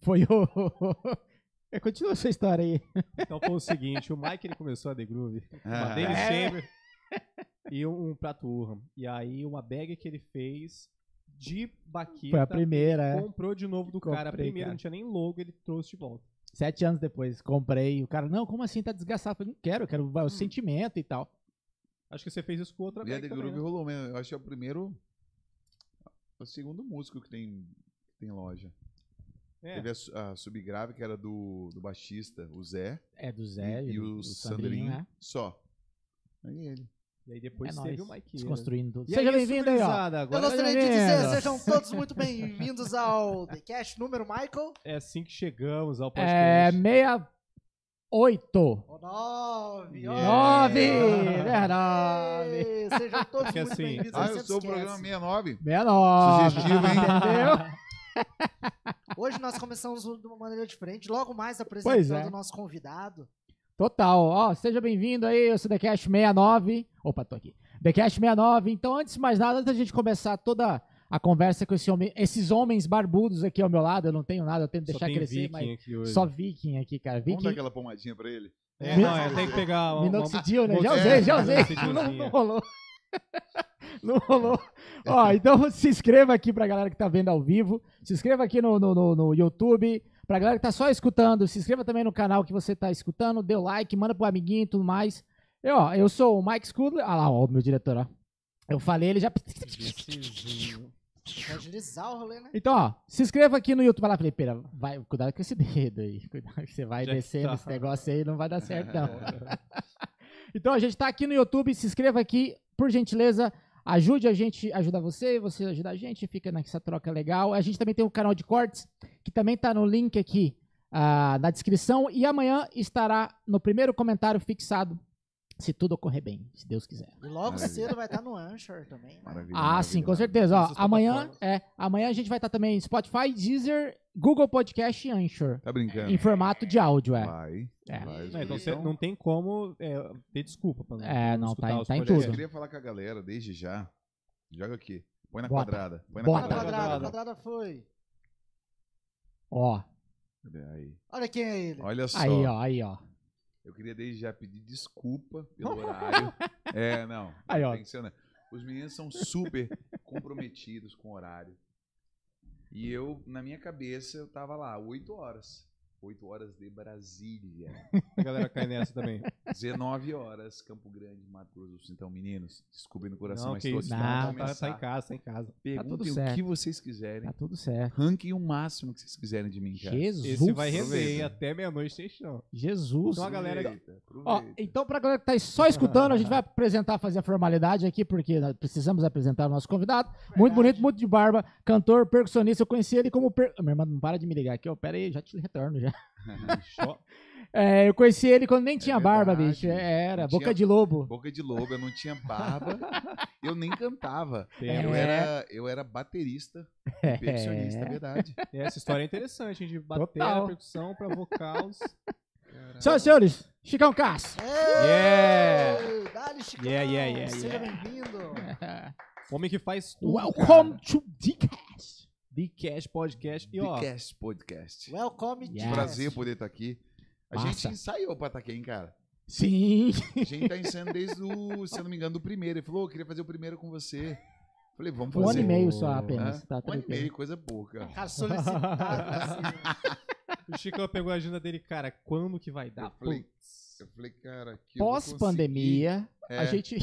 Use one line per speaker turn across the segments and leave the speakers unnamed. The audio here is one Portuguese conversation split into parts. Foi o. É, Continua essa história aí.
Então foi o seguinte, o Mike ele começou a The Groove, uma Dave
É.
Chamber e um, um prato Urham. E aí uma bag que ele fez de baqueta,
Foi a primeira, é.
comprou de novo do cara. A
Comprei,
primeira
cara.
não tinha nem logo, ele trouxe de volta.
Sete anos depois, comprei. O cara, não, como assim? Tá desgastado. Eu falei, não quero, eu quero vai, o sentimento e tal.
Acho que você fez isso com outra
E a
bag
The
também,
Groove
né?
rolou mesmo. Eu acho que é o primeiro. O segundo músico que tem, que tem loja.
É.
Teve a, su- a subgrave, que era do, do baixista, o Zé.
É do Zé
e, e o, Sandrinho.
né?
Só. Aí ele.
E aí depois
É
teve
nóis.
o Mike. né?
Desconstruindo tudo.
E
Seja
é isso,
bem-vindo aí, ó.
gurizada,
Eu
Agora
gostaria de
Olha,
dizer,
lindo.
sejam todos muito bem-vindos ao The Cash número Michael.
é assim que chegamos ao
É,
podcast.
68.
O nove,
Yeah.
ó.
Nove! Verdade!
Ei, Sejam todos
Porque
muito
assim,
bem-vindos.
Ah,
eu
eu
sempre
sou o
esqueço.
programa 69.
69.
Sugestivo, hein?
Entendeu?
Hoje nós começamos de uma maneira diferente, logo mais
Pois
apresentando
é.
o nosso convidado.
Total. Ó, seja bem-vindo aí, eu sou The Cash 69. Opa, tô aqui. The Cash 69. Então, antes de mais nada, antes da gente começar toda a conversa com esse homem- esses homens barbudos aqui ao meu lado, eu não tenho nada, eu tento
Só
deixar
tem
crescer,
Viking
mas
aqui hoje.
só viking aqui, cara.
Vamos dar
Viking.
aquela pomadinha pra ele.
É, não, é, tem que pegar uma, é, uma,
Minoxidil, né?
uma-
Já usei, já usei. Não,
Minoxidilzinha.
não rolou. Não rolou. Ó, então se inscreva aqui pra galera que tá vendo ao vivo. Se inscreva aqui no, no, no, no YouTube. Pra galera que tá só escutando, se inscreva também no canal que você tá escutando. Dê o like, manda pro amiguinho e tudo mais. Eu, ó, eu sou o Mike Scudler. Ah lá, ó, o meu diretor, ó. Eu falei, ele já.
Vicezinho.
Evangelizar o rolê, né?
Então, ó, se inscreva aqui no YouTube. Vai lá, Felipe Pera, vai, cuidado com esse dedo aí. Cuidado que você vai
Já que
descendo
tá.
esse negócio aí, não vai dar certo, não. então, a gente tá aqui no YouTube, se inscreva aqui, por gentileza. Ajude a gente, ajuda você, você ajuda a gente, fica nessa troca legal. A gente também tem o canal de cortes, que também tá no link aqui ah, na descrição. E amanhã estará no primeiro comentário fixado, se tudo ocorrer bem, se Deus quiser.
E logo
Maravilha.
cedo vai estar no Anchor também. Né?
Maravilha.
Ah, sim, com
maravilha.
certeza. Ó,
Todas as
amanhã,
plataformas.
é, amanhã a gente vai estar também em Spotify, Deezer, Google Podcast e Anchor.
Tá brincando.
Em formato de áudio, é.
Vai.
É.
vai.
Não, então você não tem como é, ter desculpa pra não
É, não,
escutar
tá em-
os
tá em
Eu
podcasts.
tudo.
queria falar com a galera desde já. Joga aqui. Põe na
Bota.
quadrada. Põe na
Bota.
A quadrada, a
Quadrada.
quadrada foi.
Ó,
quadrada. Aí.
Olha quem é ele.
Olha só.
aí, ó, aí, ó.
Eu queria desde já pedir desculpa pelo horário. É, não.
Aí, ó.
tem que ser, né? Os meninos são super comprometidos com o horário. E eu, na minha cabeça, eu tava lá, 8 horas. 8 horas de Brasília.
A galera cai nessa também.
19 horas, Campo Grande, Mato Grosso. do Sul. Então, meninos, desculpem no coração,
Não,
mas
que
tô
isso.
aqui
Não,
pra
Tá, tá,
começar.
tá em casa, tá em casa.
Perguntem
tudo
o
certo.
que vocês quiserem.
Tá tudo certo.
Ranquem o máximo que vocês quiserem de mim, cara.
Jesus.
Esse vai render, hein?
Aproveita.
Até meia-noite tem chão.
Jesus.
Então a galera-
Aproveita,
Ó,
aproveita.
então pra galera que tá aí só escutando, a gente vai apresentar, fazer a formalidade aqui, porque nós precisamos apresentar o nosso convidado. Muito
Verdade.
bonito, muito de barba, cantor, percussionista. Eu conheci ele como... Per... Minha irmã, não para de me ligar aqui, ó. Pera aí, já te retorno, já.
Só-
É, eu conheci ele quando nem tinha barba,
verdade.
bicho. É, Era,
Não
boca
tinha-
de lobo.
Boca de lobo, eu não tinha barba, eu nem cantava.
É.
tem-
Eu, era, eu era baterista, e percussionista, é verdade.
Essa história é interessante, hein? De bater
Total.
a percussão pra vocals.
Senhoras e senhores, Chicão Cássio.
Yeah!
Ei, Dali, Chicão.
Yeah, yeah, yeah,
Seja
yeah.
bem-vindo.
Homem que faz tudo.
Welcome to Dcast.
The Cash Podcast. E ó,
Podcast, podcast.
Welcome.
Yes.
Prazer poder estar aqui. A
Massa.
gente ensaiou pra estar aqui, hein, cara?
Sim.
A gente tá ensaiando desde o, se eu não me engano, do primeiro. Ele falou, eu queria fazer o primeiro com você. Falei, vamos fazer.
Um ano e meio só
Hã?
apenas. Tá
é. Hã? Um ano e
tranquilo.
meio, coisa pouca.
Cara, solicitado. assim.
o Chico pegou a agenda dele, cara, quando que vai dar?
Eu falei,
Putz.
Eu falei, cara, que eu vou conseguir.
Pós-pandemia,
É,
a gente.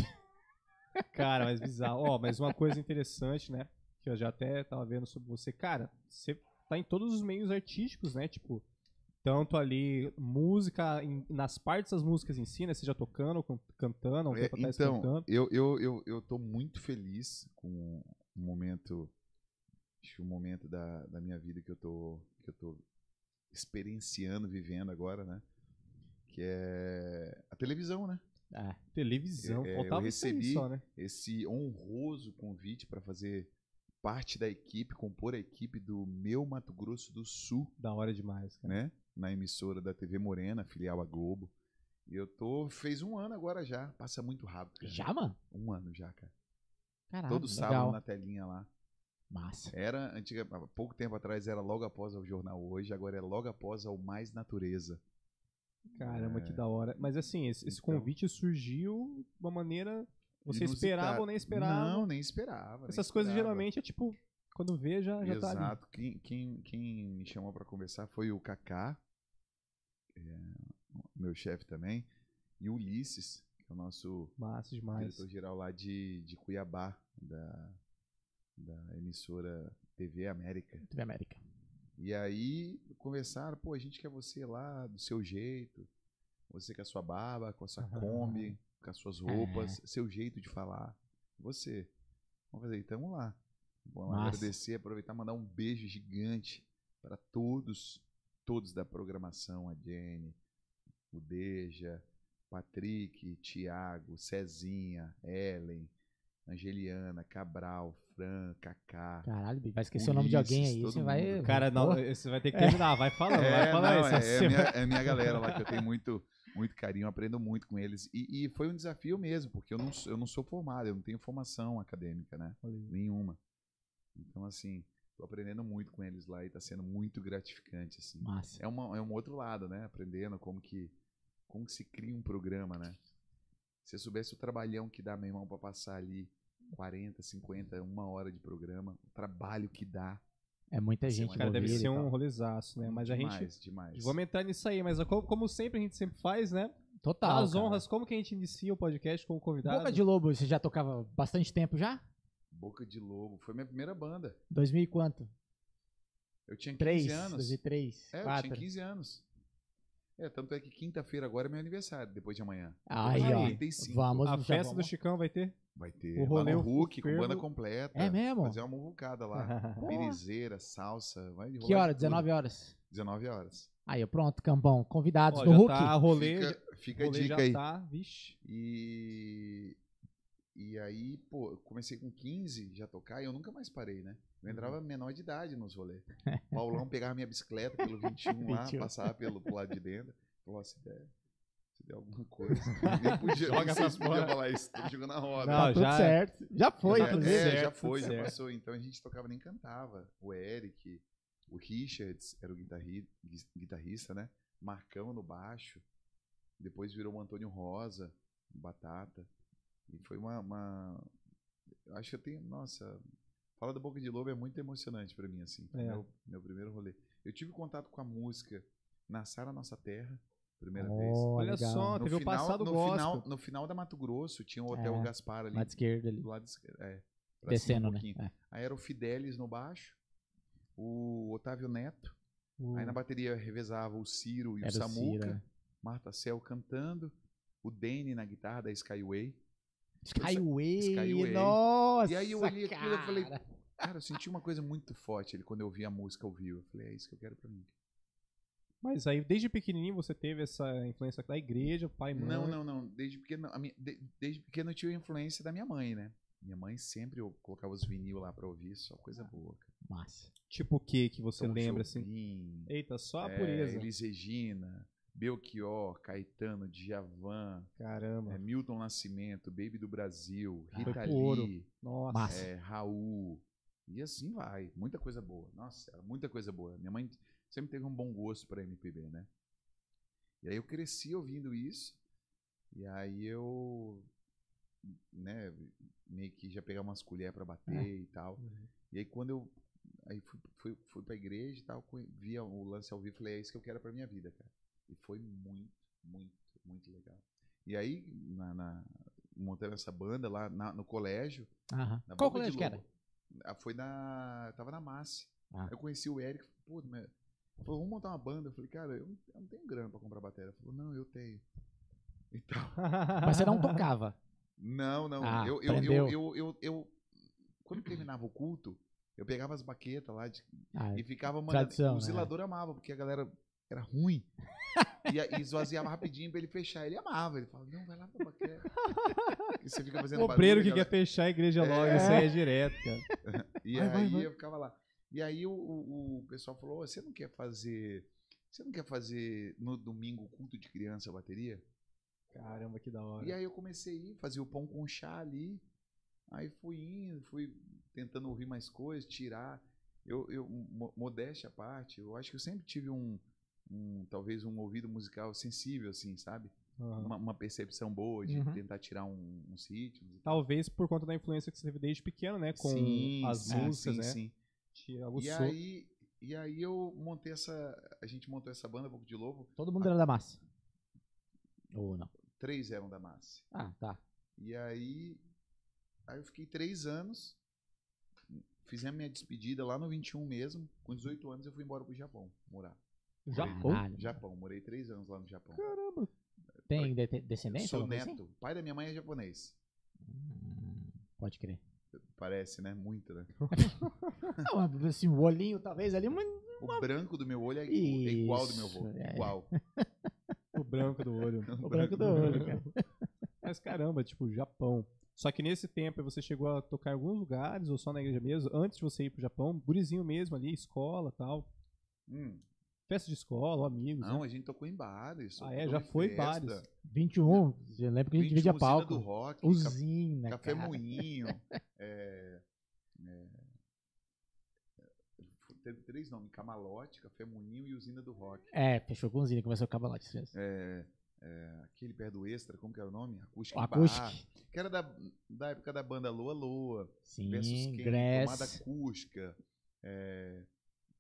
Cara, mas bizarro. Ó, mas uma coisa interessante, né? Que eu já até tava vendo sobre você. Cara, você tá em todos os meios artísticos, né? Tipo, tanto ali música, em- nas partes das músicas em si, né? Seja tocando, can- cantando, há um
É,
tempo atrás
então,
cantando.
eu, eu, eu, eu tô muito feliz com o momento, acho que o momento da, da minha vida que eu tô, que eu tô experienciando, vivendo agora, né? Que é a televisão, né?
Ah,
Televisão,
É, eu
faltava isso aí
recebi-
só, né?
Esse honroso convite para fazer parte da equipe, compor a equipe do meu Mato Grosso do Sul,
Da hora demais, cara.
né? Na emissora da TV Morena, filial à Globo. E eu tô, fez um ano agora já, passa muito rápido. cara.
já, mano?
Um ano já, cara.
Ah,
Caralho.
Todo né?
legal.
sábado na telinha lá.
Massa.
Era, antiga, há pouco tempo atrás era logo após ao jornal hoje, agora é logo após ao Mais Natureza.
Caramba, que da hora. Mas assim, esse, esse
É. Então.
convite surgiu de uma maneira. Você
Inusitado.
esperava ou nem esperava.
Não, nem esperava. nem
Essas coisas
esperava.
geralmente é tipo, quando vê, já, já tá ali.
Exato. Quem, quem, quem me chamou para conversar foi o Kaká, é, meu chefe também, e o Ulisses, que é o nosso
Massa demais.
diretor-geral lá de, de Cuiabá, da, da emissora TV América.
TV América.
E aí conversaram, pô, a gente quer você lá do seu jeito, você com a sua barba, com a sua
Ah.
Kombi, com as suas roupas, seu jeito de falar. Você. Vamos fazer, então vamos lá. Vamos lá
Massa.
agradecer, aproveitar e mandar um beijo gigante para todos, todos da programação, a Jenny, o Deja, Patrick, Tiago, Cezinha, Ellen, Angeliana, Cabral, Fran, Kaká.
Caralho, Bi, vai esquecer o nome de
Ulisses,
alguém aí.
todo
Você vai.
mundo.
Cara, não, é-
Porra.
você vai ter que terminar. Vai falando, vai
É, não,
falando. essa
é, é a minha,
semana.
é a minha galera lá que eu tenho muito, muito carinho, aprendo muito com eles. E, e foi um desafio mesmo, porque eu não, sou- eu não sou formado, eu não tenho formação acadêmica, né? Nenhuma. Então, assim, tô aprendendo muito com eles lá e tá sendo muito gratificante, assim.
Massa.
É, uma, é um outro lado, né? Aprendendo como que, como que se cria um programa, né? Se eu soubesse o trabalhão que dá, meu irmão, pra passar ali 40, 50, uma hora de programa, o trabalho que dá.
É muita
Sim,
gente.
Cara, deve
envolvida e
ser um
tal.
rolezaço, né? Mas a
demais,
gente.
Demais,
Vamos entrar nisso aí, mas como, como sempre a gente sempre faz, né?
um-
Total.
As
Tá, cara.
honras, como que a gente inicia o podcast com o convidado?
Boca de Lobo, você já tocava bastante tempo já?
Boca de Lobo. Foi minha primeira banda.
2000 e quanto?
Eu tinha 15
3,
anos.
2003,
É, eu
4.
tinha 15 anos. É, tanto é que quinta-feira agora é meu aniversário, depois de amanhã.
Aí,
Aí,
ó.
35.
Vamos,
A
já
festa do
vamos.
Chicão vai ter?
Vai ter
O
o
rolê,
rolê
o
Hulk com
fervo-
banda completa.
É mesmo?
Fazer uma muvucada lá. Birizeira, salsa, vai rolar
Que hora?
de tudo.
19 horas.
19 horas.
Aí, pronto, Cambão. Convidados
Ó,
do
já
Hulk.
tá rolê, já-
Fica, fica a
rolê
dica
já
aí.
tá, vixe.
E, e aí, pô, eu comecei com 15 já tocar e eu nunca mais parei, né?
Uhum.
Eu entrava menor de idade nos rolês. Paulão pegava minha bicicleta pelo 21 lá,
21.
passava pelo, pro lado de dentro. Falou, ó, se der, se der alguma coisa. Nem podia,
Joga
nem sei
essa
se podia
porra.
falar isso, tô jogando na roda.
Tá
Não,
tudo
já-
certo. Já foi,
é,
inclusive.
é, já
certo,
foi, já
certo.
passou. Então a gente tocava nem cantava. O Eric, o Richards era o guitarri- gui- guitarrista, né? Marcão no baixo. Depois virou o Antônio Rosa, o Batata. E foi uma. uma- eu Acho que eu tenho. Nossa, fala da Boca de Lobo é muito emocionante pra mim, assim. Foi
É.
Meu, meu primeiro rolê. Eu tive contato com a música Nascer a Nossa Terra, primeira vez.
Ó,
Olha
legal.
só, teve o passado
no,
gospel.
final, no final da Mato Grosso tinha o Hotel
É,
Gaspar ali
Lado esquerdo ali.
do lado esquerdo. É, pra cima
Descendo,
um
né?
pouquinho.
É.
Aí era o Fidelis no baixo, o Otávio Neto.
Uh,
Aí na bateria revezava o Ciro e
Era
o
o
Samuca.
Ciro, é.
Marta Cel cantando. O Danny na guitarra da Skyway.
Skyway,
Skyway.
nossa,
E aí eu olhei aquilo e
cara.
falei, cara, eu senti uma coisa muito forte ali quando eu ouvi a música ao vivo. Eu falei, é isso que eu quero pra mim.
Mas aí, desde pequenininho, você teve essa influência da igreja, pai, mãe.
Não, não, não. Desde pequeno, a minha- de- desde pequeno eu tive a influência da minha mãe, né? Minha mãe sempre eu colocava os vinil lá pra ouvir, só coisa boa. Cara. um
Massa.
Tipo o que que você
Tom
lembra, assim?
Jobim,
Eita, só a
É,
pureza.
Elis Regina, Belchior, Caetano, Djavan, é,
Caramba.
Milton Nascimento, Baby do Brasil,
Cara,
Rita
foi pro ouro.
Lee,
Nossa.
Massa.
é, Raul. E assim vai. Muita coisa boa. Nossa, era muita coisa boa. Minha mãe sempre teve um bom gosto pra MPB, né? E aí eu cresci ouvindo isso. E aí eu, né, meio que já pegava umas colheres pra bater e tal.
Uhum.
E aí quando eu aí fui, fui, fui pra igreja e tal, conhe- via o lance ao vivo, falei, é isso que eu quero pra minha vida, cara. E foi muito, muito, muito legal. E aí, na, na- montando essa banda lá na- no colégio.
Aham.
é. Na
Qual
Boca de
colégio que era?
Lobo. Ah, Foi na. Tava na Massi.
Ah.
Eu conheci o Eric, pô, mas- falou, vamos montar uma banda. Eu falei, cara, eu não, eu não tenho grana pra comprar bateria. Ele falou, não, eu tenho. Então,
Mas você um não tocava.
não, não.
Ah,
eu, eu, eu,
aprendeu.
eu, eu- eu- quando terminava o culto, eu pegava as baquetas lá de-
Ah,
e ficava mandando.
Tradição,
o
né?
zelador amava, porque a galera era ruim. E, a- e esvaziava rapidinho pra ele fechar. Ele amava. Ele falava, não, vai lá pra baqueta. E você fica fazendo
Obreiro que
barulho, a
quer fechar a igreja
É.
logo, isso aí é direto, cara.
E
Vai, vai,
aí
vai.
eu ficava lá. E aí o, o- o pessoal falou: "Ô, você não quer fazer. Você não quer fazer no domingo culto de criança a bateria?
Caramba,
é-
que da hora.
E aí eu comecei a ir, fazia o pão com chá ali. Aí fui indo, fui tentando ouvir mais coisas, tirar. Eu, eu um, mo- modéstia à parte, eu acho que eu sempre tive um, um talvez um ouvido musical sensível, assim, sabe?
Aham.
Uma, uma percepção boa de
Uhum.
tentar tirar um, uns ritmos. e tal.
Talvez por conta da influência que você teve desde pequeno, né? Com as
sim, é,
músicas,
sim,
né?
sim.
Tira o
E
som.
aí, e aí eu montei essa. A gente montou essa banda, Boco de Lobo.
Todo mundo era da massa. Ou não?
Três eram da massa.
Ah, tá.
E aí, aí eu fiquei três anos, fizemos minha despedida lá no 21 mesmo. Com 18 anos eu fui embora pro Japão morar.
Japão?
Caralho.
Japão, morei três anos lá no Japão.
Caramba.
Tem de- descendência?
Sou
alguma coisa
neto, pai da minha mãe é japonês.
assim? Hum, Pode crer.
Parece, né? Muito, né?
Não, assim, o olhinho talvez ali, mas
O branco do meu olho é, igu- é igual do meu avô.
Isso, é.
Igual.
O branco do olho.
o branco do olho, cara.
Mas caramba, tipo, Japão. Só que nesse tempo você chegou a tocar em alguns lugares, ou só na igreja mesmo, antes de você ir pro Japão, gurizinho mesmo ali, escola tal.
Hum,
Festa de escola, amigos. né?
Não, a gente tocou em bares.
é Ah, é?
tocou
Já
em
foi
festa,
vários.
21, eu lembro que a gente
21
dividia
usina um do
palco.
rock, café-
Usina,
Café
cara.
Moinho. é, é, teve três nomes: Camalote, Café Moinho e Usina do Rock.
É, fechou com usina, começou o cavalote.
É, é, aquele perto do Extra, como que era o nome? Acústica.
O
Bar,
acústico.
Que era da, da época da banda Loa Loa, Versus
Sim,
Quem, Tomada
Grass.
Acústica, é,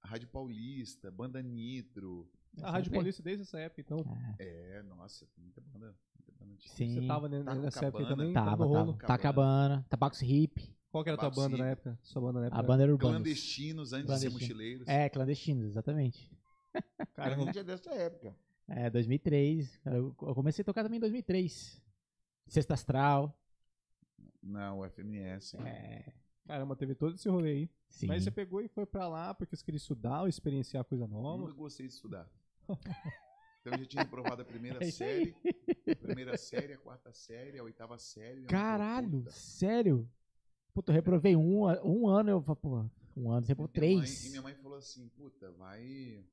Rádio Paulista, Banda Nitro.
A
tá
Rádio Paulista desde essa época, então.
É, nossa, muita banda. Muita banda antiga.
Sim.
Você tava ne-
Tava
nessa
com a
época
banda.
também?
Tava,
no rolo?
tava. Tacabana, Tabaco Hip,
Qual que era a tua
Babsi.
banda na época? Sua banda na época?
a banda era urbana.
Clandestinos antes de ser
Clandestino.
mochileiros.
É, clandestinos, exatamente.
Cara, a
Caramba.
gente é dessa época.
É, 2003. Eu eu comecei a tocar também em 2003. Sexta Astral.
Não, o FMS.
É,
Caramba, teve todo esse rolê aí.
sim.
Mas você pegou e foi pra lá porque você queria estudar ou experienciar coisa nova.
Nunca gostei de estudar. Então eu já tinha reprovado a primeira
É isso aí.
série, a primeira série, a quarta série, a oitava série. minha mãe falou,
Caralho,
"Puta".
sério? Puta, eu reprovei um, a- um ano, eu falei, porra, um ano, você
Minha
reprovou
mãe- e
três.
minha mãe falou assim, puta, vai,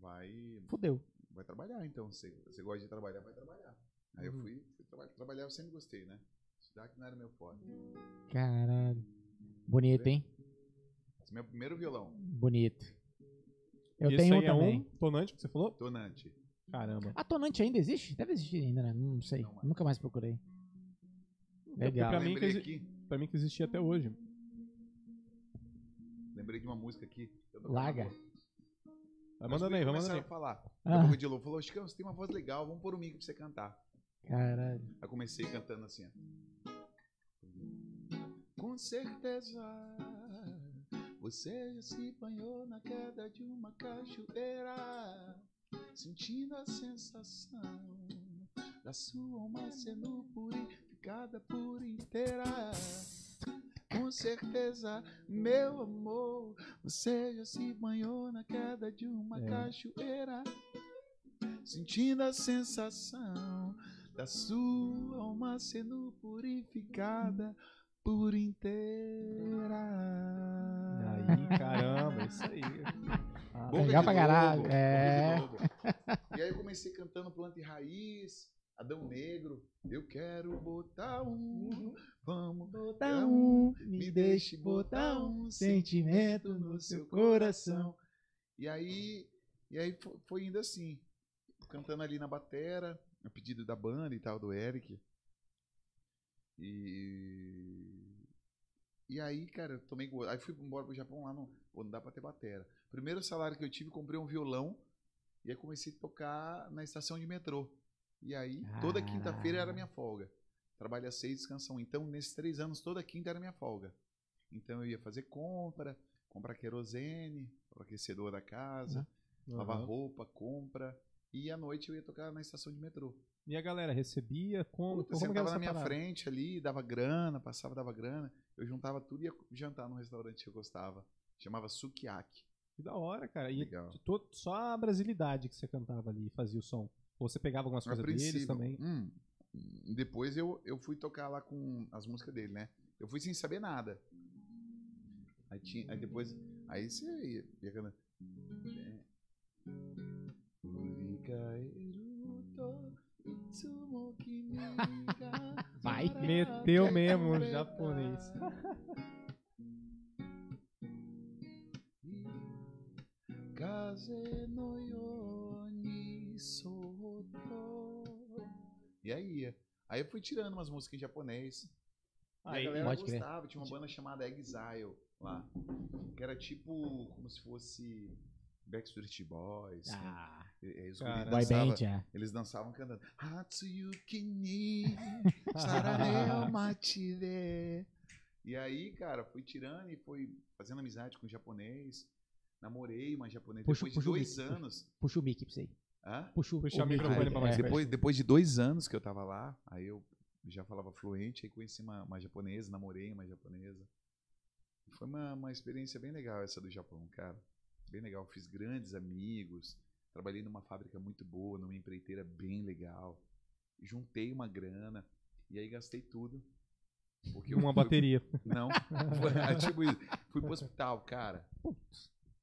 vai,
Fudeu.
vai trabalhar então, você, você gosta de trabalhar, vai trabalhar. Aí eu
Uhum.
fui, fui traba- trabalhar, eu sempre gostei, né? Estudar que não era meu forte.
Caralho. Bonito, hein?
Esse é meu primeiro violão,
Bonito. Eu
Isso
tenho um
aí é
também.
um tonante que você falou?
tonante.
Caramba.
A tonante ainda existe? Deve existir ainda, né? Não sei.
Não, mas-
Nunca mais procurei.
Pra
Legal.
Eu
mim que
lembrei
exi-
aqui,
Pra mim que existia até hoje.
lembrei de uma música aqui. eu tocava
Laga.
na-
Vai
Mas
mandando aí, vai mandando
começaram
aí.
a falar.
Ah.
Aí o Rodilô falou, Chicão, você tem uma voz legal, vamos pôr um mic pra você cantar.
Caralho.
Aí comecei cantando assim, ó. Com certeza você já se banhou na queda de uma cachoeira, sentindo a sensação da sua alma sendo purificada por inteira. Com certeza, meu amor, você já se banhou na queda de uma
É.
cachoeira, sentindo a sensação da sua alma sendo purificada por inteira.
Aí, caramba, isso aí. Ah,
Boca Legal pra caralho,
lobo,
é.
boca de lobo. E aí eu comecei cantando Planta e Raiz, Adão Negro. Eu quero botar um, vamos botar um. Me deixe botar um sentimento no seu coração. E aí, e aí fo- foi indo assim, cantando ali na batera, a pedido da banda e tal, do Eric. E. E aí, cara, eu tomei. go- Aí fui embora pro Japão lá, não, pô, não dá pra ter batera. Primeiro salário que eu tive, comprei um violão e aí comecei a tocar na estação de metrô. E aí, toda
Caraca.
quinta-feira era minha folga. Trabalha seis, descansão. Então, nesses três anos, toda quinta era minha folga. Então, eu ia fazer compra, comprar querosene, para aquecedor da casa,
Aham.
lavar roupa, compra. E à noite eu ia tocar na estação de metrô.
E a galera recebia como?
Puta,
como que era
sentava
essa
na minha
parada?
frente ali, dava grana, passava, dava grana. Eu juntava tudo e ia jantar num restaurante que eu gostava. Chamava Sukiyaki.
Que da hora, cara. E
Legal.
to- só a brasilidade que você cantava ali e fazia o som. Ou você pegava algumas
A
coisas deles
princípio,
também.
hum, depois eu, eu fui tocar lá com as músicas dele, né? Eu fui sem saber nada. Aí, tinha, aí depois. Aí você ia, ia cantando.
Vai.
Meteu mesmo o japonês.
E aí ia. Aí eu fui tirando umas músicas em japonês. E a
Aí,
galera
pode crer.
gostava, tinha uma banda chamada Exile lá. Que era tipo como se fosse Backstreet Boys. né?
Ah,
E- e aí os
cara.
guris
boy
dançavam-
band, é.
Eles dançavam cantando. Hatsuyuki ni sarareo machide. E aí, cara, fui tirando e fui fazendo amizade com japonês. Namorei uma japonesa
Puxa-
depois de
puxa o
dois
mic, puxa.
anos.
Puxa o mic pra você aí.
Hã?
Puxa o,
Puxa o
mic
microfone
aí,
pra mais
é.
perto.
Depois, depois de dois anos que eu tava lá, aí eu já falava fluente, aí conheci uma, uma japonesa, namorei uma japonesa. Foi uma, uma experiência bem legal essa do Japão, cara. Bem legal. Fiz grandes amigos, trabalhei numa fábrica muito boa, numa empreiteira bem legal. Juntei uma grana e aí gastei tudo. Porque eu
Uma
fui-
bateria.
Não, foi- tipo isso. Fui pro hospital, cara. Fui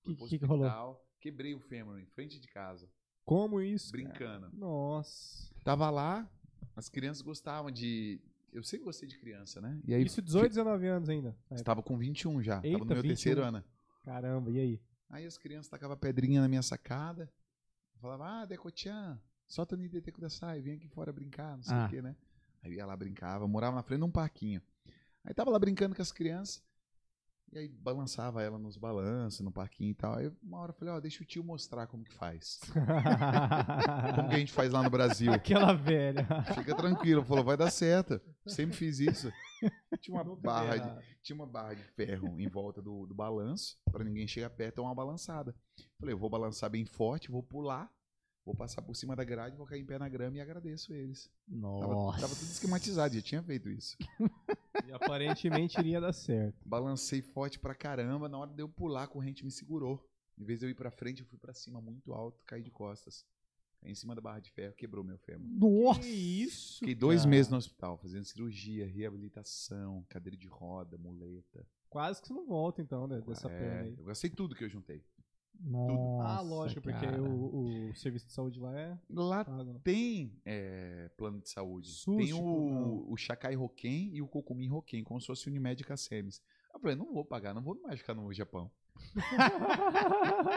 Que-
pro
que que rolou?
hospital, Quebrei o fêmur em frente de casa,
Como isso? cara?
brincando.
Nossa.
Tava lá, as crianças gostavam de. Eu sempre gostei de criança, né? E aí
Isso 18, 19 anos ainda. na época.
estava com 21 já,
Eita,
tava no meu
21.
terceiro ano.
Caramba, e aí?
Aí as crianças tacavam pedrinha na minha sacada, falavam, ah, Decochan, solta no Ideteco da Sai, vem aqui fora brincar, não sei
Ah.
o quê, né? Aí eu ia lá brincava, morava na frente de um parquinho. Aí tava lá brincando com as crianças, e aí balançava ela nos balanços, no parquinho e tal. Aí uma hora eu falei, ó, deixa o tio mostrar como que faz. Como que a gente faz lá no Brasil?
Aquela velha.
Fica tranquilo. Falou, vai dar certo. Sempre fiz isso. Tinha uma
Nunca
barra
dei
de,
errado.
tinha uma barra de ferro em volta do, do balanço, pra ninguém chegar perto, é uma balançada. Falei, eu vou balançar bem forte, vou pular, vou passar por cima da grade, vou cair em pé na grama e agradeço eles. Tava,
Nossa.
tava tudo esquematizado, já tinha feito isso.
E aparentemente iria dar certo.
Balancei forte pra caramba, na hora de eu pular, a corrente me segurou. Em vez de eu ir pra frente, eu fui pra cima muito alto, caí de costas. Caí em cima da barra de ferro, quebrou meu fêmur.
Nossa.
Que isso?
Fiquei dois
cara?
meses no hospital, fazendo cirurgia, reabilitação, cadeira de roda, muleta.
Quase que você não volta, então, né, dessa
É,
perna aí.
eu gastei tudo que eu juntei.
Nossa,
ah, lógico, porque
cara.
o, o serviço de saúde lá é
Lá
pago, né?
tem é, plano de saúde.
SUS,
tem
tipo,
o,
não.
o Chacai Roquem e o Cocumin Roquem, como se fosse Unimed e Cassemes. Eu falei, não vou pagar, não vou mais ficar no Japão.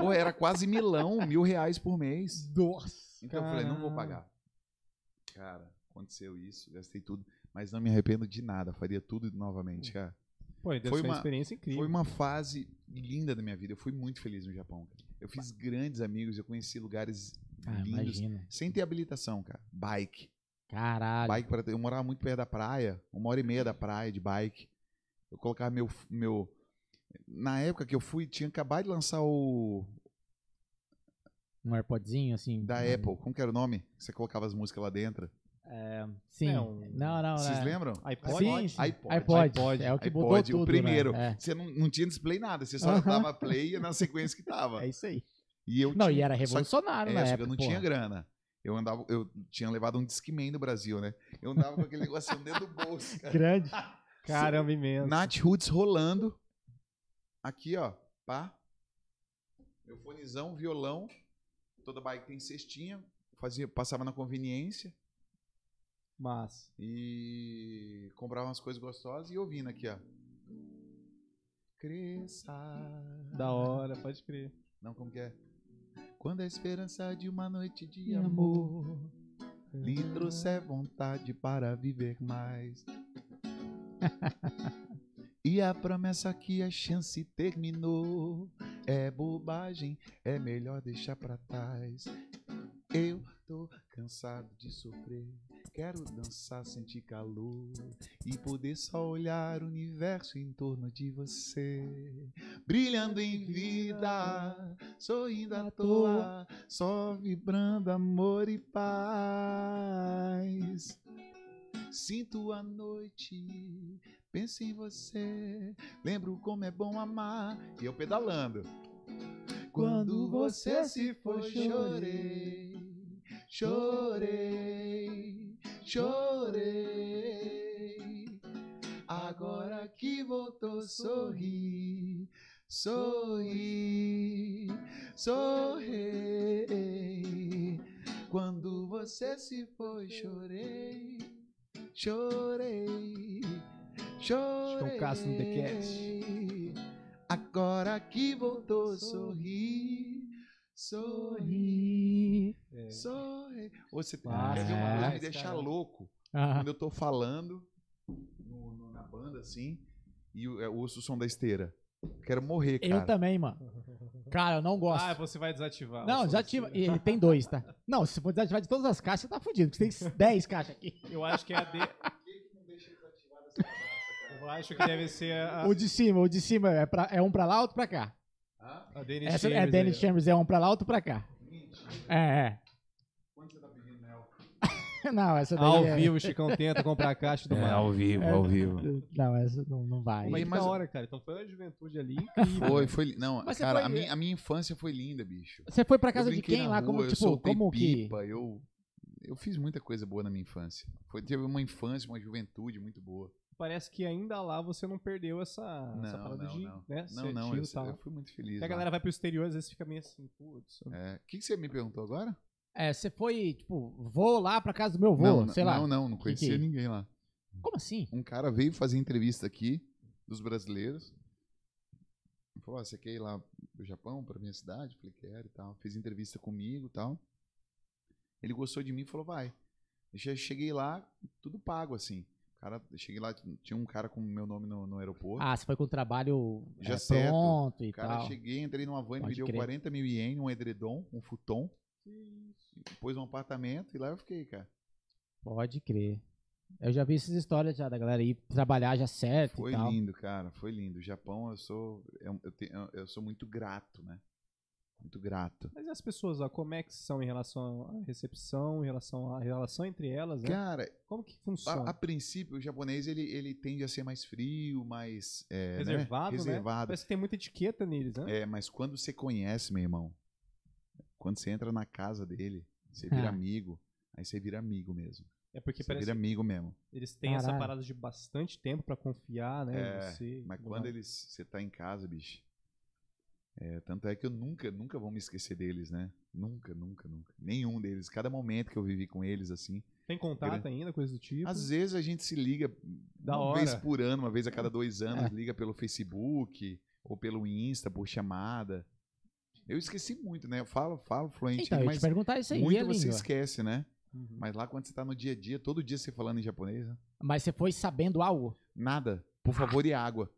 Pô, era quase milão, mil reais por mês.
Nossa.
Então eu falei, não vou pagar. Cara, aconteceu isso, gastei tudo. Mas não me arrependo de nada, faria tudo novamente, cara.
Pô, e deve
Foi
ser uma
uma-
experiência incrível.
Foi uma fase linda da minha vida. Eu fui muito feliz no Japão. cara. Eu fiz grandes amigos, eu conheci lugares
Ah,
lindos.
imagina.
Sem ter habilitação, cara. Bike.
Caralho.
Bike pra... Eu morava muito perto da praia, uma hora e meia da praia de bike. Eu colocava meu. meu... Na época que eu fui, tinha acabado de lançar o.
Um AirPodzinho, assim.
Da
um-
Apple, como que era o nome? Você colocava as músicas lá dentro.
Sim.
É, um-
Não, não,
Vocês
é.
lembram?
iPod?
Sim,
Sim.
iPod.
iPod. É o que mudou
iPod,
tudo,
o primeiro.
né?
Você não, não tinha display nada, você só
Aham.
dava play e ia na sequência que tava.
É. é isso aí.
E eu
Não,
tinha-
e era
só que-
revolucionário
É,
na
só que
época.
eu não
pô.
tinha grana. Eu andava, eu tinha levado um Discman do Brasil, né? Eu andava com aquele negocinho dentro do bolso, cara.
Grande.
Caramba, imenso.
Nat Roots rolando. Aqui, ó. Pá. Meu fonezão, violão. Toda bike tem cestinha. Fazia, passava na conveniência
Mas.
e comprava umas coisas gostosas e ouvindo aqui, ó. Cresça.
Da hora, pode crer.
Não, como que é? Quando a esperança de uma noite de
De
amor lhe trouxer vontade para viver mais. e a promessa que a chance terminou é bobagem, é melhor deixar pra trás. Eu tô cansado de sofrer, quero dançar, sentir calor e poder só olhar o universo em torno de você, brilhando em vida, sorrindo à toa, só vibrando amor e paz. Sinto a noite, penso em você, lembro como é bom amar e eu pedalando. Quando você se foi, chorei, chorei, chorei. Agora que voltou, sorri, sorri, sorri. Quando você se foi, chorei, chorei, chorei.
Castro no The Cast.
Agora que voltou, sorri, Sorri,
Sorri.
É.
sorri. Ou você
Ah,
quer ver uma coisa que
é,
me deixa
cara.
louco.
Ah,
Quando eu tô falando no- no- na banda, assim, e eu, eu ouço o som da esteira. Quero morrer, cara.
eu também, mano. Cara, eu não gosto.
Ah, você vai desativar.
não,
o som
já
da
ativa.
esteira.
E Ele tem dois, tá? Não, se for desativar de todas as caixas, tá fudido, porque você tem 10 caixas aqui.
Eu acho que é a D. Eu acho que deve ser a,
O de cima, o de cima é, pra- é um pra lá, outro pra cá.
Hã?
a Dennis
Essa é
Chambers
Dennis
aí, ó.
Chambers, é um pra lá, outro pra cá. É,
Quando você tá pedindo mel?
é. Não, essa daí.
Ao
é...
vivo, o Chicão tenta comprar a caixa
É,
do Mario.
vivo,
ao vivo. Não, essa não, não vai.
Mas que
Mas-
da hora, cara. Então foi uma juventude ali incrível.
Foi, foi. li- Não,
Mas você
cara,
foi-
a, minha, a minha infância foi linda, bicho.
Você foi pra
Eu
casa de
brinquei
quem
na
lá? como
rua, eu
tipo,
soltei
como que.
pipa, Eu, eu fiz muita coisa boa na minha infância. Foi, teve uma infância, uma juventude muito boa.
Parece que ainda lá você não perdeu essa, essa
Não,
parada
não,
de.
não.
É
Né,
Não,
certinho
não, eu,
e tal.
eu fui muito feliz.
Porque a
lá.
galera vai pro exterior, às vezes fica meio assim, putz.
É, O que, que você me perguntou agora?
É, você foi, tipo, vou lá pra casa do meu vô,
não,
sei lá.
Não, não, não conhecia
que-
ninguém lá.
Como assim?
Um cara veio fazer entrevista aqui, dos brasileiros. Falou, "Ah, você quer ir lá pro Japão, pra minha cidade? Falei, quero e tal. Fez entrevista comigo e tal. Ele gostou de mim e falou, vai. Eu já cheguei lá, tudo pago, assim. Cara, eu cheguei lá, tinha um cara com o meu nome no, no aeroporto.
Ah, você foi com o trabalho
Já
é,
certo.
pronto e
cara,
tal.
cheguei, entrei numa van, ele me
Pode
deu
crer.
40 mil ien, um edredom, um futon. Pôs um apartamento e lá eu fiquei, cara.
Pode crer. Eu já vi essas histórias já da galera ir trabalhar já certo
Foi
e tal.
lindo, cara, foi lindo. O Japão, eu sou, eu, eu, te- é um, eu- eu sou muito grato, né? Muito grato.
Mas e as pessoas lá, como é que são em relação à recepção, em relação à relação entre elas, né?
Cara,
Como que
a,
funciona?
a princípio, o japonês ele, ele tende a ser mais frio, mais é, né?
Reservado, né?
reservado.
Parece que tem muita etiqueta neles, né?
É, mas quando você conhece, meu irmão, quando você entra na casa dele, você vira
Ah.
amigo, aí você vira amigo mesmo.
É, porque
você
parece
vira amigo mesmo.
que eles têm essa
Caralho.
parada de bastante tempo pra confiar, né? em
É,
você e
Mas
tudo
quando
mais.
eles, você tá em casa, bicho. é, tanto é que eu nunca, nunca vou me esquecer deles, né? Nunca, nunca, nunca. Nenhum deles. Cada momento que eu vivi com eles, assim,
Tem contato
Grande.
ainda, coisa do tipo?
Às vezes a gente se liga
Da
uma vez
hora.
por ano, uma vez a cada dois anos, liga pelo Facebook ou pelo Insta, por chamada. Eu esqueci muito, né? Eu falo, falo fluente,
Então, eu ia te
mas
perguntar isso aí, e a
muito você
língua?
esquece, né?
Uhum.
Mas lá quando você tá no dia a dia, todo dia você falando em japonês, né?
Mas você foi sabendo algo?
nada. Por favor e água.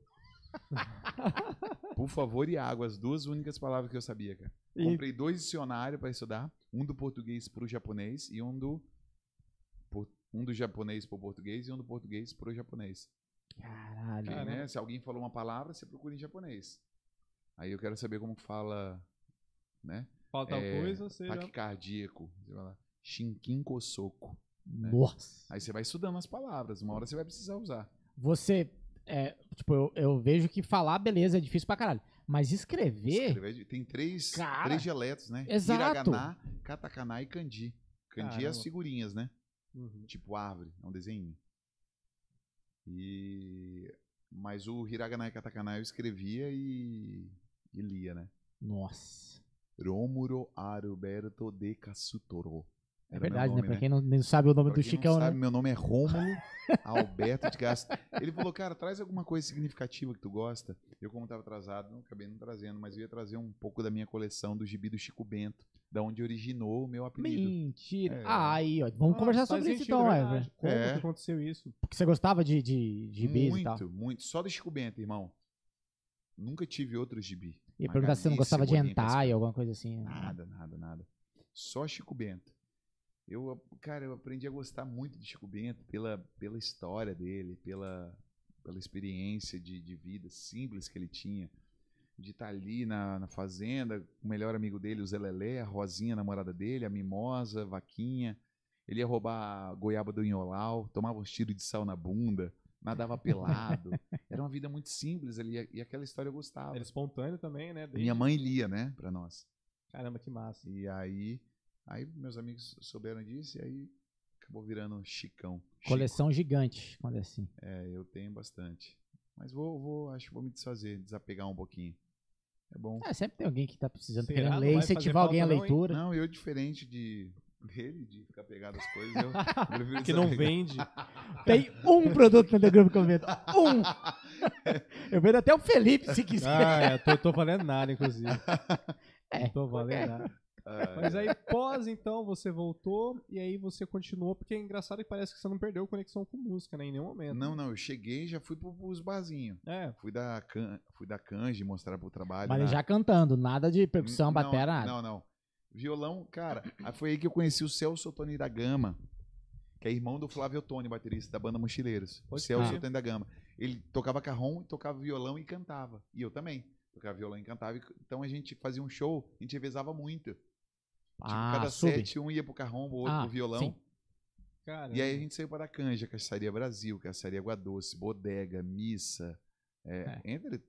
por favor e água, as duas únicas palavras que eu sabia, cara.
E-
Comprei dois dicionários para estudar, um do português pro japonês e um do por- um do japonês pro português e um do português pro japonês.
Caralho.
Porque,
Caramba.
né, se alguém falou uma palavra, você procura em japonês. Aí eu quero saber como que fala, né?
Falta
é,
coisa, você já...
Taquicardíaco. Você vai lá, shinkin kosoku.
Nossa.
Aí você vai estudando as palavras, uma hora você vai precisar usar.
Você, é, tipo, eu, eu vejo que falar, beleza, é difícil pra caralho. Mas escrever,
Escrever- Tem três,
Cara.
três dialetos, né?
Exato.
Hiragana, katakana e kanji. Kanji é as
Caramba.
figurinhas, né?
Uhum.
tipo árvore, é um desenho. E mas o hiragana e katakana eu escrevia e, e lia, né?
nossa.
Romuro Aruberto de Kassutoro.
É
Era
verdade,
meu nome,
né? Pra quem não, não sabe o nome
Pra
do
quem
Chicão,
não
né?
sabe, meu nome é Rômulo Alberto de Castro. Ele falou, cara, traz alguma coisa significativa que tu gosta. Eu, como tava atrasado, não acabei não trazendo, mas eu ia trazer um pouco da minha coleção do gibi do Chico Bento, da onde originou o meu apelido.
Mentira.
É.
Ah, aí, ó. Vamos
Ah,
conversar
faz
sobre isso
sentido,
então,
verdade.
Ever.
Como
É.
que aconteceu isso?
Porque você gostava de, de, de bis
muito,
e tal.
muito. Só do Chico Bento, irmão. Nunca tive outro gibi.
E perguntar se você não
Magalhães,
gostava de
Cebolinha,
hentai,
Cascão.
alguma coisa assim.
Nada, nada, nada. Só Chico Bento. Eu, cara, eu aprendi a gostar muito de Chico Bento pela, pela história dele, pela, pela experiência de, de vida simples que ele tinha. De estar ali na, na fazenda, o melhor amigo dele, o Zelelé, a Rosinha, a namorada dele, a Mimosa, a Vaquinha. Ele ia roubar a goiaba do Inholau, tomava uns tiros de sal na bunda, nadava pelado. Era uma vida muito simples ali, e- e aquela história eu gostava.
Era espontâneo também, né? Desde-
Minha mãe lia, né, pra nós.
Caramba, que massa.
E aí, aí meus amigos souberam disso e aí acabou virando um chicão.
Coleção gigante, quando é assim.
Chico, é, eu tenho bastante. Mas vou, vou, acho que vou me desfazer, desapegar um pouquinho. É bom.
É, sempre tem alguém que tá precisando,
Será?
querendo
Não
ler,
vai
incentivar alguém
fazer
a
falta não, hein?
leitura.
Não, eu diferente de dele, de ficar pegado às coisas, eu prefiro
Que não
desapegar.
vende.
Tem um produto no The Grupo que eu vendo. Um! Eu vendo até o Felipe, se quiser.
Ah,
Ah, é, tô, tô valendo nada, inclusive.
É,
Não tô valendo nada.
Ah,
Mas aí pós, então, você voltou e aí você continuou, porque é engraçado que parece que você não perdeu conexão com música, né? Em nenhum momento.
Não, não, eu cheguei e já fui pro, pros barzinhos.
É.
Fui dar, can, fui dar canje, mostrar pro trabalho.
Mas
na-
já cantando, nada de percussão,
Não,
batera, nada.
Não, não. Violão, cara, aí foi aí que eu conheci o Celso Tony da Gama, que é irmão do Flávio Tony, baterista da banda Mochileiros. O
Pode
Celso
é.
crer.
Tony da Gama. Ele tocava carrom, tocava violão e cantava. E eu também. Tocava violão e cantava. e c- Então a gente fazia um show, a gente revezava muito. Tipo,
ah,
cada
sub.
sete, um ia pro carrom, o outro
Ah,
pro violão.
sim.
Cara.
E aí a gente saiu para a Canja, Caçaria Brasil, Caçaria Água Doce, Bodega, Missa. É, Entre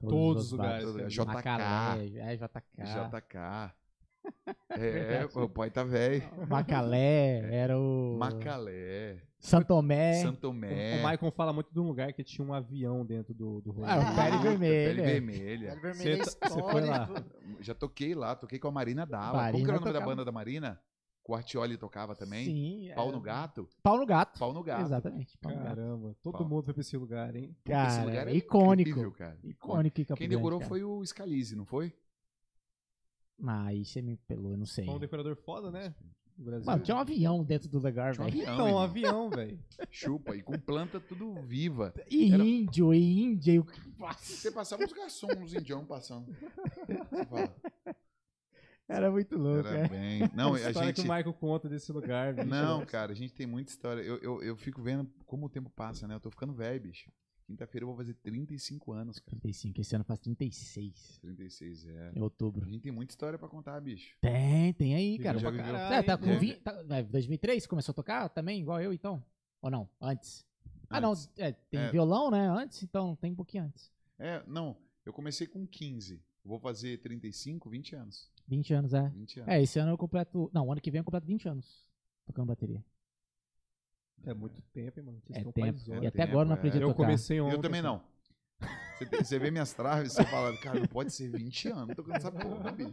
Todos os
bares.
lugares.
todos, né?
cara.
J- JK.
Macalé, é, JK.
JK. É, o pai tá velho.
Macalé, era o.
Macalé,
Santomé.
Santomé,
O Maicon fala muito de um lugar que tinha um avião dentro do, do rolê.
Ah, o Pele
Pele
Ah,
Vermelha.
Vermelha.
Velho Vermelho é
Cê tá- cê foi lá?
histórico.
Já toquei lá, toquei com a Marina Dalla. Como
Marina
que era o nome da
tocava.
banda da Marina? Quartioli tocava também.
Sim. é.
Pau no gato?
Pau no gato.
Pau no gato.
Exatamente. Pau no gato.
Caramba, todo
Fala.
mundo foi pra esse lugar, hein?
Puta, esse
Cara,
lugar é
icônico.
incrível, cara.
Icônico em Campo
Quem
Grande,
decorou
cara.
foi o Scalise, não foi?
Ah, aí você me pelou, eu não sei.
Foi um decorador foda, né? Do Brasil.
Mano, tinha um avião dentro do lugar,
Tinha um
velho.
Então, um
irmão.
avião, velho.
Chupa, e com planta tudo viva.
E
Era-
índio, e índia. E... o-
Você passava uns garçons, uns indião passando. Você fala,
Era muito louco,
era é.
né?
bem. Não,
a
a
história que
gente.
o Maicon conta desse lugar,
É
bicho. né?
Não, cara, a gente tem muita história. Eu, eu, eu fico vendo como o tempo passa, né? Eu tô ficando velho, bicho. Quinta-feira eu vou fazer 35 anos, cara.
35, esse ano faz 36.
36, é.
Em
A
outubro.
gente tem muita história pra contar, bicho.
Tem, tem aí,
Viveu
cara.
já
pra
viveu.
caralho,
É, tá com
hein?
né?
20, tá, é, 2003 começou a tocar também, igual eu, então? Ou não? Antes. Ah, não.
Antes.
é, tem
É.
violão, né? Antes, então tem um pouquinho antes.
É, não, eu comecei com 15. Vou fazer 35, 20 anos.
20 anos, é.
20 anos.
É, esse ano eu completo. Não, ano que vem eu completo 20 anos tocando bateria.
É muito tempo, hein, mano. Vocês
É
estão
tempo.
paisões.
E até
tempo,
agora eu não
é.
aprendi a
Eu
tocar.
comecei ontem.
eu também
assim.
não. Você, tem- você vê minhas traves, você fala, cara, não pode ser 20 anos tocando essa porra, bicho.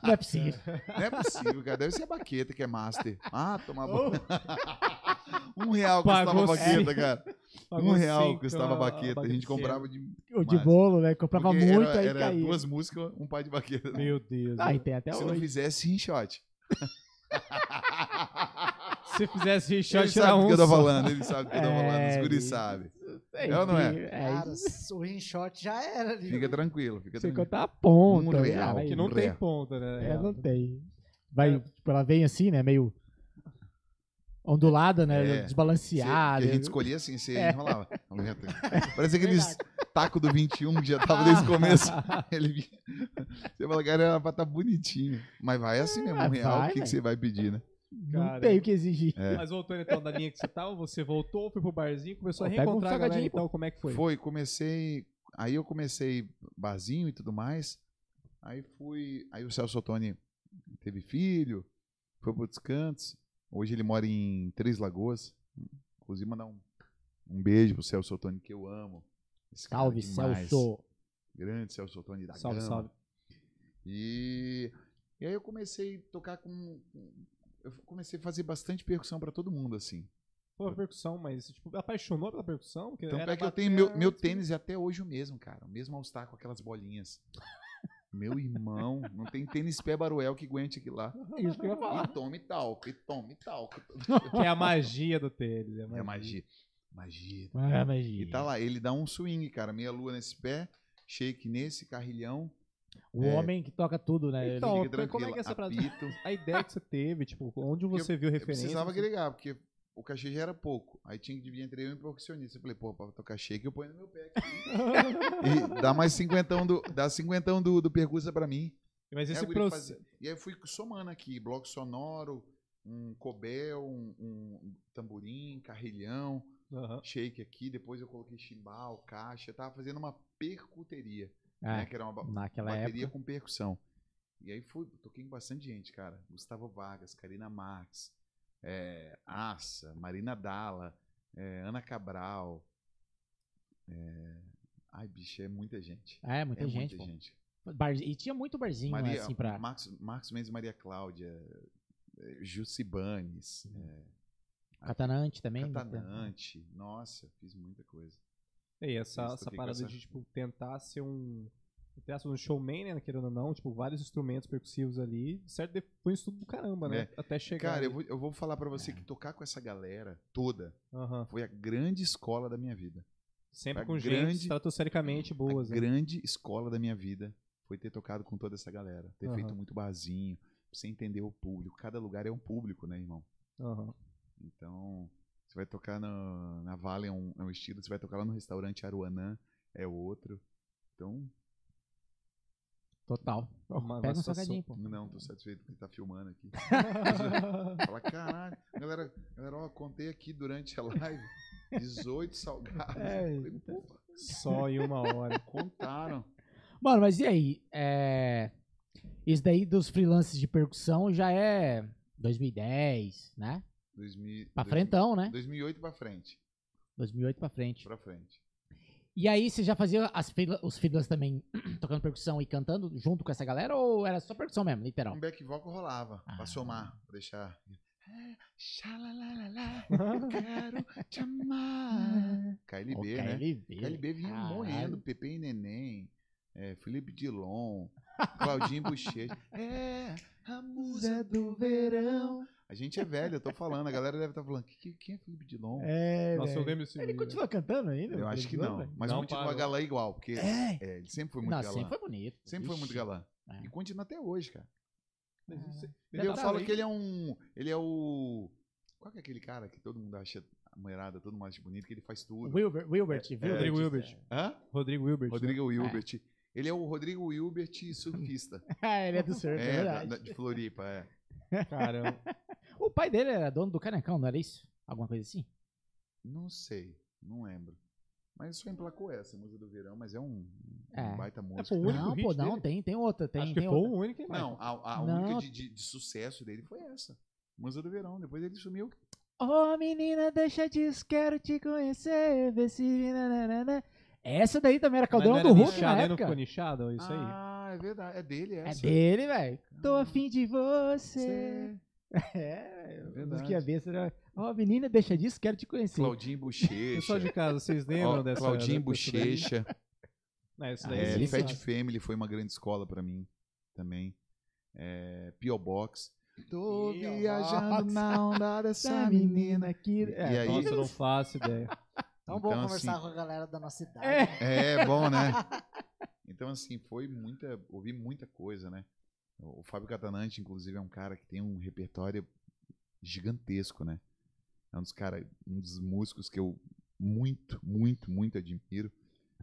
Não é possível.
Não é possível, cara. Deve ser a baqueta que é master. Ah, tomar
Ô,
banho. Um real custava a
Pagou
baqueta, cara.
Pagou
Um real
cinco,
custava a baqueta. A gente
baqueteira.
comprava de.
o de
Mas-
bolo, né? Comprava
porque
muito
era,
aí
era
caía.
duas músicas, um par de baqueta.
Meu Deus.
Ah,
né?
e tem até
Se
hoje.
não fizesse, rinchote.
Se fizesse
Ele
rechate, era
sabe
um.
do que eu tô
só.
falando, ele sabe do que eu tô
É,
falando, os guris
bicho.
sabem.
É,
É ou não é?
Cara, o rinshot já era ali.
Fica tranquilo, fica
Você
tranquilo.
contar a ponta.
Um real.
cara,
Que
aí-
não tem
Real.
ponta, né?
É, não tem. Vai,
É.
tipo, ela vem assim, né? Meio ondulada, né?
É. Você-
Desbalanceada. né,
que a gente escolhia assim, você
É.
enrolava. Parece
Verdade.
aqueles tacos do 21 que já tava desde o começo. Ele vinha- Você fala, cara, era pra tá bonitinho. Mas vai assim mesmo,
Ah,
um real, o
vai,
que, que
velho.
você vai pedir, né?
Não
Cara,
tem o que exigir.
É.
Mas voltando então da linha que você tava, você voltou, foi pro barzinho, começou a
Pô, pega um
reencontrar a galera,
salgadinho, pô.
então como é que foi?
Foi. comecei. Aí eu comecei barzinho e tudo mais. Aí fui. Aí o Celso Ottoni teve filho, foi para outros cantos. Hoje ele mora em Três Lagoas. Inclusive, mandar um, um beijo pro Celso Ottoni, que eu amo. Esse cara
Salve,
demais.
Celso.
Grande Celso Ottoni da
Salve,
Gama.
salve.
E, e aí eu comecei a tocar com. com- Eu comecei a fazer bastante percussão para todo mundo, assim.
Foi a percussão, mas tipo, apaixonou pela percussão? Porque
Tanto
era
é que eu
bater assim,
tenho meu, meu
antes,
tênis é até hoje o mesmo, cara. O mesmo all com aquelas bolinhas. Meu irmão, não tem tênis pé baruel que aguente aqui lá.
É isso que eu ia falar.
E tome talco, e tome talco.
Que é a magia do tênis. É, a
É magia. Magia.
Ah, mas-
E tá lá, ele dá um swing, cara. Meia lua nesse pé, shake nesse, carrilhão.
O
É.
homem que toca tudo, né?
Então,
fique
como é que
tranquila,
é essa pra-
apito.
A ideia que você teve, tipo, onde você viu
Eu
referência. assim,
precisava
você-
agregar, porque o cachê já era pouco. Aí tinha que dividir entre eu e o percussionista. Eu falei, pô, pra tocar shake, eu ponho no meu pé. aqui. e dá mais cinquentão do, dá cinquentão do, do percussa pra mim.
Mas
É,
esse
o guri
processo.
fazia- E aí eu fui somando aqui, bloco sonoro, um cobel, um, um tamborim, carrilhão,
Aham.
shake aqui, depois eu coloquei chimbal, caixa, eu tava fazendo uma percuteria, né,
É,
que era uma ba-
naquela
bateria
época.
com percussão. E aí fui, toquei com bastante gente, cara. Gustavo Vargas, Karina Marx, é, Assa, Marina Dalla, é, Ana Cabral. é, ai, bicho, é muita gente.
É, muita
é
gente.
muita
pô.
gente.
Bar- E tinha muito barzinho, né,
Maria,
assim, pra.
Marcos, Marcos Mendes e Maria Cláudia, eh, Jucibanes, eh,
Catanante também. né,
Catanante. Nossa, fiz muita coisa.
E essa,
Isso,
essa
fica
parada
essa-
de, tipo, tentar ser um, entre aspas, um showman, né? Querendo ou não, tipo, vários instrumentos percussivos ali. De Certo, de- foi um estudo do caramba, né?
É.
Até chegar.
Cara, eu
ali.
vou, eu vou falar pra
É.
você que tocar com essa galera toda
Aham.
foi a grande escola da minha vida.
Sempre
a
com
grande-
gente estratosfericamente boas,
a
né?
grande escola da minha vida foi ter tocado com toda essa galera, ter
Aham.
feito muito barzinho, pra você entender o público. Cada lugar é um público, né, irmão?
Aham.
Então, você vai tocar no- na Vale é um, é um estilo, você vai tocar lá no restaurante Aruanã é outro. Então,
Total.
Uma-
Pega um
uma situação-
salgadinho, pô.
não, tô satisfeito que tá filmando aqui. Fala, caralho, galera, galera, ó, contei aqui durante a live 18 salgados.
É,
Eu falei, "Pô,
Só em uma hora.
contaram.
Mano, mas e aí? É, Isso daí dos freelances de percussão já é 2010, né?
2000,
Pra frentão, né?
2008 pra frente.
2008 pra frente.
Pra frente.
E aí você já fazia as freela- os freelances também tocando percussão e cantando junto com essa galera ou era só percussão mesmo, literal?
Um back vocal rolava,
Ah.
pra somar, pra deixar. Ah, xalalalala, quero te amar. KLB,
Ô,
né?
KLB.
KLB vinha
Caralho.
morrendo, Pepe e Neném, é, Felipe Dilon, Claudinho Bochecha. É, a musa do verão. A gente é velho, eu tô falando, a galera deve estar falando, "Que- quem é Felipe Dilon?
É,
Nossa, eu
velho.
lembro esse
Ele
vídeo,
continua cantando ainda?
eu acho que não, mas
Não,
continua
parou.
galã igual, porque
Então,
É.
é, ele sempre foi muito
Não,
galã.
sempre foi bonito.
Sempre foi muito
Ixi.
galã.
É.
E continua até hoje, cara.
velho. Mas isso-
Já
Ele- eu
tá
falo
bem.
que ele é um. Ele é o. Qual que é aquele cara que todo mundo acha a mulherada, todo mundo acha bonito, que ele faz tudo?
Wilbert, Wilbert,
Rodrigo
é.
Wilbert.
Hã?
Rodrigo Wilbert.
Rodrigo Wilbert. Ele é o Rodrigo Wilbert surfista.
Ah, ele é do surf, é,
é, da-
verdade.
da- de Floripa, é.
né? Caramba.
O pai dele era dono do Canecão, não era isso? Alguma coisa assim?
Não sei, não lembro. Mas só emplacou essa, Musa do Verão, mas é um, um
É.
baita
foi
música.
o único
não,
hit
pô, não,
dele.
tem, tem outra, tem, né?
Acho que
tem
foi
outra.
o único, hein,
Não, a, a
Não.
única de, de- de sucesso dele foi essa. Musa do Verão. Depois ele sumiu.
Ô menina, deixa disso, quero te conhecer, vê se... nananana. Essa daí também era caldeirão
Mas não
do
era
Hulk
nichado,
na
né? Não
época.
ficou nichado isso aí?
Ah, é verdade. É dele
É
essa.
dele, velho. Tô afim de
Cê-
você. É,
verdade.
que a cabeça era... Ó menina, deixa disso, quero te conhecer.
Claudinho
Pessoal
Bochecha.
de casa, vocês lembram
Ó,
dessa?
Claudinho
dessa-
Bochecha.
Não, isso daí
É,
É,
sim,
Fat
sim.
Family foi uma grande escola pra mim também. É, P.O. Box. Tô
P.O.
viajando
Box.
na onda dessa menina.
aqui...
E
É,
aí-
Nossa, eu não faço ideia.
Tão bom
Então,
conversar
assim-
com a galera da nossa idade.
É.
É, bom, né? Então, assim, foi muita. Ouvi muita coisa, né? O o Fábio Catanante, inclusive, é um cara que tem um repertório gigantesco, né? É um dos cara, um dos músicos que eu muito, muito, muito admiro.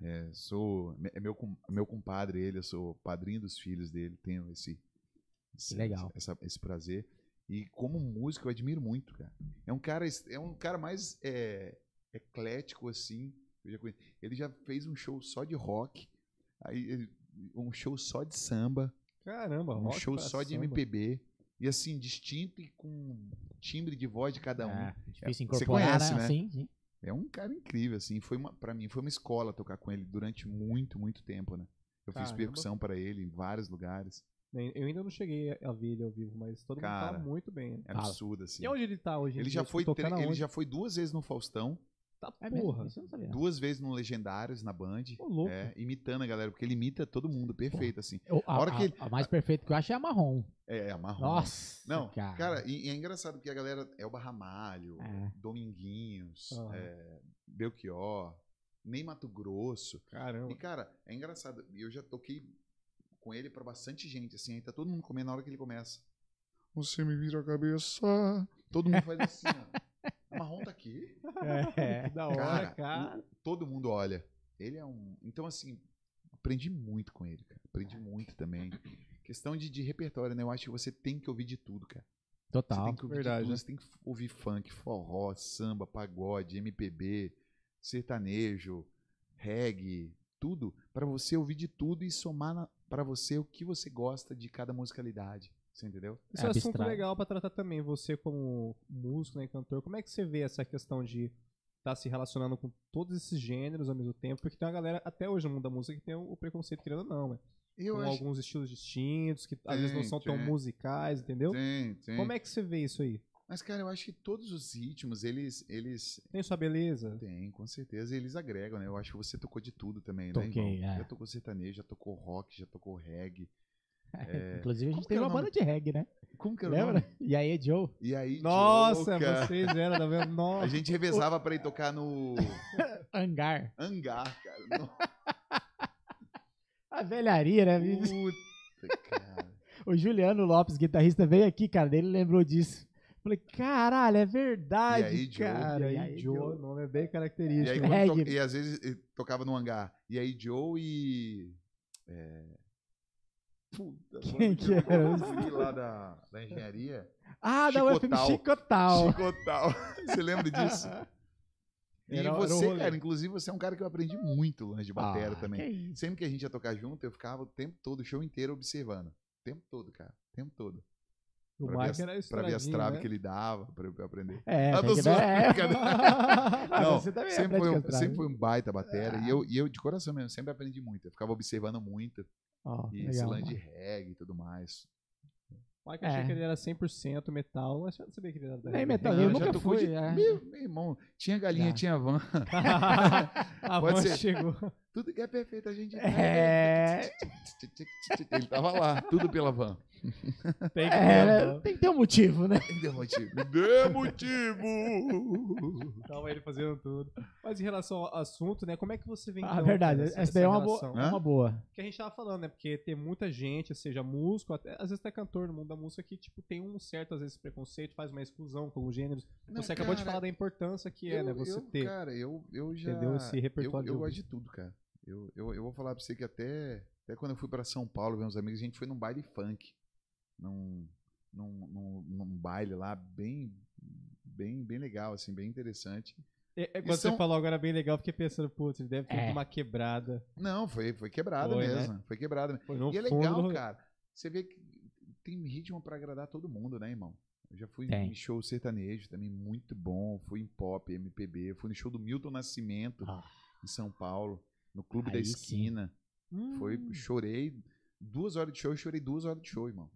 É, sou é meu cum- meu compadre ele, eu sou padrinho dos filhos dele, tenho esse, esse
Legal.
essa- esse prazer. E como músico eu admiro muito, cara. É um cara es- é um cara mais é, eclético assim. Eu já conhe- Ele já fez um show só de rock, aí ele- um show só de samba
Caramba,
um
rock
show
pra
só de
samba.
MPB. E assim, distinto e com timbre de voz de cada um.
É,
É,
difícil
Você
incorporar,
conhece,
né?
né?
Sim, sim.
um cara incrível, assim. Foi uma, pra mim, foi uma escola tocar com ele durante muito, muito tempo, né? Eu
Caramba.
fiz percussão pra ele em vários lugares.
Nem- Eu ainda não cheguei a ver ele ao vivo, mas todo mundo
Cara.
fala muito bem. né?
É
Fala.
absurdo, assim.
E onde ele tá hoje? em
Ele
dia?
já, foi
tocar
tre-
na
ele
onde?
já foi duas vezes no Faustão,
Tá
É mesmo?
porra.
Isso eu não sabia.
duas vezes no Legendários, na Band.
Ô, louco.
É, imitando a galera, porque ele imita todo mundo, perfeito, assim.
Eu- a,
A hora
a-
que ele-
a mais perfeita que eu acho é a marrom.
É, amarrou.
Nossa,
Não,
cara.
cara, e, e é engraçado porque a galera é o Barramalho,
É.
Dominguinhos,
Aham.
é, Belchior, nem Mato Grosso. E,
Caramba.
cara, é engraçado. Eu já toquei com ele pra bastante gente, assim. Aí tá todo mundo comendo na hora que ele começa. Você me vira a cabeça. Todo mundo faz assim, ó. A Marrom tá aqui.
É, que da hora, cara.
o- todo mundo olha. Ele é um... Então, assim, aprendi muito com ele, cara. Aprendi muito também. Questão de, de repertório, né? Eu acho que você tem que ouvir de tudo, cara. Você
Total.
tem que ouvir de
verdade,
tudo,
né?
você tem que f- ouvir funk, forró, samba, pagode, MPB, sertanejo, reggae, tudo, Pra você ouvir de tudo e somar na, para você o que você gosta de cada musicalidade, você entendeu?
Esse é um assunto
abstrato.
legal pra tratar também. Você como músico, né, cantor, como é que você vê essa questão de estar se relacionando com todos esses gêneros ao mesmo tempo? Porque tem uma galera, até hoje no mundo da música, que tem o o preconceito, querendo ou não, né?
Eu é.
Com alguns estilos distintos, que às vezes não
Tem,
são tão
tem.
musicais, entendeu?
Tem, tem.
Como é que você vê isso aí?
Mas, cara, eu acho que todos os ritmos, eles, eles
Tem sua beleza.
têm, com certeza, eles agregam, né? Eu acho que você tocou de tudo também, né,
Toquei,
irmão?
é.
Já tocou sertanejo, já tocou rock, já tocou reggae.
Inclusive, a gente
Como que
teve
é o
uma
nome?
banda de reggae, né?
Como que era o
Lembra? é
nome?
E aí, Joe?
E aí,
Nossa,
Dioca,
vocês eram da mesma. Nossa.
A gente revezava pra ir tocar no
Hangar.
hangar, cara. No-
A velharia, né?
Uh. Puta, cara.
O Juliano Lopes, guitarrista, veio aqui, cara, ele lembrou disso. Falei, caralho, é verdade,
E aí, Joe?
cara.
e aí, Joe, o
Joe?
nome é bem
E,
característico.
aí,
né?
quando to-
Reggae.
e às vezes eh, tocava no hangar. E aí, Joe e. é, Puta,
Quem que
eu
era?
consegui lá da, da engenharia.
Ah, da UFM
Chicotal.
Chicotal.
Chicotal. Você lembra disso? E
Era- era o
você,
rolê.
cara, inclusive, você é um cara que eu aprendi muito longe de batera
Ah,
também.
que isso.
Sempre que a gente ia tocar junto, eu ficava o tempo todo, o show inteiro, observando. O tempo todo, cara. O tempo todo.
o
pra,
Mark
ver
era
as, pra ver as
estradinho,
traves
né?
que ele dava, pra eu pra eu aprender.
É,
Ah,
tem
tô
que-
zoando,
é.
brincadeira.
Ah,
Não,
você também é
sempre, foi um,
praticamente
sempre foi
bravo.
um baita
Ah.
batera. E, eu, e eu, de coração mesmo, sempre aprendi muito. Eu ficava observando muito.
Ó,
E esse
legal,
lance de
mano.
reggae e tudo mais.
O Mark eu achei
É.
que ele era 100% metal, mas eu não sabia que ele era da
Nem
Rebelde.
metal,
Não,
tá, eu
já
nunca
tocou
fui.
de-
é. Tá.
Meu, meu irmão, tinha galinha,
Já.
tinha van.
a
Pode
voz
ser.
chegou.
Tudo que é perfeito a gente... né?
É.
Ele tava lá, tudo pela van.
Tem que
É,
ter, né?
tem que ter um motivo, né?
Me dê motivo. Me dê motivo.
Tava ele fazendo tudo. Mas em relação ao assunto, né? Como é que você vem
Ah,
então,
verdade,
cara, essa-
essa daí é uma boa-
relação?
É uma boa.
que a gente tava falando, né? Porque tem muita gente, seja músico, até, às vezes até cantor no mundo da música, que tipo, tem um certo, às vezes, preconceito, faz uma exclusão com os gêneros.
Não,
você acabou de
cara,
falar da importância que é, né? Você
eu,
ter.
Cara, eu, eu já.
Entendeu? Esse repertório
Eu, eu
de
gosto de tudo, cara. Eu, eu, eu vou falar pra você que até, até quando eu fui pra São Paulo ver uns amigos, a gente foi num baile funk. Num, num, num, num baile lá bem, bem, bem legal, assim, bem interessante.
É, é, quando
são-
você falou agora bem legal, eu fiquei pensando, putz, ele deve ter
É.
uma quebrada.
Não, foi, foi quebrada
Foi, né?
mesmo. Foi quebrada mesmo.
Foi no
E é
fundo
legal,
do-
cara. Você vê que tem ritmo pra agradar todo mundo, né, irmão? Eu já fui
Tem.
em show sertanejo também, muito bom. Fui em pop, MPB. Fui no show do Milton Nascimento,
Ah.
em São Paulo, no Clube da
Aí sim.
Esquina.
Hum,
Foi, chorei. Duas horas de show, eu chorei duas horas de show, irmão.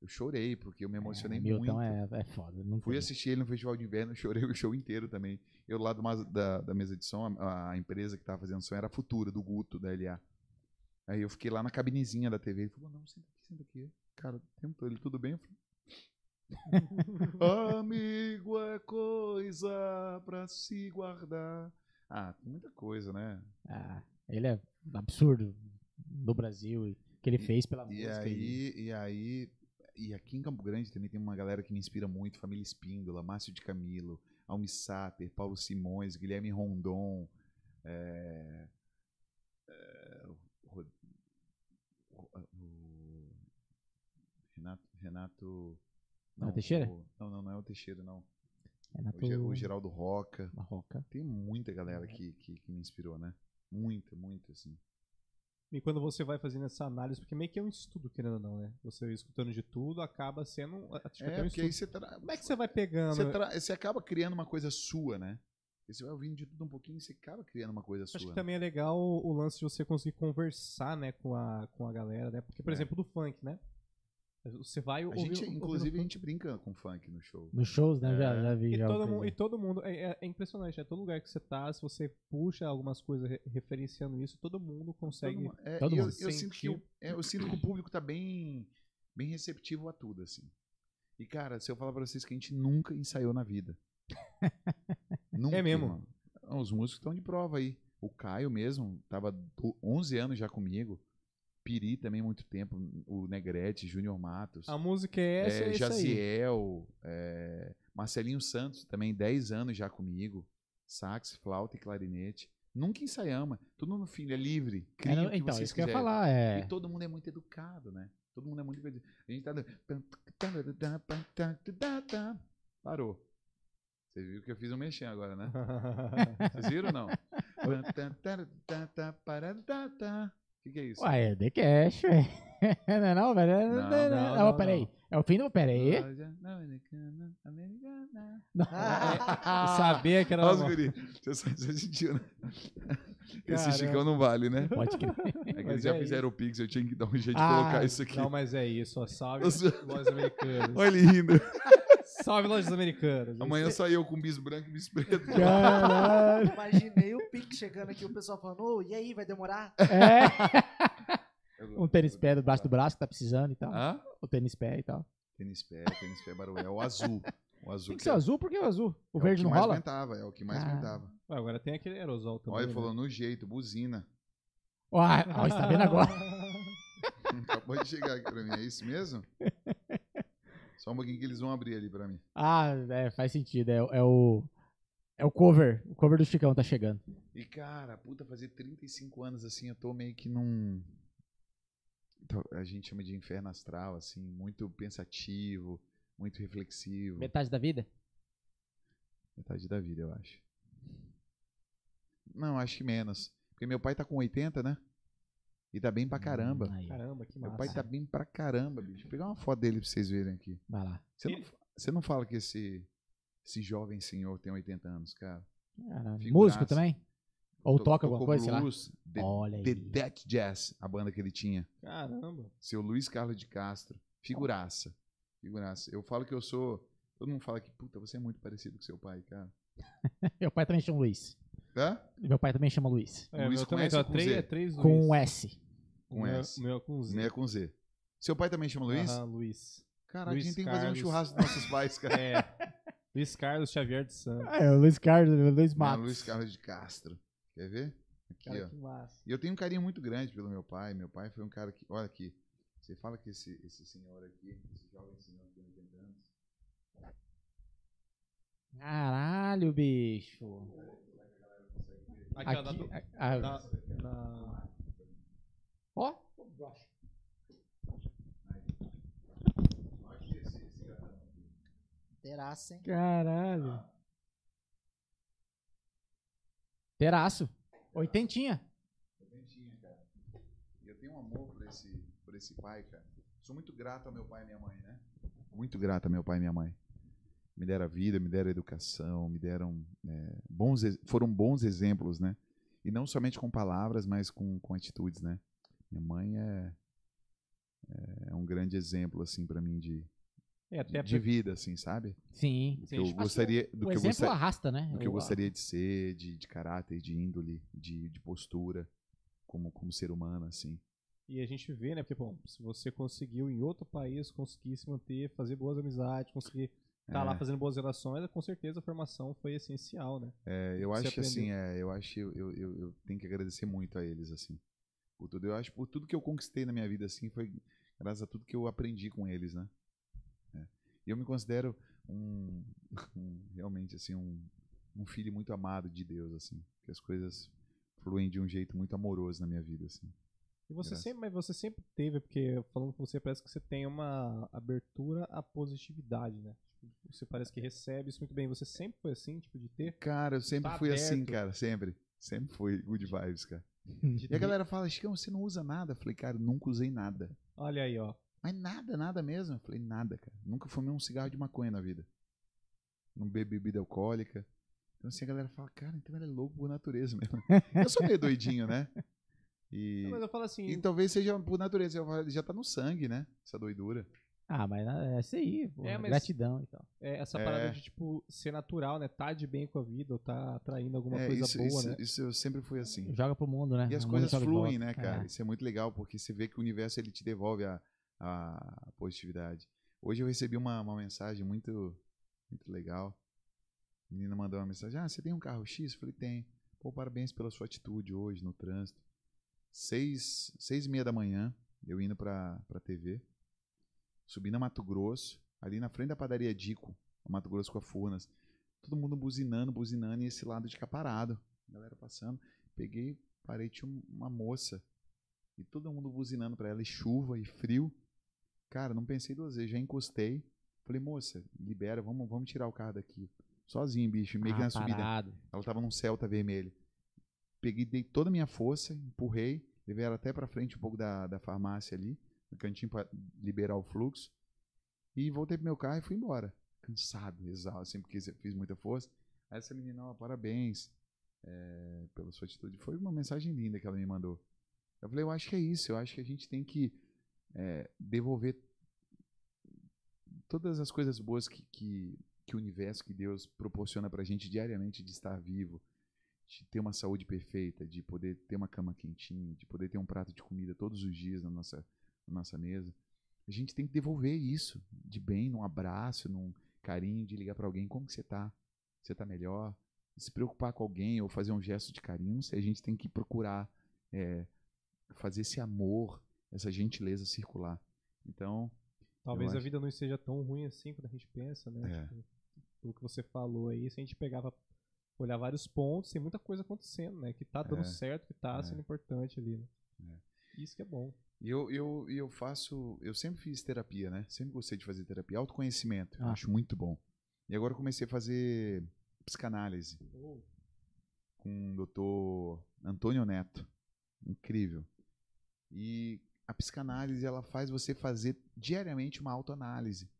Eu chorei, porque eu me emocionei
É,
muito.
Milton é, é foda. Não
Fui assim.
tem.
assistir ele no Festival de Inverno, eu chorei o show inteiro também. Eu lá do mas- da, da mesa de som, a, a empresa que tava fazendo som era a Futura, do Guto, da LA. Aí eu fiquei lá na cabinezinha da TV. Ele falou, não, senta aqui, senta aqui. Cara, o tempo todo, ele, tudo bem? Eu falei, Amigo é coisa pra se guardar. Ah, muita coisa, né?
Ah, ele é absurdo no Brasil, e que ele fez pela
E
é
música. e-
aí, e aí, e aqui em Campo Grande também tem uma galera que me inspira muito, família Espíndola, Márcio de Camilo, Almi Sater, Paulo Simões, Guilherme Rondon, é, é, o Ro- o- o Renato, Renato
Não é Teixeira?
o- não, não, não é o Teixeira, não.
Renato
O Ger- O Geraldo Roca.
Marroca.
Tem muita galera que, que, que me inspirou, né? Muita, muito, assim.
E quando você vai fazendo essa análise, porque meio que é um estudo, querendo ou não, né? Você escutando de tudo, acaba sendo. um- Acho que até
É,
um estudo.
porque aí você tra...
Como é que você vai pegando?
Você, tá tra- você acaba criando uma coisa sua, né? Você vai ouvindo de tudo um pouquinho e você acaba criando uma coisa
Acho
sua.
que
né?
também é legal o lance de você conseguir conversar, né, com a, com a galera, né? Porque, por
É.
exemplo, do funk, né? Você vai
A
ouvir,
gente,
ouvir
inclusive,
o
a
funk,
gente brinca com funk no show.
Nos shows, né? Eu já,
É.
já vi.
e
já
todo,
ouvi.
mundo, e todo mundo é, é- é impressionante, né? Todo lugar que você tá, se você puxa algumas coisas re- referenciando isso, todo mundo consegue.
Todo mundo- é,
todo
e eu,
mundo
eu sinto que, o-
sentiu.
é, eu sinto que o público tá bem, bem receptivo a tudo, assim. E, cara, se eu falar pra vocês que a gente nunca ensaiou na vida. Nunca,
É mesmo?
irmão. Ah, Os músicos estão de prova aí. O Caio mesmo, tava do- 11 anos já comigo. Piri também muito tempo. O Negrete, Júnior Matos.
A música é essa, é,
é,
isso aí.
Jaziel, é, Marcelinho Santos, também 10 anos já comigo. Sax, flauta e clarinete. Nunca ensaiamos. Todo mundo, filho, é livre.
É,
Cria
não-
o que
então,
vocês
isso que eu ia
quiserem.
falar. É...
E todo mundo é muito educado, né? Todo mundo é muito educado. A gente tá. dando- Parou. Vocês viram que eu fiz um mexer agora, né? Vocês viram ou não? O que, que é isso?
Uai, é The Cash, velho. Não é não, velho? É-
Não, Ah.
é-
não,
é-
não,
ó, peraí.
não.
É o fim do... Peraí.
Loja na Americana, Americana.
Não.
né?
Sabia que era
Olha os
uma-
guri. Você sabe você sentiu, né? Esse
Caramba.
Chicão não vale, né?
Pode crer.
É que
Mas
eles já
é
fizeram o Pix, eu tinha que dar um jeito de
Ah,
colocar isso aqui.
Não, mas é isso, ó. Salve
Os-
nós americanos.
Olha ele rindo.
Salve lojas americanas.
Amanhã só eu com um bis branco e bis preto.
Caralho.
Ah, Imaginei o Pink chegando aqui, o pessoal falando, ô, e aí, vai demorar?
É. Um tênis pé debaixo do braço que tá precisando e tal.
Hã?
O tênis pé e tal.
Tênis pé, tênis pé baruel. O azul. O azul.
Tem que
que
ser
é-
azul porque é o azul. O
é
verde
que
não
mais
rola.
Ventava, é o que mais
Ah.
ventava.
Ué, agora tem aquele aerosol também.
Olha,
né?
falou no jeito, buzina.
Ó, ó, está vendo agora.
Acabou de chegar aqui pra mim, é isso mesmo? Só um pouquinho que eles vão abrir ali pra mim.
Ah, é, faz sentido. É, o- é o. É o cover. O cover do Chicão tá chegando.
E cara, puta, fazer 35 anos assim, eu tô meio que num. tô- A gente chama de inferno astral, assim, muito pensativo, muito reflexivo.
Metade da vida?
Metade da vida, eu acho. Não, acho que menos. Porque meu pai tá com 80, né? E tá bem pra caramba.
Hum, Aí,
Caramba, que
Meu
massa.
pai tá bem pra caramba, bicho. Vou pegar uma foto dele pra vocês verem aqui.
vai lá.
Você não, você não fala que esse, esse jovem senhor tem 80 anos, cara.
Caralho.
Figuraça.
Músico também? Ou
To-
toca alguma
tocou
coisa, sei lá.
blues, The,
Olha aí.
The Death Jazz, a banda que ele tinha.
Caramba.
Seu Luiz Carlos de Castro. Figuraça. Figuraça. Eu falo que eu sou. Todo mundo fala que, puta, você é muito parecido com seu pai, cara.
Meu pai também chama Luiz.
Hã?
Meu pai também chama Luiz.
É,
Luiz
meu
com
também
S
tá
ou com
três,
Z?
é três
Com
Luiz.
um S.
Com
meu,
S.
Meu com Z.
Meia com Z. Seu pai também chama Luiz?
Aham, Luiz.
Cara,
Luiz
a gente tem que fazer um
Carlos.
churrasco dos nossos pais, cara.
É. Luiz Carlos Xavier de Santos.
É, o Luiz Carlos, o Luiz
Não,
Matos.
É, Luiz Carlos de Castro. Quer ver? Aqui, ó.
Cara, que massa.
E eu tenho um carinho muito grande pelo meu pai. Meu pai foi um cara que. Olha aqui. Você fala que esse, esse senhor aqui, esse jovem senhor que tem 80 anos.
Caralho, bicho.
Aqui, ó, dá
Aqui,
do-
a- a-
dá- na-
ó,
Olha aqui esse, esse gatão.
Terassa, hein?
caralho.
Ah.
Teraço. Oitentinha.
Eu nem tinha, cara. E eu tenho um amor por esse, por esse pai, cara. Sou muito grato ao meu pai e minha mãe, né? Muito grato ao meu pai e minha mãe. Me deram a vida, me deram a educação, me deram é, bons, ex- foram bons exemplos, né? E não somente com palavras, mas com, com atitudes, né? Minha mãe é, é, um grande exemplo, assim, para mim de,
É, até
de, de vida, assim, sabe?
Sim.
Do que eu
Sim.
gostaria, do
o
que eu
exemplo
gostaria,
arrasta, né?
do que eu
O-
gostaria de ser, de, de caráter, de índole, de, de postura, como, como ser humano, assim.
E a gente vê, né? Porque, bom, se você conseguiu em outro país, conseguir se manter, fazer boas amizades, conseguir estar
É.
lá fazendo boas relações, com certeza a formação foi essencial, né?
É, eu
Você
acho que assim, é, eu acho que eu, eu, eu- eu tenho que agradecer muito a eles, assim. Por tudo. Eu acho que por tudo que eu conquistei na minha vida, assim, foi graças a tudo que eu aprendi com eles, né? É. E eu me considero um, um- realmente, assim, um, um filho muito amado de Deus, assim. Que as coisas fluem de um jeito muito amoroso na minha vida, assim.
E você
Graças.
sempre, mas você sempre teve, porque falando com você, parece que você tem uma abertura à positividade, né? Tipo, Você parece que recebe isso muito bem. Você sempre foi assim, tipo, de ter.
Cara, eu sempre
Tá
fui assim,
aberto.
cara, sempre. Sempre fui good vibes, cara.
de
É
E a
ter-
galera fala, Chicão, você não usa nada? Eu falei, cara, eu nunca usei nada.
Olha aí, ó.
Mas nada, nada mesmo. Eu falei, nada, cara. Nunca fumei um cigarro de maconha na vida. Não bebi bebida alcoólica. Então assim, a galera fala, cara, então ele é louco por natureza mesmo. Eu sou meio doidinho, né? E,
Não, mas eu falo assim.
e talvez seja por natureza. Eu falo, Já tá no sangue, né? Essa doidura.
Ah, mas é isso aí, pô.
É, mas-
Gratidão e tal.
é essa
É.
parada de, tipo, ser natural, né? Tá de bem com a vida, ou tá atraindo alguma
É,
coisa
isso,
boa,
isso-
né?
isso eu sempre fui assim.
Joga pro mundo, né?
E as
O mundo
coisas
joga de
fluem,
volta.
né, cara?
É.
Isso é muito legal, porque você vê que o universo ele te devolve a, a positividade. Hoje eu recebi uma, uma mensagem muito, muito legal. A menina mandou uma mensagem: Ah, você tem um carro X? Eu falei: Tem. Pô, parabéns pela sua atitude hoje no trânsito. Seis, seis e meia da manhã, eu indo pra, pra TV, subi na Mato Grosso, ali na frente da padaria Dico, no Mato Grosso com a Furnas. Todo mundo buzinando, buzinando, e esse lado de cá parado. A galera passando. Peguei, parei, tinha um- uma moça. E todo mundo buzinando pra ela, e chuva e frio. Cara, não pensei duas vezes, já encostei. Falei, moça, libera, vamos, vamos tirar o carro daqui. Sozinho, bicho, é meio que
Ah,
na subida.
parado.
Ela tava num Celta vermelho. Peguei, dei toda a minha força, empurrei, levei ela até pra frente um pouco da, da farmácia ali, no cantinho pra liberar o fluxo. E voltei pro meu carro e fui embora. Cansado, exausto, assim, porque eu fiz muita força. Aí essa menina, ó, parabéns é, pela sua atitude. Foi uma mensagem linda que ela me mandou. Eu falei, eu acho que é isso, eu acho que a gente tem que é, devolver todas as coisas boas que, que, que o universo, que Deus proporciona pra gente diariamente de estar vivo, de ter uma saúde perfeita, de poder ter uma cama quentinha, de poder ter um prato de comida todos os dias na nossa, na nossa mesa. A gente tem que devolver isso de bem, num abraço, num carinho, de ligar pra alguém, como que você tá? Você tá melhor? Se preocupar com alguém ou fazer um gesto de carinho, não sei, a gente tem que procurar é, fazer esse amor, essa gentileza circular. Então,
Talvez
Eu
a
acho.
vida não seja tão ruim assim quando a gente pensa, né?
É.
Tipo, pelo que você falou aí, se a gente pegava olhar vários pontos, tem muita coisa acontecendo, né? Que tá dando
É.
certo, que tá
É.
sendo importante ali, né? Isso que é bom.
E eu, eu, e eu faço. Eu sempre fiz terapia, né? Sempre gostei de fazer terapia. Autoconhecimento. Eu
Ah.
acho muito bom. E agora eu comecei a fazer psicanálise com o doutor Antônio Neto. Incrível. E a psicanálise, ela faz você fazer diariamente uma autoanálise.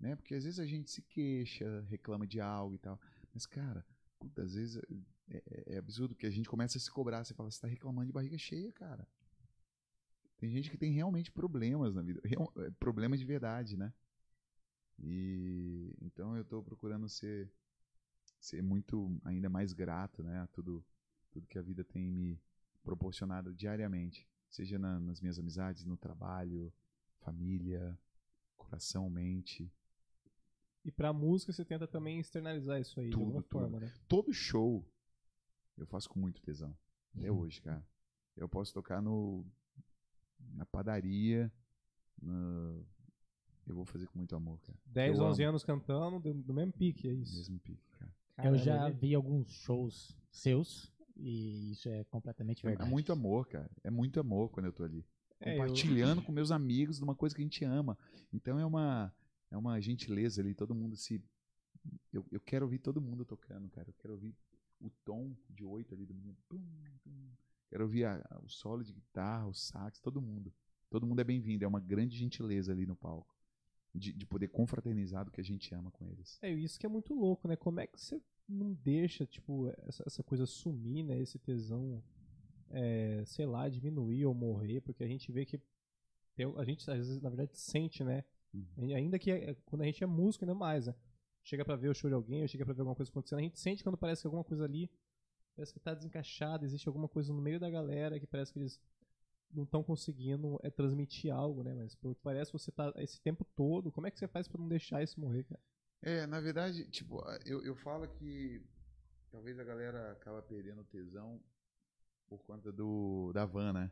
Né? Porque às vezes a gente se queixa, reclama de algo e tal. Mas, cara, puta, às vezes é, é- é absurdo que a gente começa a se cobrar. Você fala, você tá reclamando de barriga cheia, cara. Tem gente que tem realmente problemas na vida. real- é, problemas de verdade, né? E então eu tô procurando ser ser muito ainda mais grato, né, a tudo tudo que a vida tem me proporcionado diariamente, seja na- nas minhas amizades, no trabalho, família, coração, mente.
E pra música você tenta também externalizar isso aí, de
Tudo,
alguma
tudo.
forma, né?
Todo show eu faço com muito tesão. Até hoje, cara. Eu posso tocar no na padaria, na- eu vou fazer com muito amor, cara.
10,
Eu
11 anos cantando, do, do mesmo pique, é isso.
Mesmo pique, cara.
Eu
Caramba,
já
né?
vi alguns shows seus e isso é completamente
É
verdade.
muito amor, cara. É muito amor quando eu tô ali.
É, eu-
compartilhando com meus amigos de uma coisa que a gente ama. Então é uma é uma gentileza ali, todo mundo se eu, eu quero ouvir todo mundo tocando, cara. Eu quero ouvir o tom de oito ali do menino. Pum, pum. Quero ouvir a- a- o solo de guitarra, o sax, todo mundo. Todo mundo é bem-vindo, é uma grande gentileza ali no palco. De, de poder confraternizar do que a gente ama com eles.
É, isso que é muito louco, né? Como é que você não deixa, tipo, essa, essa coisa sumir, né? Esse tesão, é, sei lá, diminuir ou morrer, porque a gente vê que tem- a gente, às vezes, na verdade, sente, né? E Ainda que é- quando a gente é músico, ainda mais, né? Chega pra ver o show de alguém, ou chega pra ver alguma coisa acontecendo, a gente sente quando parece que alguma coisa ali parece que tá desencaixada, existe alguma coisa no meio da galera que parece que eles não estão conseguindo é, transmitir algo, né? Mas pelo que parece, você tá esse tempo todo, como é que você faz pra não deixar isso morrer, cara?
É, na verdade, tipo, a- eu, eu falo que talvez a galera acaba perdendo o tesão por conta do da van, né?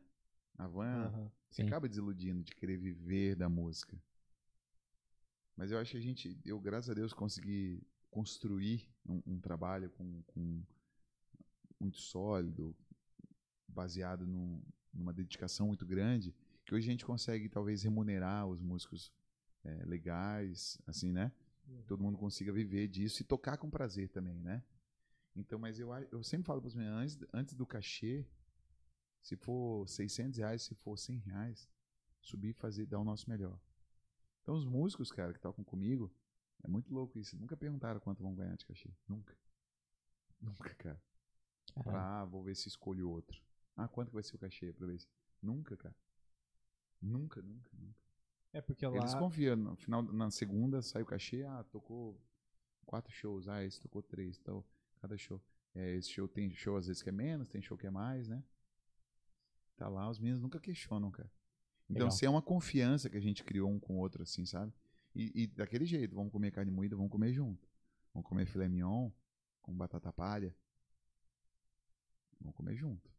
A van
Aham.
você
Sim.
acaba desiludindo de querer viver da música. Mas eu acho que a gente, eu graças a Deus consegui construir um, um trabalho com, com- muito sólido, baseado num- numa dedicação muito grande, que hoje a gente consegue talvez remunerar os músicos eh, legais, assim, né? todo mundo consiga viver disso e tocar com prazer também, né? Então, mas eu, a- eu sempre falo para os meus antes, antes do cachê, se for 600 reais, se for 100 reais, subir e fazer, dar o nosso melhor. Então, os músicos, cara, que tocam comigo, é muito louco isso. Nunca perguntaram quanto vão ganhar de cachê. Nunca. Nunca, cara.
Caralho.
Pra, ah, vou ver se escolho outro. Ah, quanto que vai ser o cachê pra ver se... Nunca, cara. Nunca, nunca, nunca.
É porque lá.
Eles confiam. No final, na segunda sai o cachê, ah, tocou quatro shows, ah, esse tocou três, então, cada show. É, esse show tem show às vezes que é menos, tem show que é mais, né? Tá lá, os meninos nunca questionam, cara. Então,
Legal.
se é uma confiança que a gente criou um com o outro, assim, sabe? E, e daquele jeito, vamos comer carne moída, vamos comer junto. Vamos comer filé mignon com batata palha. Vamos comer junto.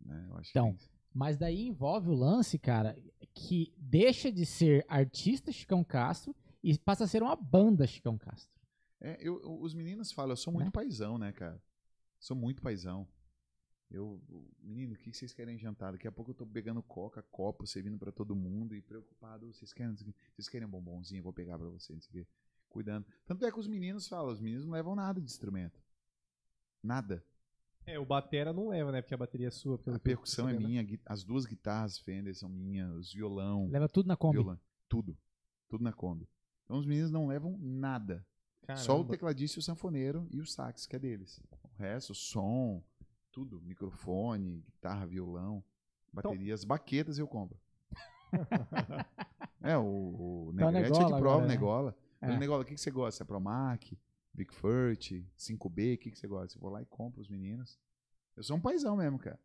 Né? Eu acho
Então,
que
Mas daí envolve o lance, cara, que deixa de ser artista Chicão Castro e passa a ser uma banda Chicão Castro.
É, eu, eu- os meninos falam, eu sou muito
Né?
paizão, né, cara? Sou muito paizão. Eu, menino, o que que vocês querem jantar? Daqui a pouco eu tô pegando coca, copo, servindo pra todo mundo e preocupado. Vocês querem, não sei o quê. vocês querem um bombonzinho? Eu vou pegar pra vocês, não sei o quê. Cuidando. Tanto é que os meninos falam, os meninos não levam nada de instrumento. Nada.
É, o Batera não leva, né? Porque a bateria é sua. pelo
A
que eu
percussão é
percebi, né?
minha, gui- as duas guitarras Fender são minhas, os violão,
Leva tudo na Kombi.
violão, tudo. Tudo na Kombi. Então os meninos não levam nada.
Caramba.
Só o tecladista e o sanfoneiro e o sax, que é deles. O resto, som, tudo.
Então
Microfone, guitarra, violão, baterias, baquetas eu compro. É, o, o
Tá o
Negrete é
Negola
de prova,
agora,
o
né?
Negola.
É.
Falei, Negola, o que, que você gosta? É Promac, Big Furt, 5B, o que, que você gosta? Eu vou lá e compro os meninos. Eu sou um paizão mesmo, cara.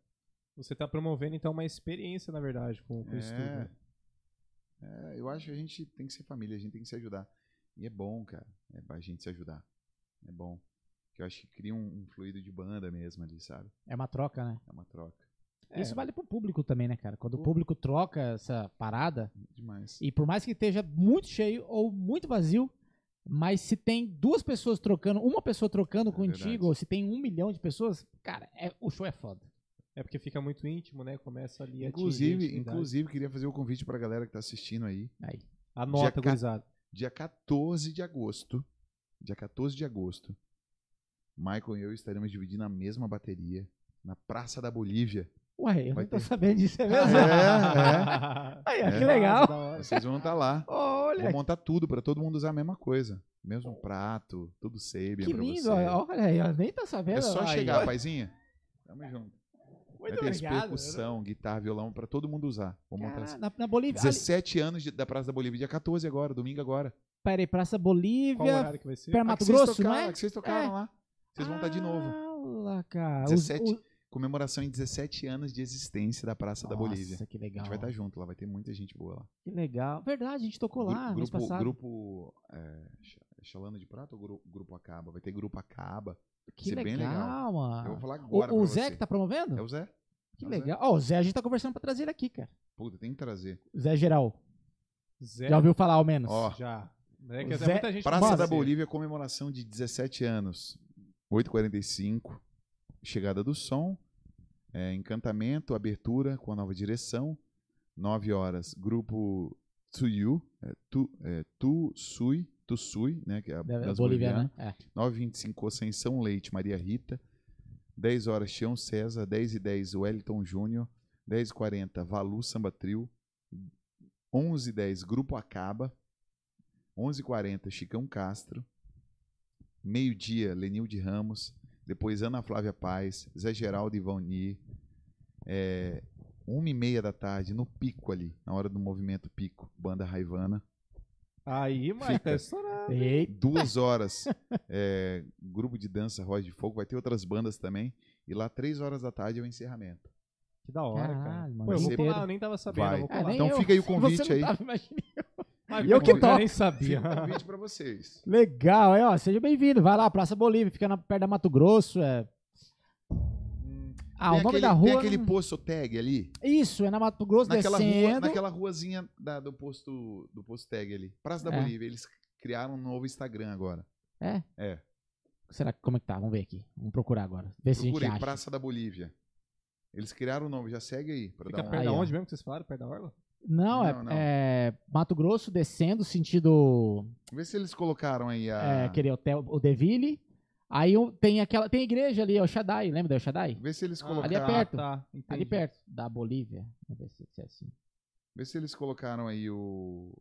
Você tá promovendo, então, uma experiência, na verdade, com, com o
É.
estudo. né?
É, eu acho que a gente tem que ser família, a gente tem que se ajudar. E é bom, cara, é pra gente se ajudar. É bom. Porque eu acho que cria um, um fluido de banda mesmo ali, sabe?
É uma troca, né?
É uma troca.
Isso vale pro público também, né, cara? Quando o
Pô.
público troca essa parada,
Demais.
e por mais que esteja muito cheio ou muito vazio, mas se tem duas pessoas trocando, uma pessoa trocando
É
contigo,
verdade.
ou se tem um milhão de pessoas, cara, é- o show é foda.
É porque fica muito íntimo, né? Começa ali a atingir
Inclusive,
intimidade.
inclusive, queria fazer o convite pra galera que tá assistindo aí.
Aí.
Anota,
Dia ca-
gurizada.
Dia 14 de agosto. Dia 14 de agosto. Michael e eu estaremos dividindo a mesma bateria na Praça da Bolívia.
Ué, eu
Vai
não tô
ter.
sabendo disso, é mesmo?
É, é.
Aí, ó,
É.
que legal.
Da hora.
Vocês vão estar lá. Vou
Olha, Oh.
montar tudo pra todo mundo usar a mesma coisa. Mesmo prato, tudo sabe
que
pra
lindo.
você.
ó, Olha aí, ó, nem tá sabendo.
É só
Aí,
chegar,
ó.
paizinha. Tamo junto. Vai
Muito
ter
obrigado.
percussão, guitarra, violão pra todo mundo usar. Vou montar
Cara,
assim.
na, na Bolívia. Ali,
17 anos de- da Praça da Bolívia, dia 14 agora, domingo agora.
peraí, Praça
Qual
Bolívia,
horário que vai ser?
Pé
Ah, que
Mato
vocês
Grosso,
tocaram,
não é?
ah, que vocês tocaram
É. Ah.
lá. Vocês vão estar de novo.
Fala, cara. Os-
17,
os-
comemoração em 17 anos de existência da Praça da Bolívia.
Nossa, que
A
legal.
gente vai tá estar junto lá, vai ter muita gente boa lá.
Que legal. Verdade, a gente tocou lá
Gru-
mês
grupo,
passado.
grupo é, Cha- Chalana de Prata ou gru- Grupo Acaba? Vai ter Grupo Acaba.
que
ser
legal,
bem legal. Eu vou
mano.
falar agora.
Ah. O, o
pra
Zé
você.
que tá promovendo?
É o Zé?
que
é o Zé.
legal. Ó, o Zé a gente tá conversando pra trazer ele aqui, cara.
Puta, tem que trazer.
Zé Geral.
Zero.
Já ouviu falar, ao menos?
É. Ó,
Já. É
O
que até
Zé-
muita gente não
Praça
sabe.
da Bolívia, comemoração de 17 anos. 8h45, chegada do som, é, encantamento, abertura com a nova direção. 9 horas, grupo Tsuyu, é, tu, é, Tusui, Tusui, né, que é a
Da-
dança boliviana.
Boliviana. né? É.
9h25, Ascensão Leite, Maria Rita. 10 horas, Chão César. 10h10, Wellington Júnior. 10h40, Valu Samba Trio. 11h10, Grupo Acaba. 11h40, Chicão Castro. Meio-dia, Lenil de Ramos. Depois, Ana Flávia Paz. Zé Geraldo e Ivani. É, 1h30 da tarde, no pico ali, na hora do movimento pico, banda Raivana.
Aí, mas
Fica.
tá estourado.
É. Eita,
duas horas. é, grupo de dança Roda de Fogo, vai ter outras bandas também. E lá, três horas da tarde, é o encerramento.
Que da hora, cara.
Caralho, mano,
Pô, eu vou
inteiro.
pular, eu nem tava sabendo.
Vai.
Eu vou
é,
pular.
nem
Então
eu-
fica aí o convite
você não tá
aí.
tava imaginando.
Mas
E eu que
como
toco.
nem sabia.
Fica o convite pra vocês.
Legal, é, ó, seja bem-vindo. Vai lá, Praça Bolívia, fica na, perto da Mato Grosso. É... Ah, o
Tem
nome
aquele-
da rua.
Tem aquele posto tag ali.
Isso, é na Mato Grosso
Naquela,
descendo.
rua, naquela ruazinha da- do, posto, do posto tag ali. Praça da
É.
Bolívia. Eles criaram um novo Instagram agora.
É?
É.
Será que como é que tá? Vamos ver aqui. Vamos procurar agora. Ver se a gente
Procurei
acha.
Praça da Bolívia. Eles criaram o nome, já segue aí. Pra
Fica
dar
perto
Aí,
da
ó.
onde mesmo que vocês falaram? Perto da orla?
Não, é,
Não, não.
é Mato Grosso descendo sentido
Vê se eles colocaram aí a.
é, aquele hotel, o Deville. Aí um- tem aquela tem igreja ali, é o Shaddai, lembra do Shaddai?
Vê se eles
Ah,
ali é
colocaram.
perto.
Tá, entendi.
Ali perto da Bolívia. Vamos ver se se é assim.
Vê se eles colocaram aí o.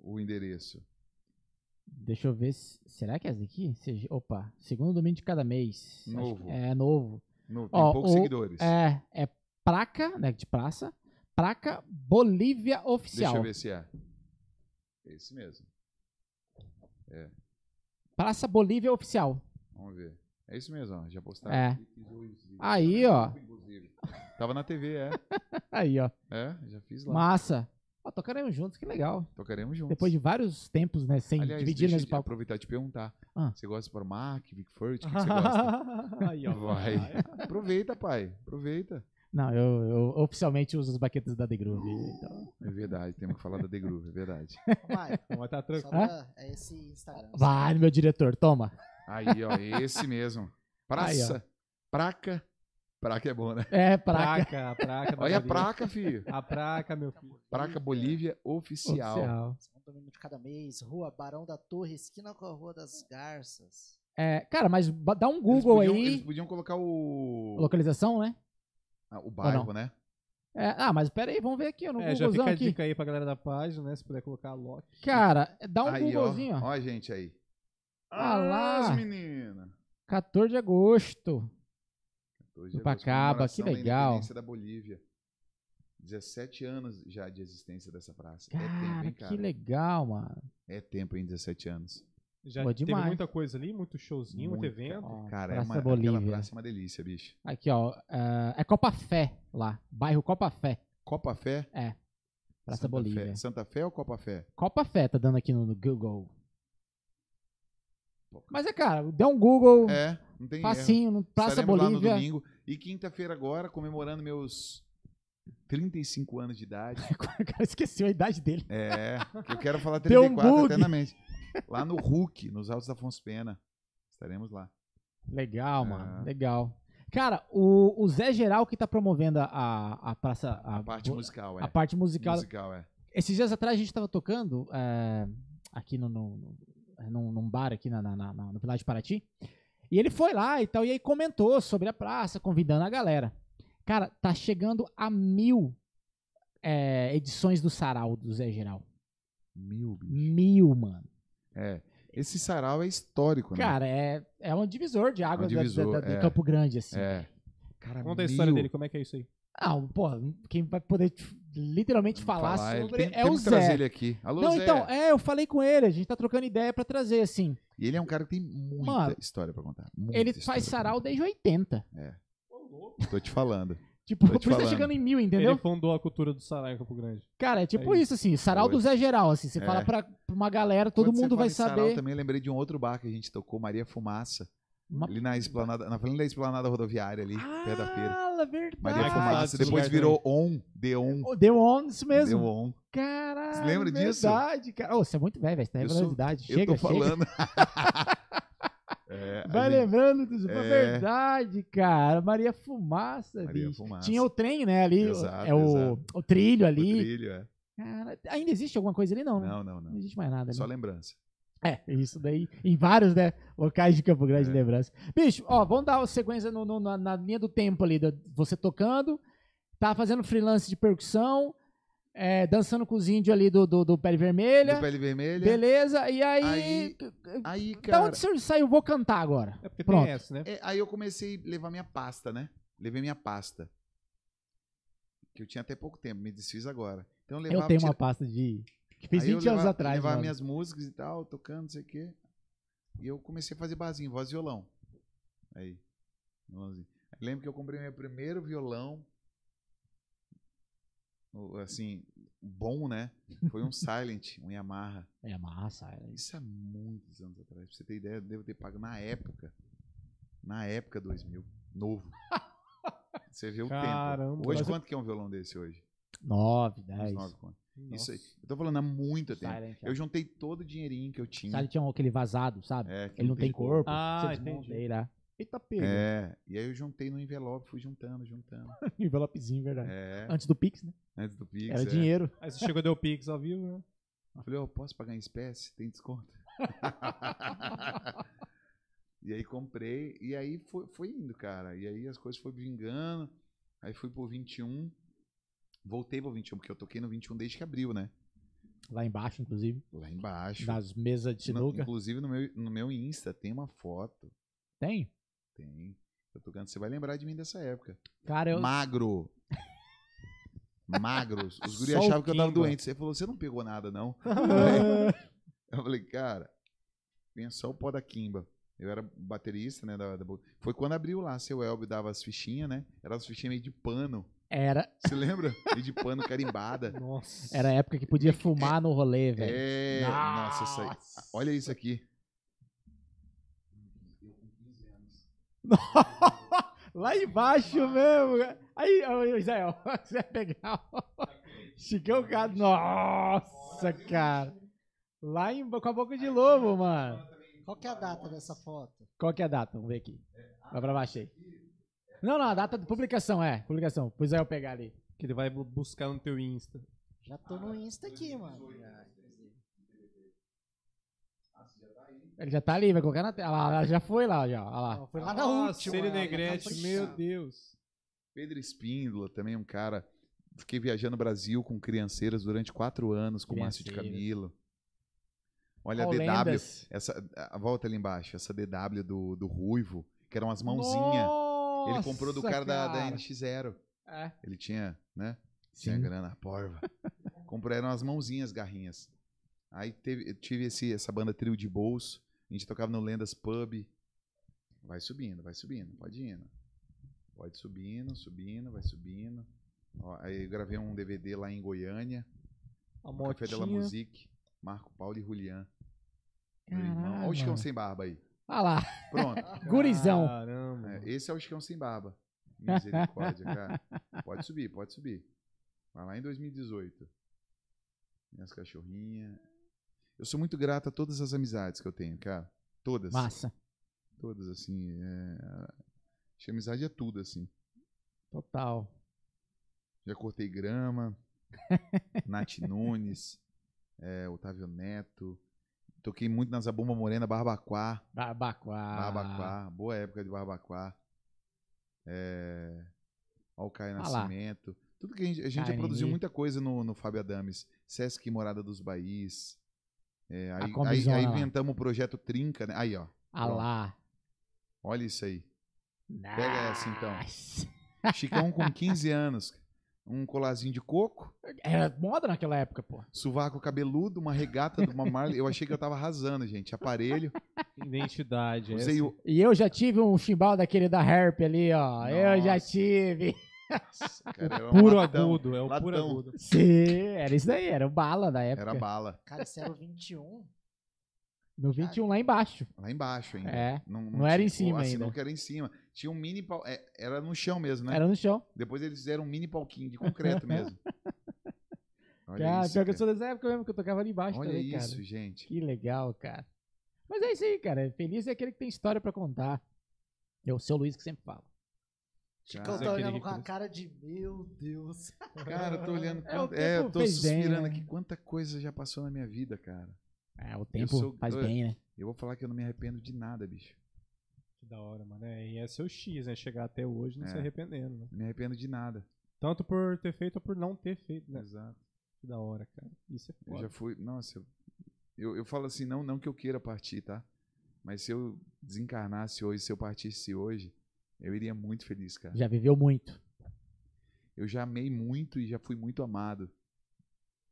O endereço.
Deixa eu ver se, será que é essa aqui? Seja, opa, segundo domingo de cada mês. Acho
Novo.
que É novo.
Não, tem
Ó,
poucos
o-
seguidores.
É, é Praca, né, de praça. Praca Bolívia
Deixa
Oficial.
eu ver se é. Esse mesmo.
Praça Bolívia Oficial.
Vamos ver. É isso mesmo, ó. Já postaram.
É.
aqui, fiz os vídeos.
Aí, ó.
Inclusive. Tava na TV, é.
Aí, ó.
É, já fiz lá.
Massa. Ó, tocaremos juntos, que legal.
Tocaremos juntos.
Depois de vários tempos, né, sem
Aliás,
dividir
deixa
mesmo
eu
palco.
aproveitar e te perguntar.
Ah.
Você gosta de Promac, Big Furt? O que, que você gosta?
Aí, ó.
Vai. Aproveita, pai. Aproveita.
Não, eu, eu oficialmente uso as baquetas da The Groove. então.
É verdade, temos que falar da The Groove, é verdade.
Maio,
Vai tá
só
tranquilo.
pra, é esse Instagram.
Vai, meu diretor, toma.
Aí, ó, esse mesmo. Praça. Praca. Praca é bom, né?
É, praca.
Praca, a praca. da
Olha a
Bolívia.
praca, filho.
A praca, meu filho.
Praca Bolívia oficial.
Oficial.
Um domingo de cada mês. Rua Barão da Torre, esquina com a Rua das Garças.
É, cara, mas ba- dá um
Eles
Google
podiam-
aí,
Eles podiam colocar o.
localização, né?
ah, o bairro, né?
É, ah, mas pera aí, vamos ver aqui, ó, no
É, já
Googlezão
fica a
aqui.
dica aí pra galera da página, né? Se puder colocar a Loki.
Cara, dá um
aí, ó.
Googlezinho, ó.
Ó, a gente aí.
Ah lá.
as meninas.
14 de agosto.
Hoje é a
Copacaba,
comemoração
que
da
legal.
independência da Bolívia. 17 anos já de existência dessa praça. é tempo,
Cara,
hein, cara?
que legal, mano.
É tempo, hein, 17 anos.
Já
Pô,
teve
demais.
muita coisa ali, muito showzinho, muito,
Muito,
evento.
Ó,
Cara,
Praça
é uma,
Bolívia.
aquela praça é uma delícia, bicho.
Aqui, ó. ah, é Copa Fé lá. Bairro Copa Fé.
Copa Fé?
É. Praça
Santa
Bolívia.
Fé. Santa Fé ou Copa Fé?
Copa Fé tá dando aqui no, no Google. Mas é, cara, dá um Google,
É, não tem erro.
facinho, no Praça
Estaremos
Bolívia.
lá no domingo. E quinta-feira agora, comemorando meus 35 anos de idade.
o cara esqueceu a idade dele.
É, eu quero falar
Deu um
34
bug.
eternamente. Lá no Hulk, nos Altos da Afonso Pena. Estaremos lá.
Legal, mano.
Ah.
Legal. Cara, o, o Zé Geral que tá promovendo a, a praça. A,
A parte
bo-
musical, é.
a parte musical.
musical, é.
Esses dias atrás a gente tava tocando é, aqui no, no, no- num, num bar aqui na, na, na- na- no Pilar de Paraty. E ele foi lá e tal, e aí comentou sobre a praça, convidando a galera. Cara, tá chegando a mil é, edições do Sarau do Zé Geral.
Mil, bicho.
Mil, mano.
É. Esse sarau é histórico, né?
Cara, é, é um divisor de águas da- da-
divisor,
da- do
é.
Campo Grande, assim.
É. Cara,
Conta a
mil.
história dele, como é que é isso aí?
Ah, pô, quem vai poder te- literalmente falar,
ele
sobre
tem-
é o
temos que trazer
Zé.
ele aqui. Alô,
Não,
Zé.
então, é, eu falei com ele, a gente tá trocando ideia pra trazer, assim.
E ele é um cara que tem muita
Mano,
história pra contar. Muita
Ele
história
faz
pra
sarau desde 80.
contar. Tô te falando.
Tipo,
Tô
por
te
isso tá
falando.
chegando em mil,
Ele
entendeu?
fundou a cultura do Sarau em Campo Grande.
Cara, é tipo
É
isso, assim, sarau do
Doido.
Zé Geral, assim. Você
É.
fala pra pra uma galera, todo
Quando você
mundo
fala
vai
em Sarau,
saber.
também lembrei de um outro bar que a gente tocou, Maria Fumaça.
Uma-
Ali na esplanada, na frente da esplanada rodoviária ali, perto da feira.
Ah,
Maria
Ah,
Fumaça.
esse
Depois
lugar
virou On, The On.
Oh, Deu on isso mesmo.
Deu On.
Caralho.
Você lembra disso?
Verdade, cara. Ô, você é muito velho, velho. Você tá
Eu
revelando a
sou-
idade.
Eu
Chega,
tô
chega.
falando. É, a
Vai
gente-
lembrando dos... É...
É.
Verdade, cara. Maria Fumaça,
Maria
bicho.
Fumaça.
Tinha o trem, né, ali.
Exato,
é o,
exato.
o trilho
O
ali.
trilho, é.
Cara, ainda existe alguma coisa ali? Não, né?
Não, não,
Não
não.
existe mais nada ali.
Só lembrança.
É, isso daí, em vários, né, locais de Campo Grande,
É.
lembrança. Bicho, ó, vamos dar uma sequência no- no- na, na linha do tempo ali, da- você tocando, tá fazendo freelance de percussão, é, dançando com os índios ali do, do, do Pele Vermelha,
Do pele vermelha.
beleza, e aí,
Aí, Aí,
da
cara.
onde você saiu, vou cantar agora?
É porque
Pronto.
tem essa, né?
é, aí eu comecei a levar minha pasta, né? Levei minha pasta. Que eu tinha até pouco tempo, me desfiz agora. Então eu levava.
eu tenho
tira-
uma pasta de, que fiz
Aí eu
20 anos
levava-
atrás,
Levava
mano.
minhas músicas e tal, tocando, não sei o quê. E eu comecei a fazer barzinho, voz e violão. Aí. violãozinho. Aí Lembro que eu comprei meu primeiro violão. o- Assim, bom, né? Foi um Silent, um Yamaha.
É massa, é.
Isso há muitos anos atrás. Pra você ter ideia, eu devo ter pago na época. Na época 2000. Novo. Você vê o
Caramba.
tempo. Hoje,
Mas eu-
quanto que é um violão desse hoje?
9,
Uns
10.
nove conto. Isso aí. Eu tô falando há muito
Tá
tempo. Eu juntei todo o dinheirinho que eu tinha.
é Sabe, tinha é um aquele vazado, sabe?
É, que
Ele não tem corpo,
Ah,
você desmonta
entendi.
ele, né? Eita, pega.
É, e aí eu juntei no envelope, fui juntando, juntando.
Envelopezinho, verdade.
É,
Antes do Pix, né?
antes do Pix.
Era
é.
dinheiro.
Aí você chegou e deu Pix ao vivo, né?
Eu falei, ó, posso pagar em espécie? Tem desconto? e aí comprei, e aí foi, foi indo, cara. E aí as coisas foram vingando. Aí fui pro 21. Voltei pro 21, porque eu toquei no 21 desde que abriu, né?
Lá embaixo, inclusive.
Lá embaixo.
Nas mesas de
Na-
sinuca.
inclusive no meu, no meu Insta tem uma foto.
Tem?
Tem. Eu tocando. Você vai lembrar de mim dessa época.
Cara, eu.
Magro. Magros. Os guri
Só o
achavam que eu tava
Kimba.
doente. Você falou, você não pegou nada, não.
Ah,
Eu falei, cara, tinha só o pó da Kimba. Eu era baterista, né? Da, da bo- Foi quando abriu lá, seu Elbio dava as fichinhas, né? Era as fichinhas meio de pano.
era,
Você lembra? meio de pano carimbada.
Nossa.
era a época que podia fumar no rolê, velho.
É. Nossa, essa aí. Olha isso aqui.
Lá embaixo mesmo. cara. Aí, ô, ô, Israel, você vai pegar. o- Chicão, cara. Nossa, cara. Lá em, com a boca de lobo, mano.
Qual que é a data dessa foto?
Qual que é a data? Vamos ver aqui. Vai pra baixo aí. Não, não, a data de publicação, é. Publicação. Pois aí eu pegar ali.
Que ele vai bu- buscar no teu Insta.
Já tô no Insta aqui, mano. Já.
Ele já tá ali, vai colocar na tela. Olha lá, já foi lá, já. Olha lá.
Não, foi
Ah,
lá na última.
Cine
ela tá
Negrete,
puxada.
meu Deus.
Pedro Espíndola, também um cara. Fiquei viajando o Brasil com crianceiras durante quatro anos, com o Márcio de
Crianceiras.
Camilo. Olha a DW.
Holendas.
Essa, a- volta ali embaixo, essa DW do, do Ruivo, que eram as mãozinhas. Ele comprou do
Nossa,
cara, Da, da NX0.
É.
Ele tinha, né? Sem a
Sim.
grana, porva. Compraram as mãozinhas, garrinhas. Aí teve, eu tive esse, essa banda trio de bolso. A gente tocava no Lendas Pub. Vai subindo, vai subindo, pode indo. Pode subindo, subindo, vai subindo. Ó, aí eu gravei um DVD lá em Goiânia,
A
no Café Della
motinha.
Musique, Marco Paulo e Julian. Meu irmão. Olha o
Caralho.
Chicão
mano.
sem barba aí.
Olha lá,
Pronto.
gurizão.
Caramba.
É, esse é o Chicão sem barba. Misericórdia, cara. Pode subir, pode subir. Vai lá em 2018. Minhas cachorrinhas. Eu sou muito grato a todas as amizades que eu tenho, cara. Todas.
Massa.
Todas, assim. É... Acho que amizade é tudo, assim.
Total.
Já cortei grama. Nath Nunes. é, Otávio Neto. Toquei muito na Zabumba Morena, Barbaquá.
Barbacoa.
Barbaquá, boa época de Barbaquá. É... Alcaia
Ah lá.
Nascimento. Tudo que a gente, a gente já
Carnini.
produziu muita coisa no, no Fábio Adames. Sesc Morada dos Bahis. É, aí, aí-
combizona
aí
lá.
inventamos o projeto Trinca, né? Aí, ó.
Ah lá.
Olha isso aí. Pega essa, então. Chicão com 15 anos. Um colazinho de coco,
Era moda naquela época, pô.
sovaco cabeludo, uma regata de uma Marley. Eu achei que eu tava arrasando, gente. Aparelho.
Identidade.
Usei
essa.
o.
E eu já tive um chimbal daquele da Herp ali, ó. Eu já
Nossa.
tive.
Nossa, cara, era um
Puro
latão.
agudo. É o puro
Latão.
agudo.
Sim, era isso daí, era o bala da época.
Era bala.
Cara, esse era o 21.
No 21 lá embaixo.
Lá embaixo ainda.
É.
Não,
Não era em
tinha-
cima
a
ainda.
sinuca era em cima. Tinha um mini pau. é, era no chão mesmo, né?
Era no chão.
Depois eles fizeram um mini palquinho de concreto mesmo. Olha
Cara,
isso.
Ah, pior que eu
cara.
sou dessa época mesmo que eu tocava ali embaixo
Olha
também,
isso,
cara.
gente.
Que legal, cara. Mas é isso aí, cara. Feliz é aquele que tem história pra contar. É o seu Luiz que sempre fala.
Chicão
Cara,
tá
aquele
olhando
que
com a
fez.
cara de meu Deus.
Cara, eu tô olhando.
É, o
quanta- É,
tempo
eu tô
fez bem,
suspirando
né?
aqui. Quanta coisa já passou na minha vida, cara.
É, o tempo
sou
faz
doido.
bem, né?
Eu vou falar que eu não me arrependo de nada, bicho.
Que da hora, mano. É, E esse é o X, né? Chegar até hoje não
É.
se arrependendo, né?
Não me arrependo de nada.
Tanto por ter feito ou por não ter feito, né?
Exato.
Que da hora, cara. Isso é
Eu
foda.
já fui. Nossa, eu- eu, eu falo assim, não, não que eu queira partir, tá? Mas se eu desencarnasse hoje, se eu partisse hoje, eu iria muito feliz, cara.
Já viveu muito.
eu já amei muito e já fui muito amado.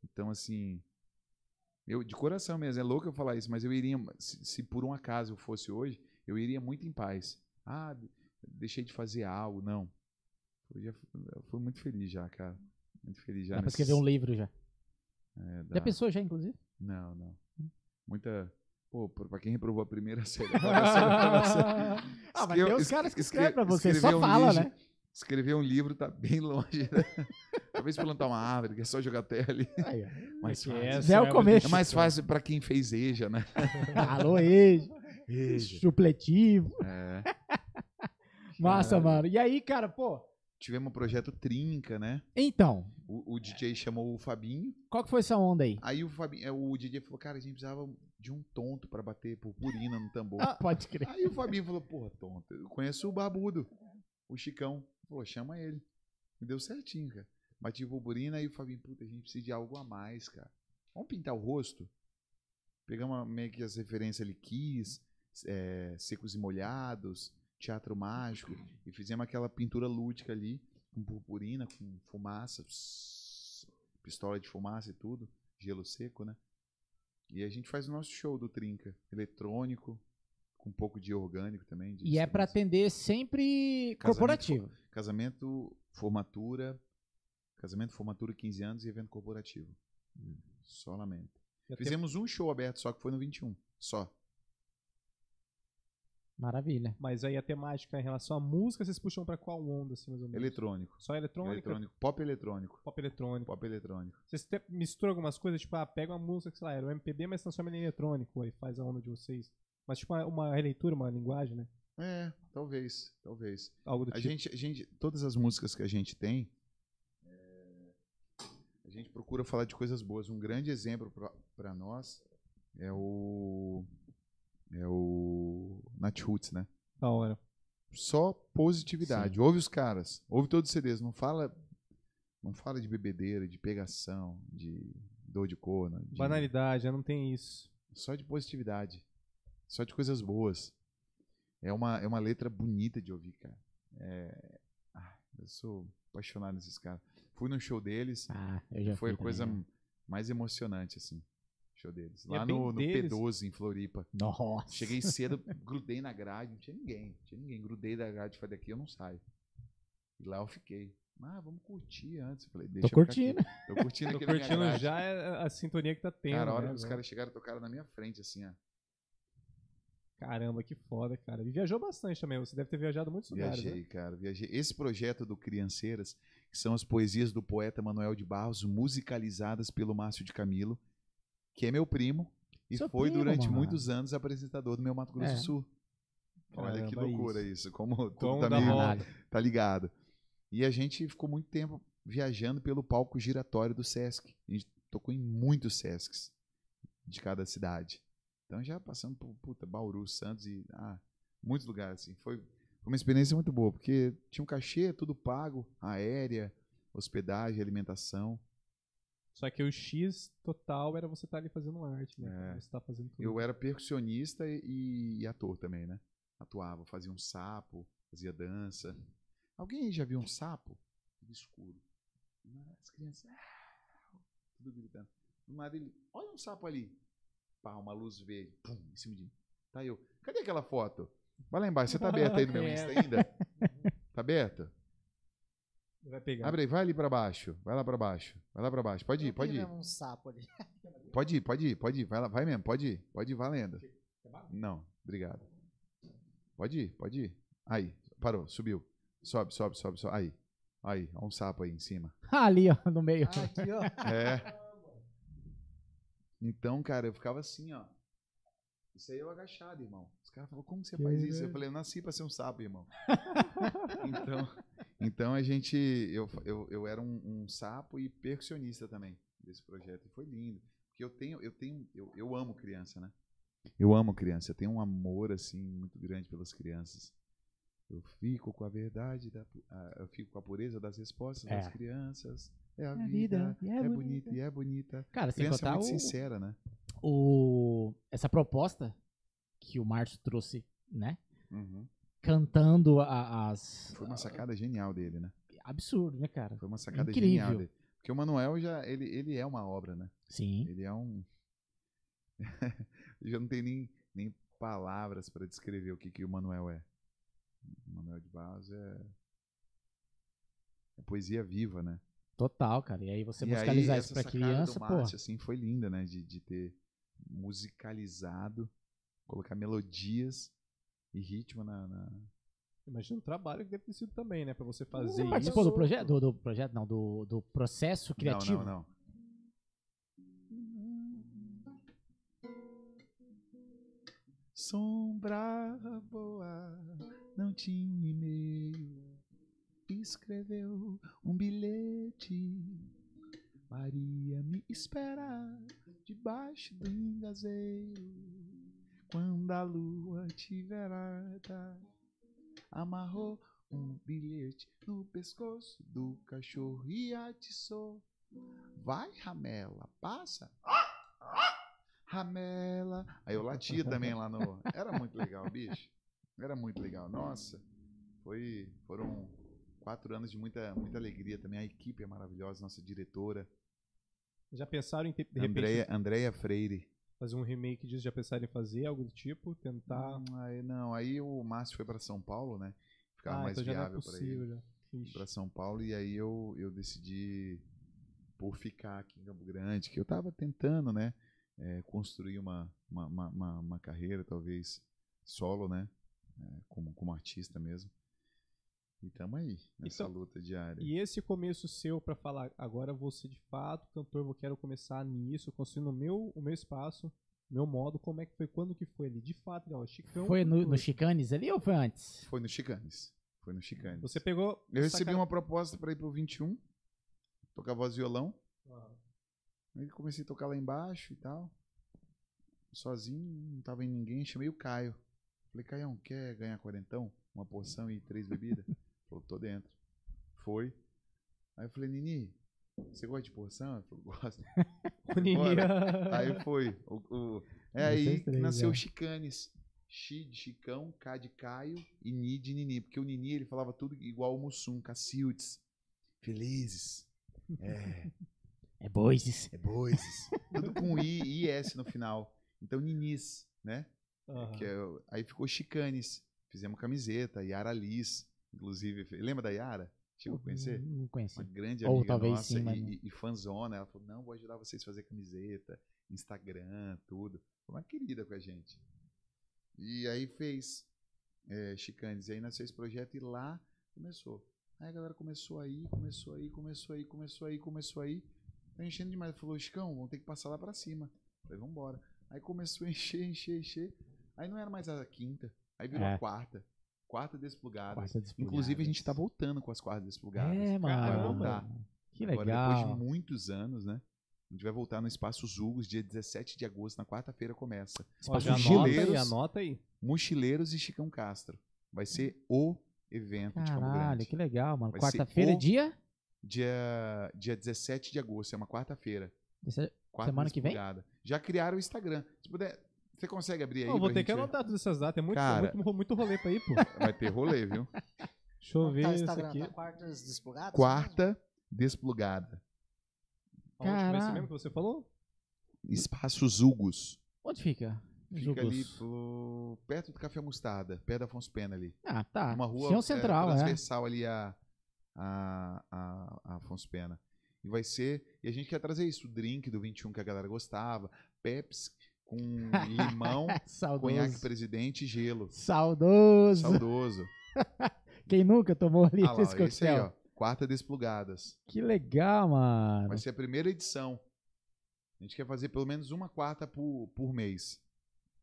Então, assim, eu de coração mesmo, é louco eu falar isso, mas eu iria, se, se por um acaso eu fosse hoje, eu iria muito em paz. Ah, de- deixei de fazer algo, não. Eu já fui, eu fui muito feliz já, cara. Muito feliz já.
Dá pra
nesses-
escrever um livro já.
É, dá.
Já pensou já, inclusive?
Não, não. Muita. Pô, pra pra quem reprovou a primeira série, agora a segunda série.
Ah, mas
Escreve-
tem uns caras que
escre-
escrevem pra você,
escrever
só
um
fala,
livro-
né?
Escrever um livro tá bem longe. né? Talvez plantar uma árvore, que é só jogar terra ali.
Aí, ó.
Mais
Porque
fácil.
essa
Já é o
a
começo.
É
identidade.
mais fácil pra quem fez EJA, né?
Alô, ex, supletivo.
É.
Massa,
Cara,
mano. E aí, cara, pô.
Tivemos um projeto Trinca, né?
Então,
O, o DJ chamou o Fabinho.
qual que foi essa onda aí?
Aí o, Fabinho, é, o DJ falou, cara, a gente precisava de um tonto pra bater purpurina no tambor.
Ah, pode crer.
Aí o Fabinho falou, porra, tonto, eu conheço o Barbudo, o Chicão. Falou, chama ele. E deu certinho, cara. Bati purpurina e o Fabinho, puta, a gente precisa de algo a mais, cara. Vamos pintar o rosto? Pegamos meio que as referências ali, Kiss, é, Secos e Molhados, Teatro Mágico, e fizemos aquela pintura lúdica ali, com purpurina, com fumaça, pss, pistola de fumaça e tudo, gelo seco, né? E a gente faz o nosso show do Trinca, eletrônico, com um pouco de orgânico também. de
E é pra
instrumentos.
atender sempre
Casamento
corporativo.
Casamento, formatura, casamento, formatura, 15 anos e evento corporativo. Solamente.
Já tem-
Fizemos um show aberto só, que foi no 21. Só.
Maravilha.
Mas aí a temática em relação à música, vocês puxam pra qual onda, assim, mais ou menos?
Eletrônico.
Só eletrônica?
Eletrônico. Pop eletrônico.
Pop eletrônico.
Pop eletrônico.
Vocês te- misturam algumas coisas, tipo, ah, pega uma música, que, sei lá, era um o MPB, mas transforma ele em eletrônico, aí faz a onda de vocês. Mas tipo uma, uma releitura, uma linguagem, né?
É, talvez, talvez.
Algo do
A
tipo.
gente, a gente, todas as músicas que a gente tem, é, a gente procura falar de coisas boas. Um grande exemplo para nós é o é o Nat Roots, né?
Da hora.
Só positividade. Ouve os caras, ouve todos os CDs, não fala não fala de bebedeira, de pegação, de dor de corno, de,
Banalidade, já não tem isso.
só de positividade, só de coisas boas. É uma, é uma letra bonita de ouvir, cara. É... ah, Eu sou apaixonado nesses caras. Fui no show deles,
Ah, eu já
foi a
fui
coisa
também,
mais emocionante, assim. Show deles.
é. E é
Lá
bem
no, no
deles.
P12, em Floripa.
né? Nossa.
Cheguei cedo, grudei na grade, não tinha ninguém. Não tinha ninguém. Grudei na grade, falei, daqui eu não saio. E lá eu fiquei. Ah, vamos curtir antes. Eu Falei, deixa eu ficar aqui.
curtindo.
Tô curtindo
Tô
aqui na minha
curtindo
grade.
já a, a sintonia que tá tendo.
Cara, a hora
né,
que os
velho?
caras chegaram, tocaram na minha frente, assim, ó.
Caramba, que foda, cara. E viajou bastante também. Você deve ter viajado muitos lugares. né?
Viajei, cara, viajei. Esse projeto do Crianceiras, que são as poesias do poeta Manuel de Barros, musicalizadas pelo Márcio de Camilo, que é meu primo, e
Seu
foi
primo,
durante
mano.
muitos anos apresentador do meu Mato Grosso
É.
do Sul. Olha que
Caramba,
loucura isso, como tudo
Como
tá,
dá
meio-
volta.
Caralho.
tá ligado. E a gente ficou muito tempo viajando pelo palco giratório do Sesc. A gente tocou em muitos Sescs de cada cidade. Então já passamos por puta, Bauru, Santos e ah, muitos lugares assim. Foi foi uma experiência muito boa, porque tinha um cachê, tudo pago, aérea, hospedagem, alimentação.
Só que o X total era você estar ali fazendo arte, né?
É.
Você tá fazendo tudo.
Eu era percussionista e, e ator também, né? Atuava, fazia um sapo, fazia dança. Alguém aí já viu um sapo? Tudo escuro. As crianças. "Ah", Tudo gritando. Do nada ele. Olha um sapo ali. Pá, uma luz verde. Pum, em cima de mim. Tá eu. Cadê aquela foto? Vai lá embaixo. Você tá aberto aí no meu
É.
Insta ainda? Tá aberto?
Vai pegar.
Abre aí, vai ali pra baixo. Vai lá pra baixo. Vai lá pra baixo. Pode ir, pode ir.
um sapo ali.
Pode ir, pode ir, pode ir. Vai lá, vai mesmo, pode ir. Pode ir valendo.
Quer bala?
Não, obrigado. Pode ir, pode ir. Aí, parou, subiu. Sobe, sobe, sobe, sobe. Aí. Aí, ó um sapo aí em cima.
Ali, ó, no meio.
Ah, aqui, ó.
É. Então, cara, eu ficava assim, ó. Isso aí eu agachado, irmão. Os caras falaram, como você faz isso? Eu falei, eu nasci pra ser um sapo, irmão. então, então a gente. Eu, eu, eu era um, um sapo e percussionista também desse projeto. E foi lindo. Porque eu tenho, eu tenho. Eu, eu amo criança, né? Eu amo criança. Eu tenho um amor, assim, muito grande pelas crianças. Eu fico com a verdade, da, pu- ah, eu fico com a pureza das respostas
É.
das crianças. É a vida.
e
É bonita e é bonita.
Cara, sem
Criança é
contar
muito
o,
sincera, né?
o- essa proposta que o Márcio trouxe, né?
Uhum.
Cantando a- as.
Foi uma sacada genial dele, né?
Absurdo, né, cara?
Foi uma sacada
Incrível.
genial dele. Porque o Manuel já, ele, ele é uma obra, né?
Sim.
Ele é um. já não tem nem, nem palavras para descrever o que, que o Manuel é. O Manuel de Barros é. é poesia viva, né?
Total, cara. E aí você
E aí,
musicalizar isso
essa
pra
sacada
criança,
do
pô.
Márcio, assim, foi linda, né? De, de ter musicalizado, colocar melodias e ritmo na- na,
Imagina o trabalho que deve ter sido também, né? Pra você fazer
Você
isso.
participou do projeto? Do, do projeto, não, do, do processo criativo.
Não, não, não. Sombra boa, não tinha e-mail. Escreveu um bilhete. Maria me espera debaixo do engazeiro. Quando a lua tiver alta, amarrou um bilhete no pescoço do cachorro e atiçou. Vai, Ramela, passa. Ramela. Aí eu latia também lá no. Era muito legal, bicho. Era muito legal. Nossa, foi, foram quatro anos de muita, muita alegria também. A equipe é maravilhosa, nossa diretora.
Já pensaram em, ter, de repente,
Andréia, Andréia Freire.
fazer um remake disso? Já pensaram em fazer algo do tipo? Tentar.
Hum, Aí, não, aí o Márcio foi para São Paulo, né? Ficava
ah,
mais
então já não é
viável para ele.
possível. Já. Ixi.
para São Paulo e aí eu, eu decidi por ficar aqui em Campo Grande, que eu estava tentando, né, eh, construir uma, uma, uma, uma- uma carreira talvez solo, né, eh, como, como artista mesmo. E estamos aí nessa
Então-
luta diária.
E esse começo seu pra falar, agora você de fato, cantor, eu quero começar nisso, construindo o meu, o meu espaço, meu modo, como é que foi, quando que foi ali? De fato, ó, Chicão.
Foi no,
cantor.
no Chicanes ali ou foi antes?
Foi no Chicanes, foi no Chicanes.
Você pegou.
Eu recebi
saca-
uma proposta para ir pro 21, tocar voz e violão. Aí comecei a tocar lá embaixo e tal. Sozinho, não tava em ninguém, chamei o Caio. Falei, Caião, quer ganhar quarentão? Uma porção e três bebidas? falou, tô dentro. Foi. Aí eu falei, Nini, você gosta de porção? Ele falou, gosto.
Nini,
Bora. Aí foi. O, o- É
Vocês
aí que
três,
nasceu
é.
o Chicanes. Xi de Chicão, K de Caio e Ni de Nini. Porque o Nini ele falava tudo igual o Mussum, Cacildes. Felizes. É,
É boises.
é boises. tudo com I e S no final. Então, Ninis, né?
Aham.
Que é o- aí ficou Chicanes. Fizemos camiseta, Yara Liz, inclusive. Lembra da Yara? Chegou
Uhum.
a conhecer?
Não conheci.
Uma grande
Ou
amiga
talvez
nossa
sim,
e,
mas não.
e, e fanzona. Ela falou, não, vou ajudar vocês a fazer camiseta, Instagram, tudo. Foi uma querida com a gente. E aí fez é, Chicanes. E aí nasceu esse projeto e lá começou. Aí a galera começou aí, começou aí, começou aí, começou aí, começou aí. Tá enchendo demais. Ela Falou, Chicão, vamos ter que passar lá pra cima. Eu Falei, vambora. Aí começou a encher, encher, encher. Aí não era mais a quinta. Aí virou
É.
a quarta. Quarta desplugada.
Quarta desplugada.
Inclusive, a gente tá voltando com as quartas desplugadas.
É, mano.
Vai voltar.
Que
Agora, depois de
legal.
muitos anos, né? A gente vai voltar no Espaço Zugos, dia 17 de agosto, na quarta-feira começa.
Ó,
Espaço
já anota aí,
Gileiros.
anota aí.
Mochileiros e Chicão Castro. Vai ser o evento de Campo
Caralho,
Grande.
que legal, mano.
Vai ser
Quarta-feira, é
o-
dia?
Dia, dia 17 de agosto, é uma quarta-feira.
Desse-
Quarta
Semana que vem?
despolgada. Já criaram o Instagram. Se puder, você consegue abrir aí?
Pô, vou
pra
ter que
gente ver?
anotar todas essas datas. É muito,
Cara.
muito, muito rolê pra ir, pô.
Vai ter rolê, viu?
Deixa eu
Como
ver
tá o
isso
Instagram?
aqui.
Tá quartas desplugadas?
Quarta desplugada.
Aonde que foi esse
Caralho.
mesmo que você falou?
Espaço Zugos.
Onde fica?
Fica ali
Jugos.
pro- perto do Café Mostarda, perto da Afonso Pena ali.
Ah, tá.
uma rua
Chão
é,
Central, é.
transversal ali a, a, a, a Afonso Pena. E vai ser. E a gente quer trazer isso: o drink do 21 que a galera gostava, Pepsi com limão, conhaque
Saudoso.
presidente e gelo.
Saudoso.
Saudoso.
Quem nunca tomou ali
Ah lá,
esse
ó, esse aí,
coquetel? Tá
ó. Quarta Desplugadas.
Que legal, mano.
Vai ser a primeira edição. A gente quer fazer pelo menos uma quarta por, por mês.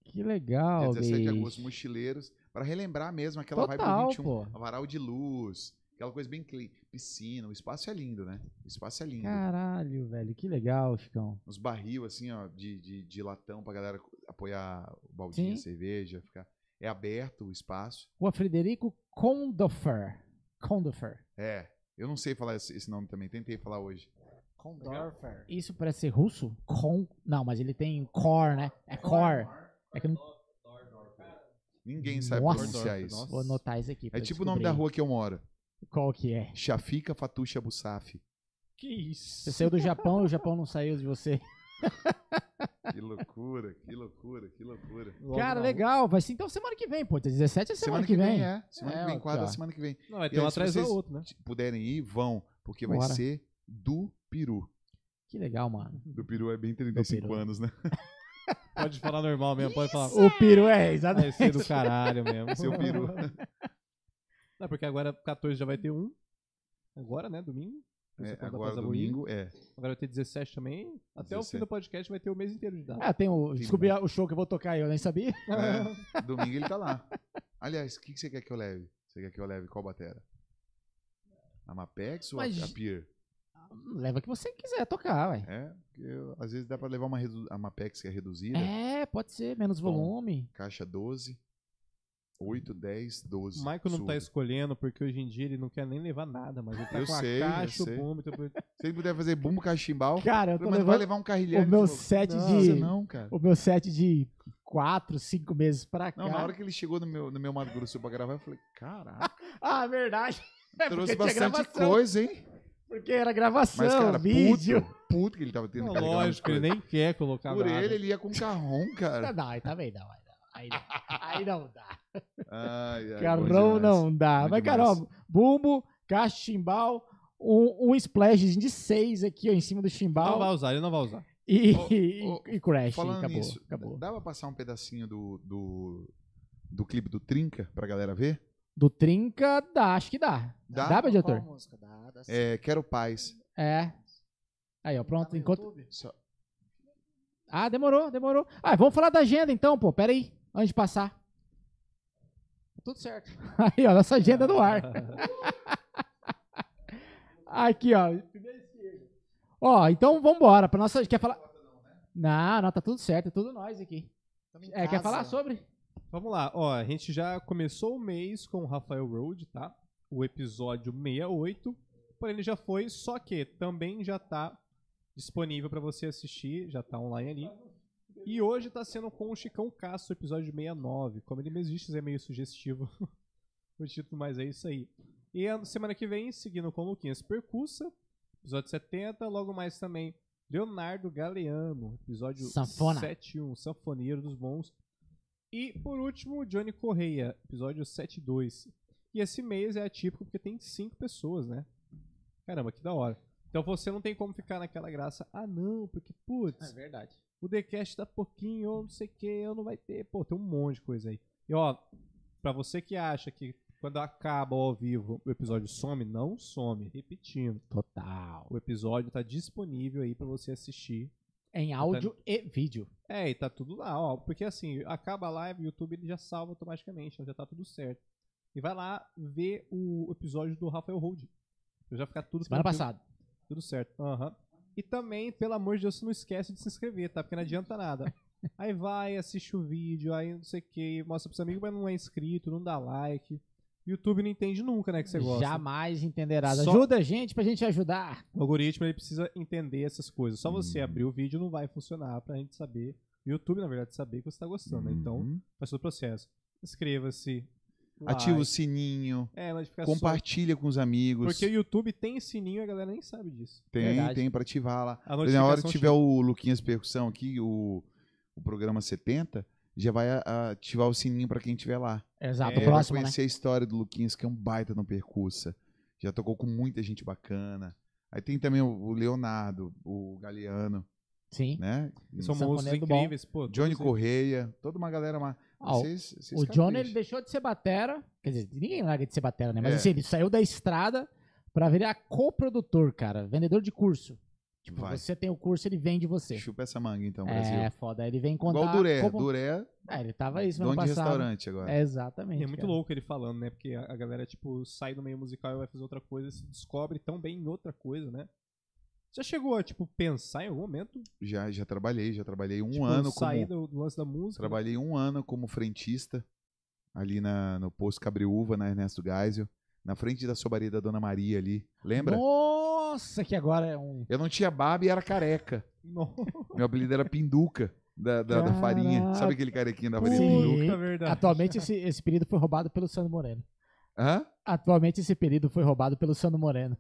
Que legal,
Dia 17 de
bicho.
agosto, mochileiros. Para relembrar mesmo aquela vibe do
Total,
21.
pô.
Varal de luz, aquela coisa bem clean. Piscina, o espaço é lindo, né? O espaço é lindo.
Caralho, velho. Que legal, Chicão.
uns barril assim, ó, de, de, de latão pra galera apoiar o baldinho,
Sim.
a cerveja, ficar. É aberto o espaço.
Rua Frederico Condofer. Condofer.
É. Eu não sei falar esse, esse nome também, tentei falar hoje.
Condorfer.
Isso parece ser russo? Con. Não, mas ele tem cor, né? É cor. É que eu não
Ninguém sabe
Nossa.
pronunciar isso.
Nossa.
vou anotar isso aqui. pra
É tipo o nome da
descobrir
rua que eu moro.
Qual que é?
Chafika Fatucha Busaf.
Que isso?
Você saiu do Japão e é o Japão não saiu de você.
Que loucura, que loucura, que loucura.
Logo
Cara,
na-
legal. Vai ser então semana que vem, pô. Dia 17 é semana, que vem.
é. Semana
É,
que
ó,
vem, quadra
tá.
semana que vem.
Não, vai
E
ter
aí,
um
se
atrás do
vocês-
outro, né?
Se puderem ir, vão, porque vai
Bora.
ser do Peru.
Que legal, mano.
Do Peru é bem 35
Peru.
anos, né?
Pode falar normal mesmo, pode falar.
O peru é,
Vai
exatamente.
ser do caralho mesmo.
Seu peru. É,
Não, porque agora 14 já vai ter um. Agora, né? Domingo.
É,
Essa conta
agora
passa
domingo, é.
bonita. Agora vai ter 17 também. Até o fim
17.
do podcast vai ter o mês inteiro de data.
Ah, tem o... Descobri
né?
o show que eu vou tocar aí, eu nem sabia.
É, domingo ele tá lá. Aliás, o que, que você quer que eu leve? Você quer que eu leve qual batera? A Mapex ou a-
Mas-
a Pier?
Leva o que você quiser tocar, ué.
É, porque eu- às vezes dá pra levar uma redu- a Mapex que é reduzida.
É, pode ser. Menos
Bom.
volume.
Caixa 12, 8, 10, 12.
O Michael não tá
surdo.
escolhendo porque hoje em dia ele não quer nem levar nada, mas ele tá
Eu
com
sei, eu
a caixa, o
sei.
bumbo, então por-
Se ele puder fazer bumbo cachimbal,
Cara, eu tô
mas não vai
levando
levar um carrilhão.
o meu set
não,
de-
você Não, cara.
o meu set de 4, 5 meses pra cá.
Não, na hora que ele chegou no meu, no meu Mato Grosso pra gravar, eu falei, caraca,
Ah, é verdade. É
trouxe
porque tinha
bastante
gravação,
coisa, hein?
Porque era gravação,
Mas, cara,
vídeo.
puto, puto que ele tava tendo
Não,
que alegar
é lógico, ele
muita coisa.
nem quer colocar
Por
nada.
ele, ele ia com carrão, cara.
Não, aí também não. Aí não, aí não, aí não dá.
Ai, ai,
Carrão
É, bom demais.
não dá.
Bom
Mas,
demais.
Carol, bumbo, caixa, chimbal, um, um splash de 6 aqui ó, em cima do
Não vai
chimbal
usar, ele não vai usar.
e,
Ô,
e-
ô,
e crash.
Falando
acabou,
nisso,
acabou.
dá pra passar um pedacinho do, do, do clipe do Trinca pra galera ver?
Do Trinca, dá, acho que dá.
Dá?
dá pra
Qual
diretor?
música? Dá, dá sim.
É, Quero Paz.
É. Aí, ó,
Tá
pronto.
no
Enquanto...
YouTube?
Só-
Ah, demorou, demorou. Ah, vamos falar da agenda então, pô. Pera aí, antes de passar.
Tudo certo.
Aí, ó, nossa agenda no ar. Aqui, ó. Ó, então vambora. Pra nossa. Quer falar? Não, não, tá tudo certo, é tudo nós aqui.
Tamo em
É, quer
casa.
falar sobre?
Vamos lá, ó, a gente já começou o mês com o Rafael Road, tá? O episódio 68, porém ele já foi, só que também já tá disponível pra você assistir, já tá online ali. E hoje tá sendo com o Chicão Castro, episódio 69. Como ele mesmo diz, é meio sugestivo o título, mas é isso aí. E a semana que vem, seguindo com o Luquinhas Percussa, episódio 70. Logo mais também, Leonardo Galeano, episódio
Sanfona.
71, Sanfoneiro dos Bons. E por último, Johnny Correia, episódio 72. E esse mês é atípico porque tem cinco pessoas, né? Caramba, que da hora. Então você não tem como ficar naquela graça, ah não, porque
É
putz,
verdade.
o TheCast tá pouquinho, ou não sei o que, eu não vai ter. Pô, tem um monte de coisa aí. E ó, pra você que acha que quando acaba ao vivo o episódio some, não some. Repetindo,
Total.
o episódio tá disponível aí pra você assistir.
Em
Tá
áudio e vídeo.
É, e tá tudo lá, ó. Porque assim, acaba a live, o YouTube ele já salva automaticamente, então já tá tudo certo. E vai lá ver o episódio do Rafael Hold. Já ficar tudo
Semana
tranquilo.
passada.
Tudo certo. Aham. E também, pelo amor de Deus, você não esquece de se inscrever, tá? Porque não adianta nada. Aí vai, assiste o vídeo, aí não sei o que, mostra pros amigos, mas não é inscrito, não dá like. YouTube não entende nunca, né, que você gosta.
Jamais entenderá.
Só-
Ajuda a gente pra gente ajudar.
O algoritmo, ele precisa entender essas coisas. Só você
Uhum.
Hum.
abrir o vídeo não vai funcionar pra gente saber, o YouTube, na verdade, saber que você tá gostando, né? Então,
Uhum.
faz todo o processo. Inscreva-se.
Ativa o
like,
sininho,
é, notificações.
compartilha com os amigos.
Porque o YouTube tem sininho e a galera nem sabe disso.
Tem,
Verdade.
tem pra ativar lá.
A
Na hora que
notificação
tiver o Luquinhas Percussão aqui, o, o programa 70, já vai a- a- ativar o sininho pra quem estiver lá.
Exato.
É,
o
Vai
próximo, né?
conhecer a história do Luquinhas, que é um baita no percurso. Já tocou com muita gente bacana. Aí tem também o- o Leonardo, o Galeano,
Sim.
né?
chega. São
Sanfoneiro
monstros
do bom.
incríveis, pô.
Johnny
todos eles.
Correia, toda uma galera mais.
Ó,
Vocês- vocês
Ah, O John, ele
capricham.
deixou de ser batera. Quer dizer, ninguém larga de ser batera, né? Mas
É.
assim, ele saiu da estrada pra virar coprodutor, cara. Vendedor de curso. Tipo,
Vai.
você tem o curso, ele vende você.
Chupa essa manga então, Brasil.
É, foda. Aí Ele vem contar...
Igual o Duré.
como-
Duré,
É, ele tava aí semana
dono de
passada.
restaurante agora.
É, exatamente.
É muito
cara.
louco ele falando, né? Porque a a galera, tipo, sai do meio musical e vai fazer outra coisa, se descobre tão bem em outra coisa, né? Já chegou a, tipo, pensar em algum momento?
Já, já trabalhei, já trabalhei um
tipo,
ano
sair
como.
do, do lance da música?
Trabalhei um ano como frentista ali na, no posto Cabriúva, na Ernesto Geisel, na frente da sobaria da Dona Maria ali. Lembra?
Nossa, que agora é um...
Eu não tinha barba e era careca.
Não.
Meu apelido era Pinduca, da, da, da farinha.
Caraca.
Sabe aquele carequinho da farinha
Sim.
Pinduca?
Puta verdade.
Atualmente esse, esse período foi roubado pelo Sandro Moreno.
Hã?
Atualmente esse período foi roubado pelo Sandro Moreno.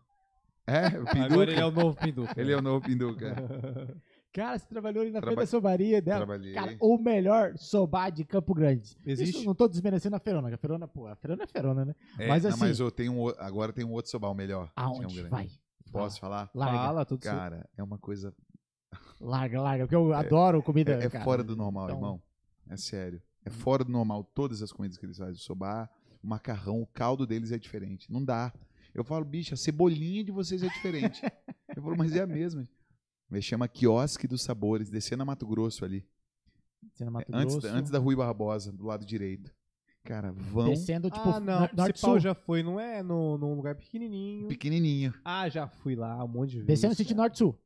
É, o
Agora ele é
Pinduca.
o novo Pinduca.
Ele é o novo Pinduca.
Cara, você trabalhou ali na
Traba-
frente da sobaria dela.
Trabalhei.
Cara, o melhor sobá de Campo Grande.
Existe?
Isso, não tô desmerecendo a Ferona. que A Ferona, pô, a Ferona é Ferona, né?
É,
mas
não,
assim-
mas eu tenho um, o- agora tem um outro sobal melhor. Tinha um
Aonde
grande.
vai?
Posso falar?
Larga,
Fala, tudo certo.
Cara, é uma coisa.
larga, larga. Porque eu adoro comida,
É, é
cara.
fora do normal,
Então-
irmão. É sério. É fora do normal todas as comidas que eles fazem. O sobá, o macarrão, o caldo deles é diferente. Não dá. Eu falo, bicho, a cebolinha de vocês é diferente. Eu falo, mas é a mesma. Me chama Quiosque dos Sabores, descendo a Mato Grosso ali.
né? Você no Mato
é, antes,
Grosso,
antes da Rui Barbosa, do lado direito. Cara, vão
Descendo, tipo,
ah, não,
no-
a
norte-sul.
principal já foi, não é no, num lugar pequenininho.
pequenininho.
Ah, já fui lá um monte de vezes.
Descendo no sentido norte-sul.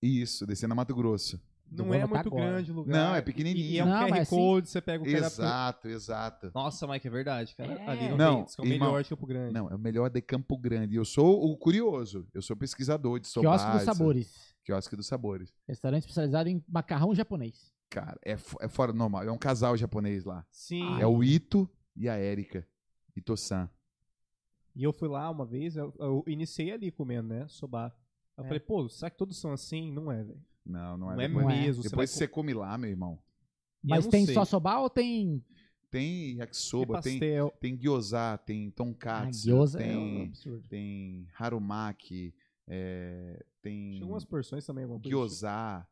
Isso, descendo a Mato Grosso.
Não
Do
é
ano pra
muito
agora.
grande o lugar.
Não, é
E, e é
pequenininho.
um
Não,
QR
mas assim-
Code, você pega o QR
Exato, exato.
Nossa, Mike, é verdade, cara.
É.
Ali não,
Não,
tem isso, que é o
irmão.
melhor de Campo Grande.
Não, é o melhor de Campo Grande. Eu sou o curioso. Eu sou pesquisador de sobás.
Quiosque dos Sabores.
Quiosque dos sabores.
Restaurante especializado em macarrão japonês.
Cara, é, fo- é fora do normal. É um casal japonês lá.
Sim.
Ah,
É o Ito e a Erika. Ito-san.
E eu fui lá uma vez, eu, eu iniciei ali comendo, né? Sobá. Eu
É.
falei, pô, será que todos são assim? Não é, velho.
Não, não é.
Não é
depois
Não é.
mesmo. Você
depois
vai
você come lá, meu irmão.
com-
Mas
Eu não
tem
sei.
só sobá ou tem
Tem
Tem
yakisoba, tem,
pastel.
tem gyoza, tem
Ah,
tonkatsu,
gyoza é um
tem,
absurdo.
tem harumaki, é, tem
Chegou umas porções também, alguma coisa.
gyoza,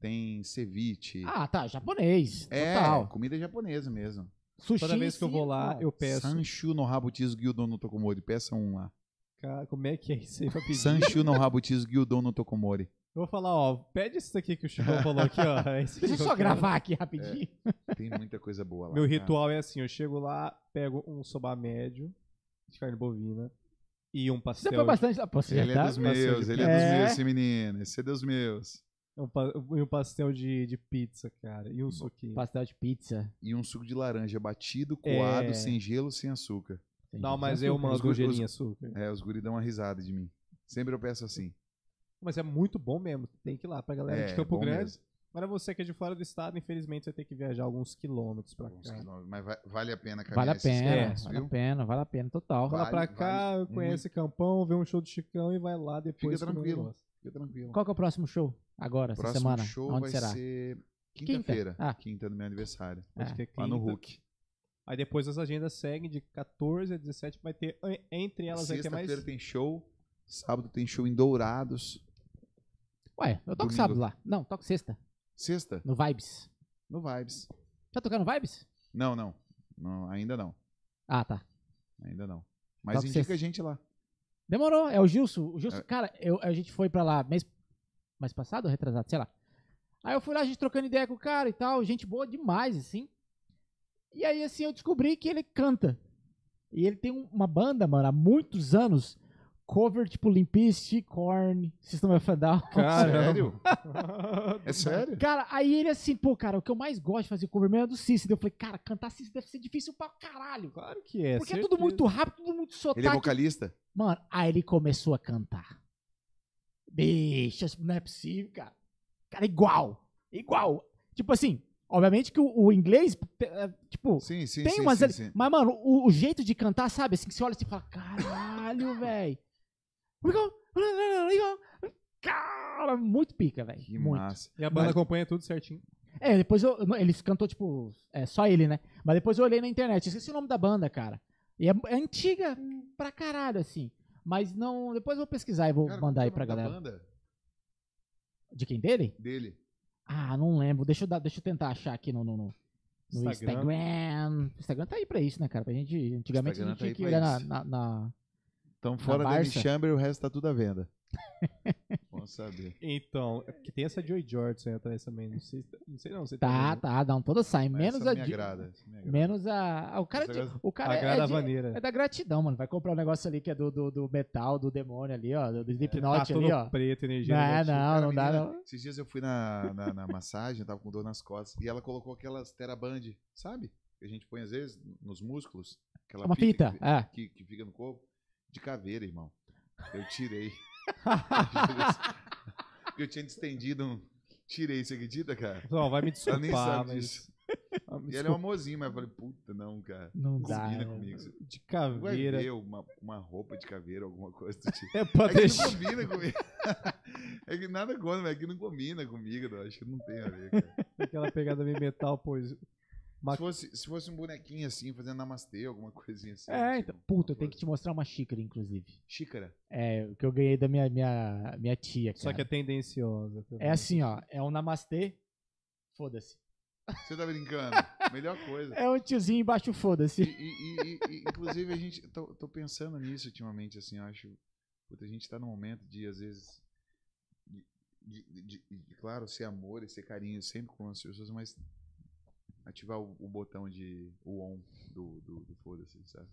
tem ceviche.
Ah, tá, japonês.
é,
Total.
comida japonesa mesmo.
Sushi.
tipo. Toda vez que eu
sim,
vou lá,
não.
eu peço.
Sanchu no rabutizo gyudon no tokomori. Peça um lá.
Cara, como é que é isso aí pra pedir?
Sanchu no rabutizo gyudon no tokomori.
Eu vou falar, ó, pede isso daqui que o Chico falou aqui, ó. é isso
Deixa eu
aqui que
só
quero. É.
gravar aqui rapidinho.
Tem muita coisa boa lá.
Meu
cara.
ritual é assim, eu chego lá, pego um sobá médio de carne bovina e um
Você
pastel.
foi bastante. Ah, pô, você
Ele
já
é
tá-
dos
Passou de
meus, ele é,
pé.
dos meus, esse menino. Esse é dos meus.
um pa- e um pastel de, de pizza, cara. E um suquinho.
Pastel de pizza.
E um suco de laranja batido, coado,
É.
sem gelo, sem açúcar.
Tem
Não,
gente
mas
assim, cara.
eu
Os
mando um
gru-
gelinho
os-
e açúcar.
É, os guris dão uma risada de mim. Sempre eu peço assim.
Mas é muito bom mesmo. Tem que ir lá pra galera
É,
de
é
Campo
bom
Grande.
mesmo.
Agora você que é de fora do estado, infelizmente, você tem que viajar alguns quilômetros pra
Alguns
cá.
quilômetros, Mas va- vale a pena caminhar
Vale a
esses
pena,
quilômetros,
vale a
viu?
pena, vale a pena, total.
Vale,
Vai pra cá,
vale
conhece Campão, vê um show do Chicão e vai lá depois.
Fica
comer um
tranquilo.
negócio.
Fica tranquilo.
Qual que é o próximo show? Agora,
Próximo
essa semana?
show
Onde
vai
será?
ser quinta-feira.
Ah.
Quinta. do meu aniversário.
Pode
É.
ter
Lá no
quinta.
Hulk.
Aí depois as agendas seguem de 14 a 17, vai ter en- entre elas vai ter é mais.
Sexta-feira tem show. Sábado tem show em Dourados.
Ué, eu toco
Domingo.
sábado lá. Não, toco sexta,
Sexta,
no Vibes.
no Vibes.
Já tocaram no Vibes?
Não, não. Não, ainda não.
Ah, tá.
Ainda não. Mas
Toca
indica
sexta.
a gente lá.
Demorou, é o Gilson. O Gilson,
É.
cara, eu- a gente foi pra lá mês, mês passado, retrasado, sei lá. Aí eu fui lá, a gente trocando ideia com o cara e tal, gente boa demais, assim. E aí, assim, eu descobri que ele canta. E ele tem um- uma banda, mano, há muitos anos, cover tipo Limpice, Korn, Sistema of a Down.
Sério?
Tá
É sério?
Cara, aí ele assim, pô, cara, o que eu mais gosto de fazer cover mesmo é do Cícero. Eu falei, cara, cantar Cícero deve ser difícil pra caralho.
claro que é.
porque é
certeza.
tudo muito rápido, tudo muito sotaque.
Ele é vocalista?
Mano, aí ele começou a cantar. Bicho, isso não é possível, cara. Cara, igual. Igual. Tipo assim, obviamente que o, o inglês, te- é, tipo,
Sim, sim,
tem
sim,
umas.
sim,
ali-
sim.
Mas, mano, o, o jeito de cantar, sabe? Assim, que você olha assim e fala, caralho, velho. Cara, muito pica, velho.
Que
muito.
massa.
E a banda
Mas-
acompanha tudo certinho.
É, depois eu. não, Ele cantou, tipo, é, só ele, né? Mas depois eu olhei na internet, esqueci o nome da banda, cara. E é, é antiga pra caralho, assim. Mas não. Depois eu vou pesquisar e vou
Cara,
mandar aí
qual
pra
que é o nome
galera.
da banda
De quem dele?
dele.
Ah, não lembro. Deixa eu, dar- deixa eu tentar achar aqui no, no, no- no Instagram. Instagram tá aí pra isso, né, cara? Pra gente. Antigamente a
Instagram
gente
tá
tinha
aí
que
pra
olhar na,
isso.
na- na-
Então, fora da
Barça.
Chamber, o resto tá tudo à venda. Bom saber.
Então, é porque tem essa Joy Jordan aí atrás também. Não sei não. Sei não você
Tá,
tem-
tá, não. Toda sai.
Mas
Menos
Uhum. essa
a.
me
de-
agrada. essa me agrada.
Menos a. ah, O cara,
Essa
de-
agrada-
o cara é,
Agrada a
de-
vaneira.
é da gratidão, mano. Vai comprar um negócio ali que é do, do, do metal, do demônio ali, ó. Do
tá
Slipknot
todo
ali, ó.
preto, energia.
Não,
negativa.
não,
Cara,
não dá,
menina,
não.
Esses dias eu fui na, na, na massagem, eu tava com dor nas costas, e ela colocou aquelas teraband, sabe? Que a gente põe às vezes nos músculos. Aquela
Uma fita,
que-
é.
que, que fica no corpo. De caveira, irmão. Eu tirei. Porque eu tinha distendido um. Tirei, você acredita, cara?
Só, vai me
Ela
desculpar,
nem sabe
mas-
disso.
Ah, me
E ela é um
desculpa.
amorzinho, mas eu falei, puta, não, cara.
Não dá.
Combina
né?
comigo. Você
De
Vai
caveira.
ver uma, uma roupa de caveira, alguma coisa do tipo.
É pra
É que
deixar.
não combina comigo. É que nada contra, mas é que não combina comigo. Eu acho que não tem a ver, cara.
Aquela pegada meio metal, pois.
Se fosse, se fosse um bonequinho assim, fazendo namastê, alguma coisinha assim.
É,
tipo,
então. Puta, eu
uma
tenho que te mostrar uma xícara, inclusive.
coisa- Xícara.
É, o que eu ganhei da minha, minha, minha tia, cara.
Só que é tendenciosa. também.
É assim, ó. É um namastê, foda-se.
Você tá brincando? Melhor coisa.
É um tiozinho embaixo,
E,
foda-se.
e- e- e- e, inclusive, a gente. Tô, tô pensando nisso ultimamente, assim, eu acho. Puta, a gente tá num momento de, às vezes. De, de- de- de, claro, ser amor e ser carinho sempre com as pessoas, mas. Ativar o, o botão de. O on do, do, do foda-se, sabe?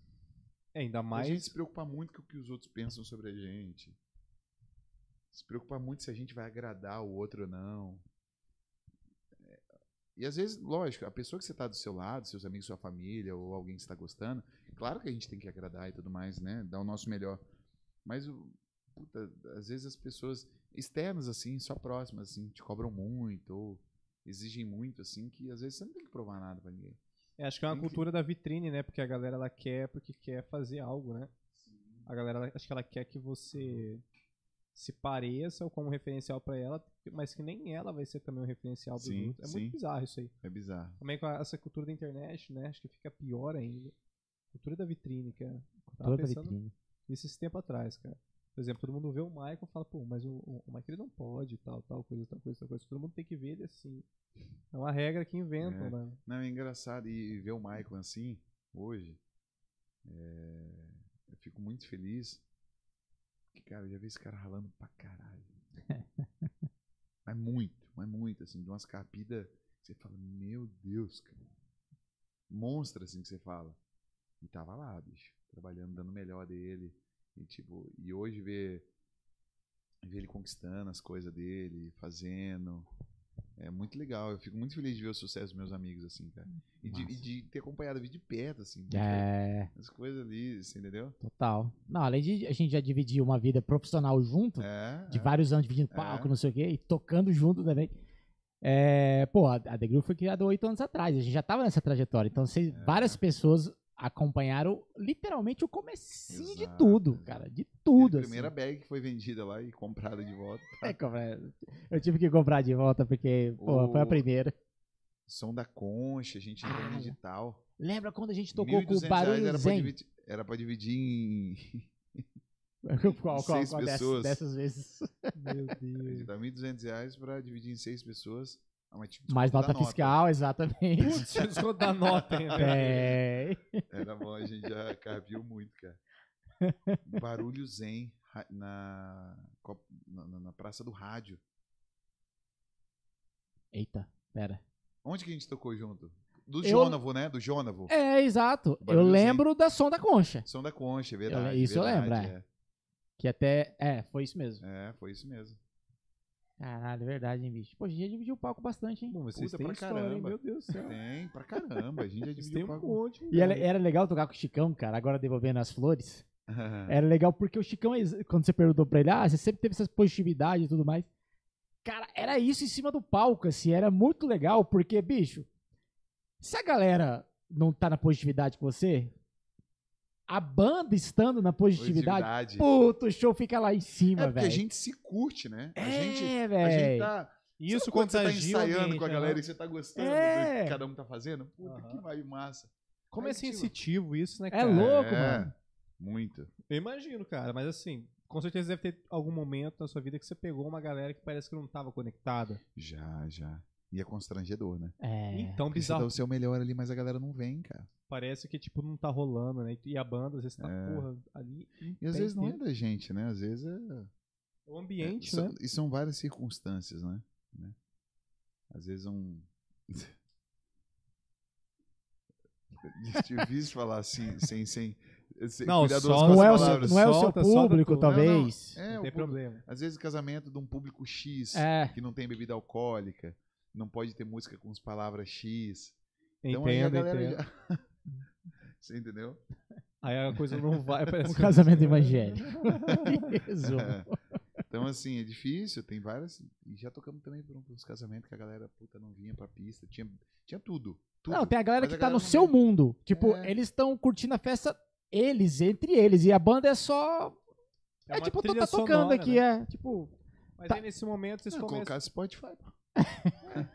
É, ainda
A gente
mais.
se preocupar muito com o que os outros pensam sobre a gente. Se preocupar muito se a gente vai agradar o outro ou não. É, E às vezes, lógico, a pessoa que você está do seu lado, seus amigos, sua família ou alguém que está gostando, claro que a gente tem que agradar e tudo mais, né? Dar o nosso melhor. Mas, o- puta, às vezes as pessoas externas, assim, só próximas, assim, te cobram muito ou exigem muito, assim, que às vezes você não tem que provar nada pra ninguém.
é, acho que é uma
Enfim.
cultura da vitrine, né? Porque a galera ela quer porque quer fazer algo, né? A galera, ela- acho que ela quer que você se pareça ou como referencial pra ela, mas que nem ela vai ser também um referencial pro
Sim,
outro. É
sim.
muito bizarro isso aí.
É bizarro.
Também com a- essa cultura da internet, né? Acho que fica pior ainda. Cultura da vitrine, cara. Eu tava
Toda
pensando
vitrine.
nisso esse tempo atrás, cara. Por exemplo, todo mundo vê o Michael e fala, pô, mas o, o, o Michael ele não pode, tal, tal coisa, tal coisa, tal coisa. Todo mundo tem que ver ele assim. É uma regra que inventam,
É.
mano.
Não, é engraçado. E ver o Michael assim, hoje, é, eu fico muito feliz. Porque, cara, eu já vi esse cara ralando pra caralho. mas muito, mas muito, assim, de umas carpidas que você fala, meu Deus, cara. Monstro, assim, que você fala. E tava lá, bicho, trabalhando, dando o melhor dele. E, tipo, e hoje ver, ver ele conquistando as coisas dele, fazendo. É muito legal. Eu fico muito feliz de ver o sucesso dos meus amigos, assim, cara. E de,
Massa.
e de ter acompanhado a vida de perto, assim. de ver
É,
As coisas ali, você entendeu?
total. Não, além de a gente já dividir uma vida profissional junto,
É.
de
é.
vários anos dividindo palco, não sei o quê, e tocando junto também. É, pô, a, a The Groove foi criada oito anos atrás, a gente já tava nessa trajetória. Então, vocês-
É.
várias pessoas acompanharam literalmente o comecinho de
Exato,
tudo,
exato.
cara, de tudo.
A
assim.
primeira bag que foi vendida lá e comprada de volta.
É, compra- Eu tive que comprar de volta porque, pô, foi a
O-
primeira.
Som da concha, a gente entrou
Ah,
no digital.
Lembra quando a gente tocou com o
1.200 reais
barulho
era pra,
zen?
dividir, era pra dividir em.
Qual, qual, qual
seis
dessas-
pessoas. Tipo,
dessas vezes?
Meu Deus.
Dá 1.200 reais pra dividir em seis pessoas. Ah, mas tinha que
Mais
descontar
nota fiscal, exatamente.
Putz, eu sou da nota ainda.
É,
Era bom, a gente já carviu muito, cara. Barulho Zen ra- na, Cop- na, na- na Praça do Rádio.
Eita, pera.
Onde que a gente tocou junto? Do
Eu-
Jônavo, né? Do Jônavo.
É, exato. Eu
Barulho
lembro da som da concha.
Som da Concha, é verdade.
isso eu
verdade,
lembro, é. Que até. É, foi isso mesmo.
é. É, foi isso mesmo.
Caralho, é verdade, hein, bicho. Pô, a gente já dividiu o palco bastante, hein?
Bom, vocês
Puta
têm
pra
história, hein?
caramba.
Meu Deus do céu.
Tem, pra caramba. A gente já
Vocês
dividiu
têm
o
um
pago.
monte.
E é era,
cara.
era legal tocar com o Chicão, cara, agora devolvendo as flores.
É
Era legal porque o Chicão, ex- quando você perguntou pra ele, ah, você sempre teve essas positividades e tudo mais. Cara, era isso em cima do palco, assim, era muito legal, porque, bicho, se a galera não tá na positividade com você, a banda estando na positividade,
Positividade.
puto, o show fica lá em
É
cima,
porque
velho.
a gente se curte, né? A gente,
é,
a gente
velho.
tá.
E Isso
Sabe quando você tá
contagia o
ensaiando
ambiente,
com a
né?
galera e você tá gostando
É.
do que cada um tá fazendo? Puta
Aham.
que vai massa.
Como é
assim,
Aí, tipo,
sensitivo isso, né,
É
cara?
louco,
É.
mano.
Muito.
Eu imagino, cara, mas assim, com certeza deve ter algum momento na sua vida que você pegou uma galera que parece que não tava conectada.
Já, já. E é constrangedor, né?
É.
Então,
Porque Você dá
bizarro.
o seu melhor ali, mas a galera não vem, cara.
Parece que, tipo, não tá rolando, né? E a banda, às vezes, tá,
É.
porra, ali.
E às
tem
vezes não é
que-
da gente, né? Às vezes é.
O ambiente,
é,
né?
são- E são várias circunstâncias, né? Né? Às vezes é um. Difícil falar assim, sem. sem, sem
Não,
cuidar das
só-
outras
Não é, o seu,
palavras.
não é o seu
Solta, solta
público,
tudo.
talvez.
não
É, o
tem
público-
problema.
Às vezes casamento de um público X,
É.
que não tem bebida alcoólica, não pode ter música com as palavras X. Então aí a
Entendo,
galera
entendo.
já. Você entendeu?
Aí a coisa não vai, parece
Um
que- é
casamento evangélico. Resumo.
Então, assim, é difícil, tem várias. E já tocamos também por uns casamentos que a galera puta não vinha pra pista. Tinha, tinha tudo. tudo.
Não, tem a galera
Mas
que
a
tá
galera
no
não
seu
vem.
mundo. Tipo,
É.
eles estão curtindo a festa, eles, entre eles. E a banda é só. É,
uma
tipo, tô,
trilha
tá tocando
sonora,
aqui,
né?
é. Tipo,
Mas
Tá.
aí nesse momento vocês
Se
começam.
colocar Spotify, pô. É.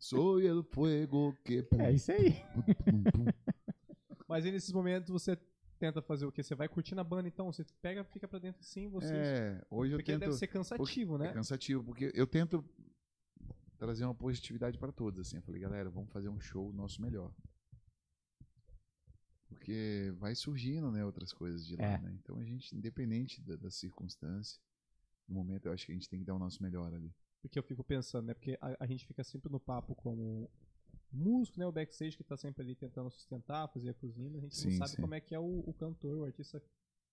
Soy el fuego que.
é isso aí.
Mas aí nesses momentos você tenta fazer o quê? Você vai curtindo a banda, então? Você pega, fica pra dentro assim, você.
É, hoje eu
Porque
tento.
deve ser cansativo,
É
né?
cansativo, porque eu tento trazer uma positividade pra todos, assim. Eu falei, galera, vamos fazer um show nosso melhor. Porque vai surgindo, né, outras coisas de lá,
É.
né? Então a gente, independente da, da circunstância, no momento eu acho que a gente tem que dar o nosso melhor ali.
Porque eu fico pensando, né? Porque a, a gente fica sempre no papo como músico, né? O backstage que tá sempre ali tentando sustentar, fazer a cozinha, a gente não
Sim,
sabe
sim.
como é que é o, o cantor, o artista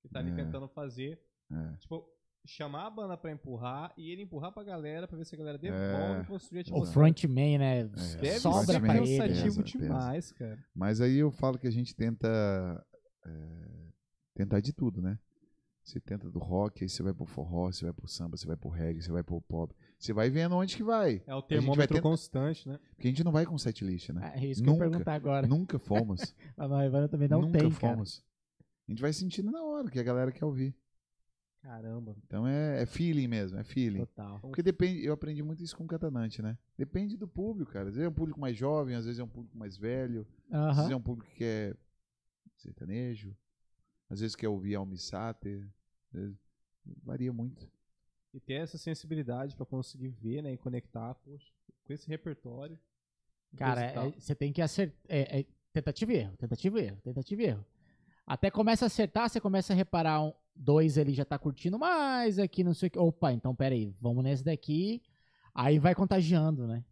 que tá ali
É.
tentando fazer.
É.
Tipo, chamar a banda pra empurrar e ele empurrar pra galera pra ver se a galera devolve
É.
e construir a
O
atmosfera.
frontman, né?
Deve
Sobra
ser
pra
frontman.
ele. né?
cansativo
Pesa, pesa.
demais, cara.
Mas aí eu falo que a gente tenta é, tentar de tudo, né? Você tenta do rock, aí você vai pro forró, você vai pro samba, você vai pro reggae, você vai pro pop. Você vai vendo onde que vai.
É o
vai
termômetro
tentar-
constante, né?
Porque a gente não vai com setlist, né?
É isso que eu
Nunca.
ia perguntar agora.
Nunca fomos.
Mas a Ivana também não
Nunca
tem, cara.
fomos. A gente vai sentindo na hora o que a galera quer ouvir.
Caramba.
Então é, é feeling mesmo, é feeling.
Total.
Porque depende, eu aprendi muito isso com o Catanante, né? Depende do público, cara. Às vezes é um público mais jovem, às vezes é um público mais velho, às
Aham.
vezes é um público que é sertanejo, às vezes quer ouvir Almissáter, às vezes- varia muito.
E ter essa sensibilidade pra conseguir ver, né? E conectar, poxa, com esse repertório.
Cara,
coisa e tal.
é- você tem que acertar. É, é tentativa e erro, tentativa e erro, tentativa e erro. Até começa a acertar, você começa a reparar um, dois ele já tá curtindo mais aqui, não sei o que. Opa, então peraí, vamos nesse daqui. Aí vai contagiando, né?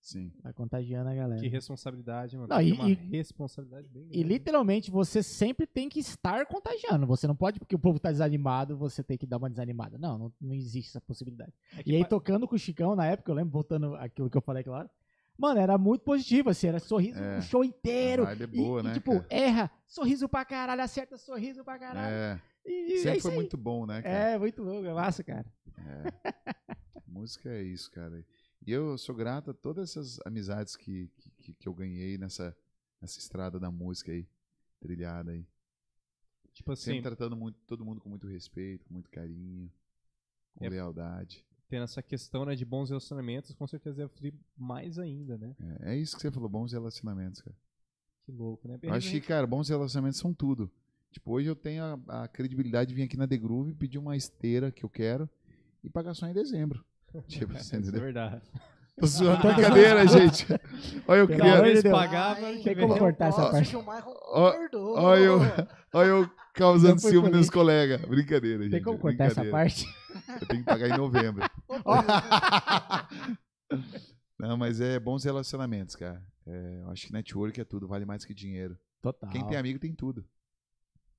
Sim.
Vai contagiando a galera.
Que responsabilidade, mano.
é. Não,
Tem
e-
uma
e-
responsabilidade bem grande.
E literalmente você sempre tem que estar contagiando. Você não pode, porque o povo tá desanimado, você tem que dar uma desanimada. Não, não, não existe essa possibilidade.
É que
E aí,
pa-
tocando com o Chicão na época, eu lembro, voltando àquilo que eu falei aquela hora. Mano, era muito positivo, assim, era sorriso
É.
o show inteiro.
A vibe é
E-
boa,
e,
né?
tipo,
cara?
erra, sorriso pra caralho, acerta sorriso pra caralho.
É,
E, e é
sempre
isso
foi
aí.
muito bom, né, cara?
É, muito louco, é massa, cara.
É. Música é isso, cara. E eu sou grato a todas essas amizades que, que- que, que eu ganhei nessa, nessa estrada da música aí, trilhada aí.
Tipo assim,
Sempre tratando muito, todo mundo com muito respeito, com muito carinho, com
É.
lealdade.
tendo essa questão né, de bons relacionamentos, com certeza deve fluir mais ainda, né?
É, é isso que você falou, bons relacionamentos, cara.
Que louco, né?
Eu acho que, cara, bons relacionamentos são tudo. Tipo, hoje eu tenho a, a credibilidade de vir aqui na The Groove, pedir uma esteira que eu quero e pagar só em dezembro. Tipo,
Isso
você
é
entendeu?
verdade.
Tô zoando, brincadeira, gente. Olha eu
Pelo amor de
criando.
Talvez
Deus.
pagava ano que
Tem
vem.
como cortar essa
Nossa,
parte?
que o Michael
Ó,
acordou.
ó, eu- Olha eu causando
Eu fui
ciúme nos
político.
colegas. Brincadeira, gente.
Tem como cortar essa
brincadeira.
parte?
Eu tenho que pagar em novembro. Não, mas é bons relacionamentos, cara. É, eu acho que network é tudo, vale mais que dinheiro.
Total.
Quem tem amigo tem tudo.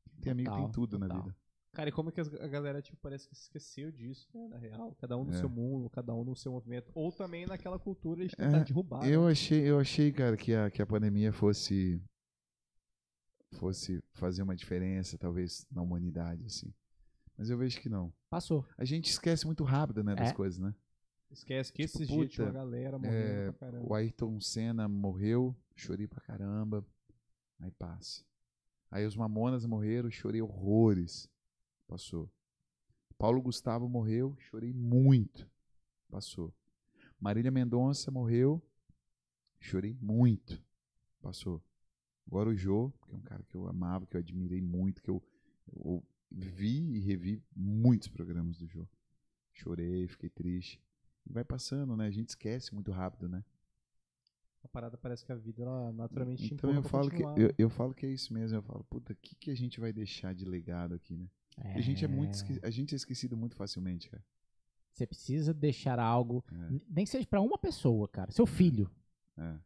Quem tem amigo tem
Total,
tudo na
total.
vida.
Cara, e como que as- a galera, tipo, parece que se esqueceu disso, né? Na real, cada um no
É.
seu mundo, cada um no seu movimento. Ou também naquela cultura de
É,
tentar derrubar. né?
Eu achei, eu achei, cara, que a, que a pandemia fosse fosse fazer uma diferença, talvez, na humanidade, assim. Mas eu vejo que não.
Passou.
A gente esquece muito rápido, né, das
É.
coisas, né?
Esquece que
Tipo,
esses dias tinha uma
puta, é,
galera morrendo pra caramba.
O Ayrton Senna morreu, chorei pra caramba. Aí passa. Aí os Mamonas morreram, chorei horrores. Passou. Paulo Gustavo morreu, chorei muito. Passou. Marília Mendonça morreu, chorei muito. Passou. Agora o Jô, que é um cara que eu amava, que eu admirei muito, que eu, eu vi e revi muitos programas do Jô. Chorei, fiquei triste. E vai passando, né? A gente esquece muito rápido, né?
A parada parece que a vida, ela naturalmente te
Então
empurra
eu
pra
falo, que,
continuar,
eu,
né?
eu falo que é isso mesmo. Eu falo, puta, o que, que a gente vai deixar de legado aqui, né? A gente é muito esque- a gente é esquecido muito facilmente, cara.
Você precisa deixar algo,
É.
n- nem que seja pra uma pessoa, cara. Seu filho.
É.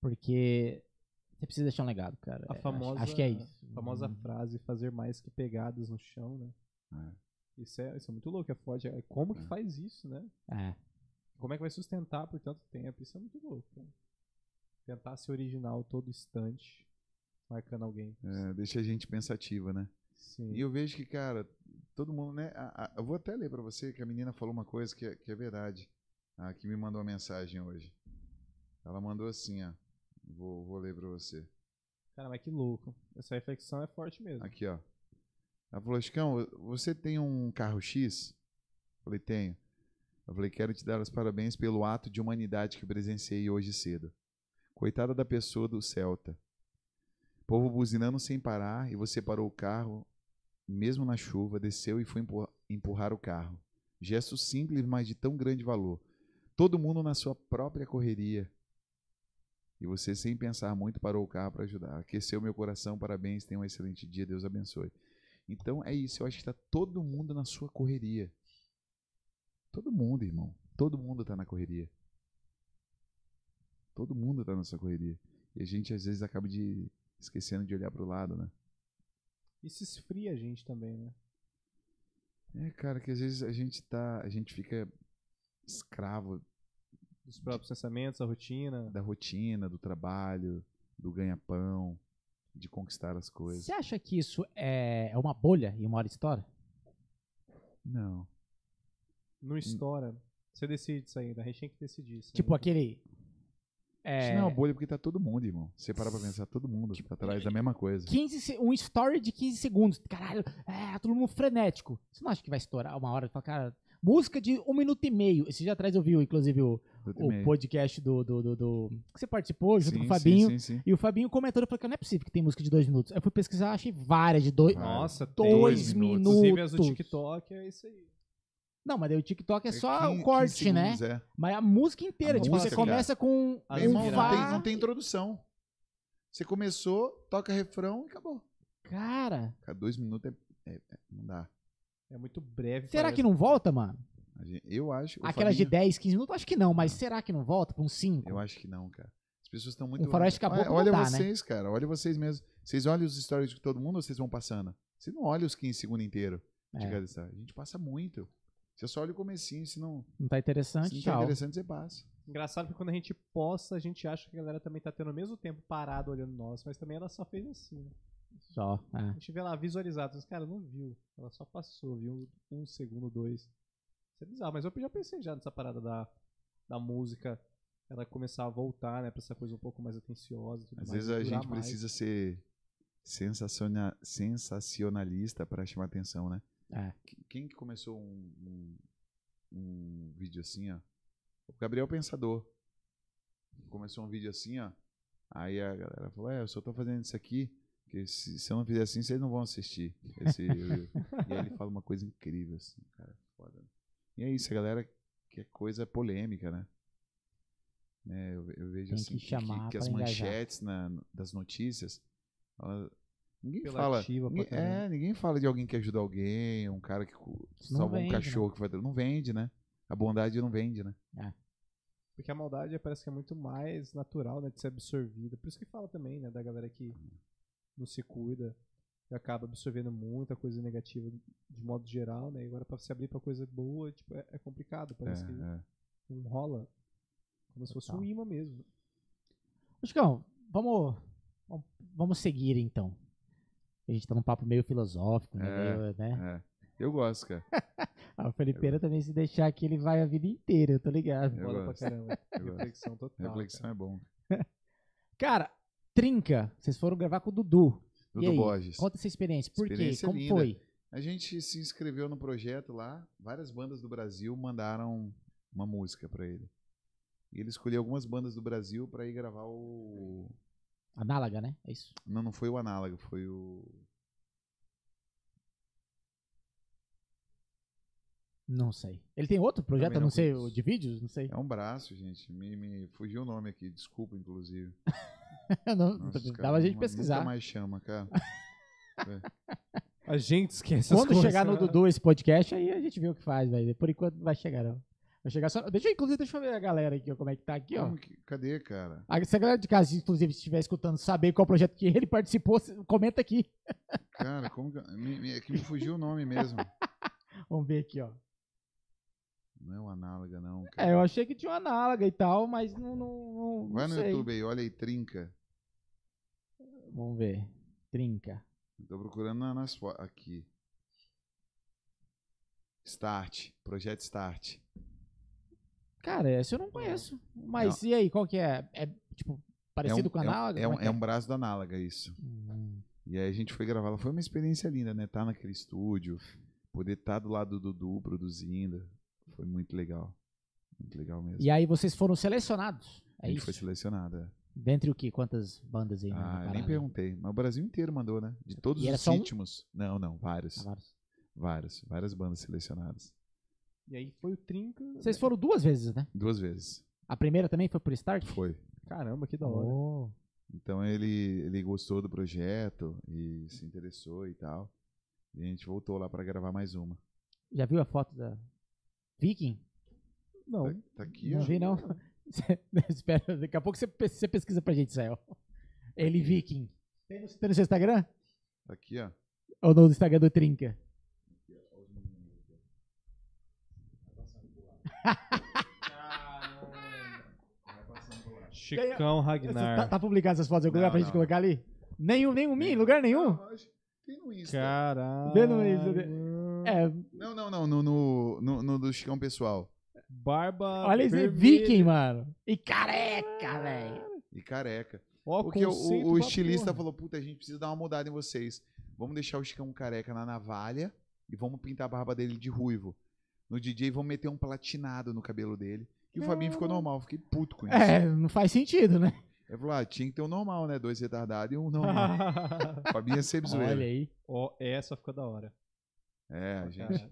Porque você precisa deixar um legado, cara.
A
É, acho-
famosa-
Acho, que é isso.
A famosa
Uhum.
Hum.
frase, fazer mais que pegadas no chão, né?
É.
Isso é, isso é muito louco, é forte. É, Como que
É.
faz isso, né?
É.
Como é que vai sustentar por tanto tempo? Isso é muito louco. Cara. Tentar ser original todo instante, marcando alguém.
É, deixa a gente pensativa, né?
Sim.
E eu vejo que, cara, todo mundo, né? a- a- eu vou até ler pra você que a menina falou uma coisa que é, que é verdade, ah, que me mandou uma mensagem hoje. Ela mandou assim, ó. Vou, vou ler pra você.
Cara, mas que louco. Essa reflexão é forte mesmo.
Aqui, ó. Ela falou, Chicão, você tem um carro X? Falei, tenho. Eu falei, quero te dar os parabéns pelo ato de humanidade que presenciei hoje cedo. Coitada da pessoa do Celta. Povo buzinando sem parar e você parou o carro, mesmo na chuva, desceu e foi empurra- empurrar o carro. Gesto simples, mas de tão grande valor. Todo mundo na sua própria correria. E você, sem pensar muito, parou o carro para ajudar. Aqueceu meu coração, parabéns, tenha um excelente dia, Deus abençoe. Então é isso, eu acho que está todo mundo na sua correria. Todo mundo, irmão. Todo mundo está na correria. Todo mundo está na sua correria. E a gente às vezes acaba de esquecendo de olhar para o lado, né?
E se esfria a gente também, né?
É, cara, que às vezes a gente tá, a gente fica escravo
Dos
Tipo
próprios pensamentos, a rotina.
da rotina, do trabalho, do ganha-pão, de conquistar as coisas.
Você acha que isso é é uma bolha e uma hora estoura?
Não.
Não
Hum.
estoura. Você decide sair, né? A gente tem que decidir. isso,
Tipo
né?
aquele.
Isso
É,
não é uma bolha porque tá todo mundo, irmão. Você para pra pensar, todo mundo tá atrás da mesma coisa.
15, se- um story de 15 segundos. Caralho, é, todo mundo frenético. Você não acha que vai estourar uma hora? Fala, cara, música de um minuto e meio. Esse dia atrás eu vi, inclusive, o,
Volta e
o
meia.
podcast do, do, do, do- que você participou junto
Sim,
com o
sim,
Fabinho.
Sim, sim,
E o Fabinho comentando, eu falei, cara, não é possível que tem música de dois minutos. Eu fui pesquisar, achei várias de dois.
Várias.
Nossa,
Dois
dois
minutos.
minutos.
Inclusive as do TikTok, é isso aí.
Não, mas daí o TikTok é só
quin-
o corte,
15
né?
segundos, é.
Mas a música inteira,
A
tipo,
música,
você começa com
As
Meu irmão,
um
viradas.
não,
vá.
tem, não tem introdução. Você começou, toca refrão e acabou.
Cara,
Cara, dois minutos é, é- é- não dá.
É muito breve.
será
parece.
que não volta, mano?
A gente- eu acho. o
Aquelas de
Fabinho-
10, 15 minutos, acho que não, mas será que não volta pra uns 5?
Eu acho que não, cara. As pessoas estão muito.
O faroeste
olha
caboclo
olha
não dá, né?
vocês, cara. Olha vocês mesmos. Vocês olham os stories de todo mundo ou vocês vão passando? Vocês não olham os 15 segundos inteiros de
É.
cada story. A gente passa muito. Você só olha o comecinho, se não,
Não tá
se
interessante,
não tá
tchau.
interessante, você passa.
Engraçado que quando a gente posta, a gente acha que a galera também tá tendo o mesmo tempo parado olhando nós, mas também ela só fez assim. né?
Só. é.
A gente vê lá visualizado, mas cara, não viu. Ela só passou, viu um segundo, dois. Isso é bizarro, mas eu já pensei já nessa parada da da música ela começar a voltar, né, pra essa coisa um pouco mais atenciosa. e tudo
Às
mais,
vezes a
durar
gente
mais.
precisa ser sensaciona- sensacionalista pra chamar atenção, né?
É.
Qu- Quem que começou um, um- um vídeo assim, ó? O Gabriel Pensador. Começou um vídeo assim, ó. Aí a galera falou, é, eu só tô fazendo isso aqui, porque se, se eu não fizer assim, vocês não vão assistir. esse vídeo." e aí ele fala uma coisa incrível, assim, cara, foda. E é isso, a galera quer coisa polêmica, né? Né, eu, ve- eu
Tem
vejo assim
que
que, que-
chamar
que as
pra engajar.
manchetes na- no- das notícias, ela- ninguém fala,
Apelativa pra
ninguém,
caramba.
é, ninguém fala de alguém que ajuda alguém, um cara que cu-
Isso não
salva
vende,
um
né?
cachorro que vai, não vende, né? A bondade não vende, né?
Porque a maldade parece que é muito mais natural, né, de ser absorvida. Por isso que fala também, né, da galera que não se cuida e acaba absorvendo muita coisa negativa de modo geral, né? E agora pra se abrir pra coisa boa, tipo, é, é complicado, parece
assim?
que
É, é.
não rola. Como se fosse um
Total.
imã mesmo.
Chicão, vamos, vamos- vamos seguir então. A gente tá num papo meio filosófico, né?
É.
Meio, né?
é. Eu gosto, cara.
Ah, o Felipeira também, se deixar aqui, ele vai a vida inteira, eu tô ligado.
Eu
Rola pra
gosto.
caramba.
Eu gosto.
Reflexão total.
Reflexão é bom.
Cara, Trinca, vocês foram gravar com o Dudu. E
Dudu
aí?
Borges.
Conta essa experiência. Por quê?
Experiência
Como
linda.
foi?
A gente se inscreveu no projeto lá, várias bandas do Brasil mandaram uma música pra ele. E ele escolheu algumas bandas do Brasil pra ir gravar o
Análoga, né? É isso.
Não, não foi o análogo, foi o
Não sei. Ele tem outro projeto,
Também
eu não
não
sei,
conheço.
o de vídeos? Não sei.
é um braço, gente. Me, me fugiu o nome aqui, desculpa inclusive.
Não,
Nossa,
dá
cara,
pra gente
nu-
pesquisar.
Nunca mais chama, cara.
A gente esquece as
Quando
coisas. né?
chegar no
né?
Dudu esse podcast, aí a gente vê o que faz, velho. Por enquanto não vai chegar, não. Vai chegar só. Deixa eu, inclusive, deixa eu ver a galera aqui, ó, como é que tá aqui, ó.
Como que- cadê, cara?
Ah, Se a galera de casa, inclusive, estiver escutando, saber qual projeto que ele participou, se- comenta aqui.
Cara, como que me, me, é que me fugiu o nome mesmo?
Vamos ver aqui, ó.
Não é o análogo não, cara.
É, eu achei que tinha uma análoga e tal, mas não. não, não- não
Vai no
sei.
YouTube aí, olha aí, trinca.
Vamos ver. Trinca.
Eu Tô procurando na- nas fotos. Aqui. Start. Projeto Start. É
Cara, essa eu não conheço. Mas e aí, qual que é? É, tipo, parecido
um-
com a
um-
análoga?
É um,
Como
é um braço da análoga, isso.
Hum,
E aí a gente foi gravar. lá. Foi uma experiência linda, né? Tá naquele estúdio, poder estar do lado do Dudu produzindo. Foi muito legal. Muito legal mesmo.
E aí vocês foram selecionados.
a
É
gente
isso.
foi selecionada.
Dentre o quê? Quantas bandas aí? na
Ah, eu
parada?
nem perguntei. Mas o Brasil inteiro mandou, né? De todos
E era
os
só um?
ritmos. Não, não. Vários.
Ah, vários.
Vários. Várias bandas selecionadas.
E aí foi o Trinca.
Vocês foram duas vezes, né?
Duas vezes.
A primeira também foi por start?
Foi.
Caramba, que da hora.
Oh.
Então ele, ele gostou do projeto e se interessou e tal. E a gente voltou lá pra gravar mais uma.
Já viu a foto da Viking?
Não.
Tá, tá aqui,
não
ó.
vi, não. Cê- Espera, daqui a pouco você pe- você pesquisa pra gente, Israel. Ele Viking. Tem no, tem no seu Instagram?
Tá aqui, ó.
Ou no Instagram do Trinca?
Chicão Ragnar.
Tá, tá publicado essas fotos em algum lugar
Não,
pra gente
não,
colocar ali? Nenhum, nenhum, em
Tem-
lugar nenhum?
Não, acho- Tem no Insta.
Caralho.
tá. Vendo isso, É,
Não, não, não. No, no, no, no do Chicão Pessoal.
Barba.
olha isso aí,
vermelha.
Viking, mano. E careca, velho.
E careca.
Ó,
Porque o,
conceito
o
da
estilista
porra.
falou: puta, a gente precisa dar uma mudada em vocês. Vamos deixar o Chicão careca na navalha e vamos pintar a barba dele de ruivo. No DJ, vamos meter um platinado no cabelo dele. E o Fabinho ficou normal, fiquei puto com isso.
É, não faz sentido, né?
Eu falei, ah, tinha que ter um normal, né? Dois retardados e um normal. o Fabinho é sempre
Olha
zoeiro.
aí.
Ó, essa ficou da hora.
É, a gente.
Cara.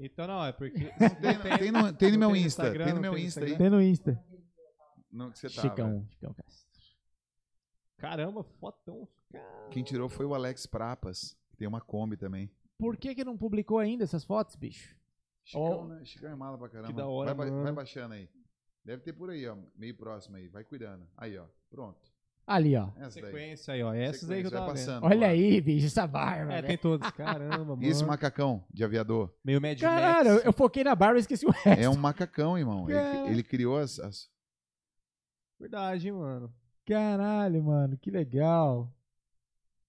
Então não, é porque.
Tem, no- tem no, tem no
Não
meu
tem no
Insta.
Instagram,
Tem no
não
meu
tem no
Insta aí.
Tem no Insta.
Não, que você tava.
Chicão, Chicão Castro.
Caramba, fotão.
Quem tirou foi o Alex Prapas. que Tem uma Kombi também.
Por que que não publicou ainda essas fotos, bicho?
Chicão,
Ó.
né? Chicão é mala pra caramba.
da hora,
vai, ba-
mano.
vai baixando aí. Deve ter por aí, ó. Meio próximo aí. Vai cuidando. Aí, ó. Pronto. É
Ali, ó.
Essa daí.
Sequência aí, ó. É Essas aí que eu
Sequência, vai
tava vendo.
passando.
Olha
Bora.
aí, bicho, essa barba, né?
É,
velho.
tem todos. Caramba, mano.
Esse macacão de aviador
Meio Mad
Caralho, eu-
Max.
eu foquei na barba e esqueci o resto.
é um macacão, irmão.
Cara.
Ele, ele criou as, as-
Verdade, hein, mano.
Caralho, mano, que legal.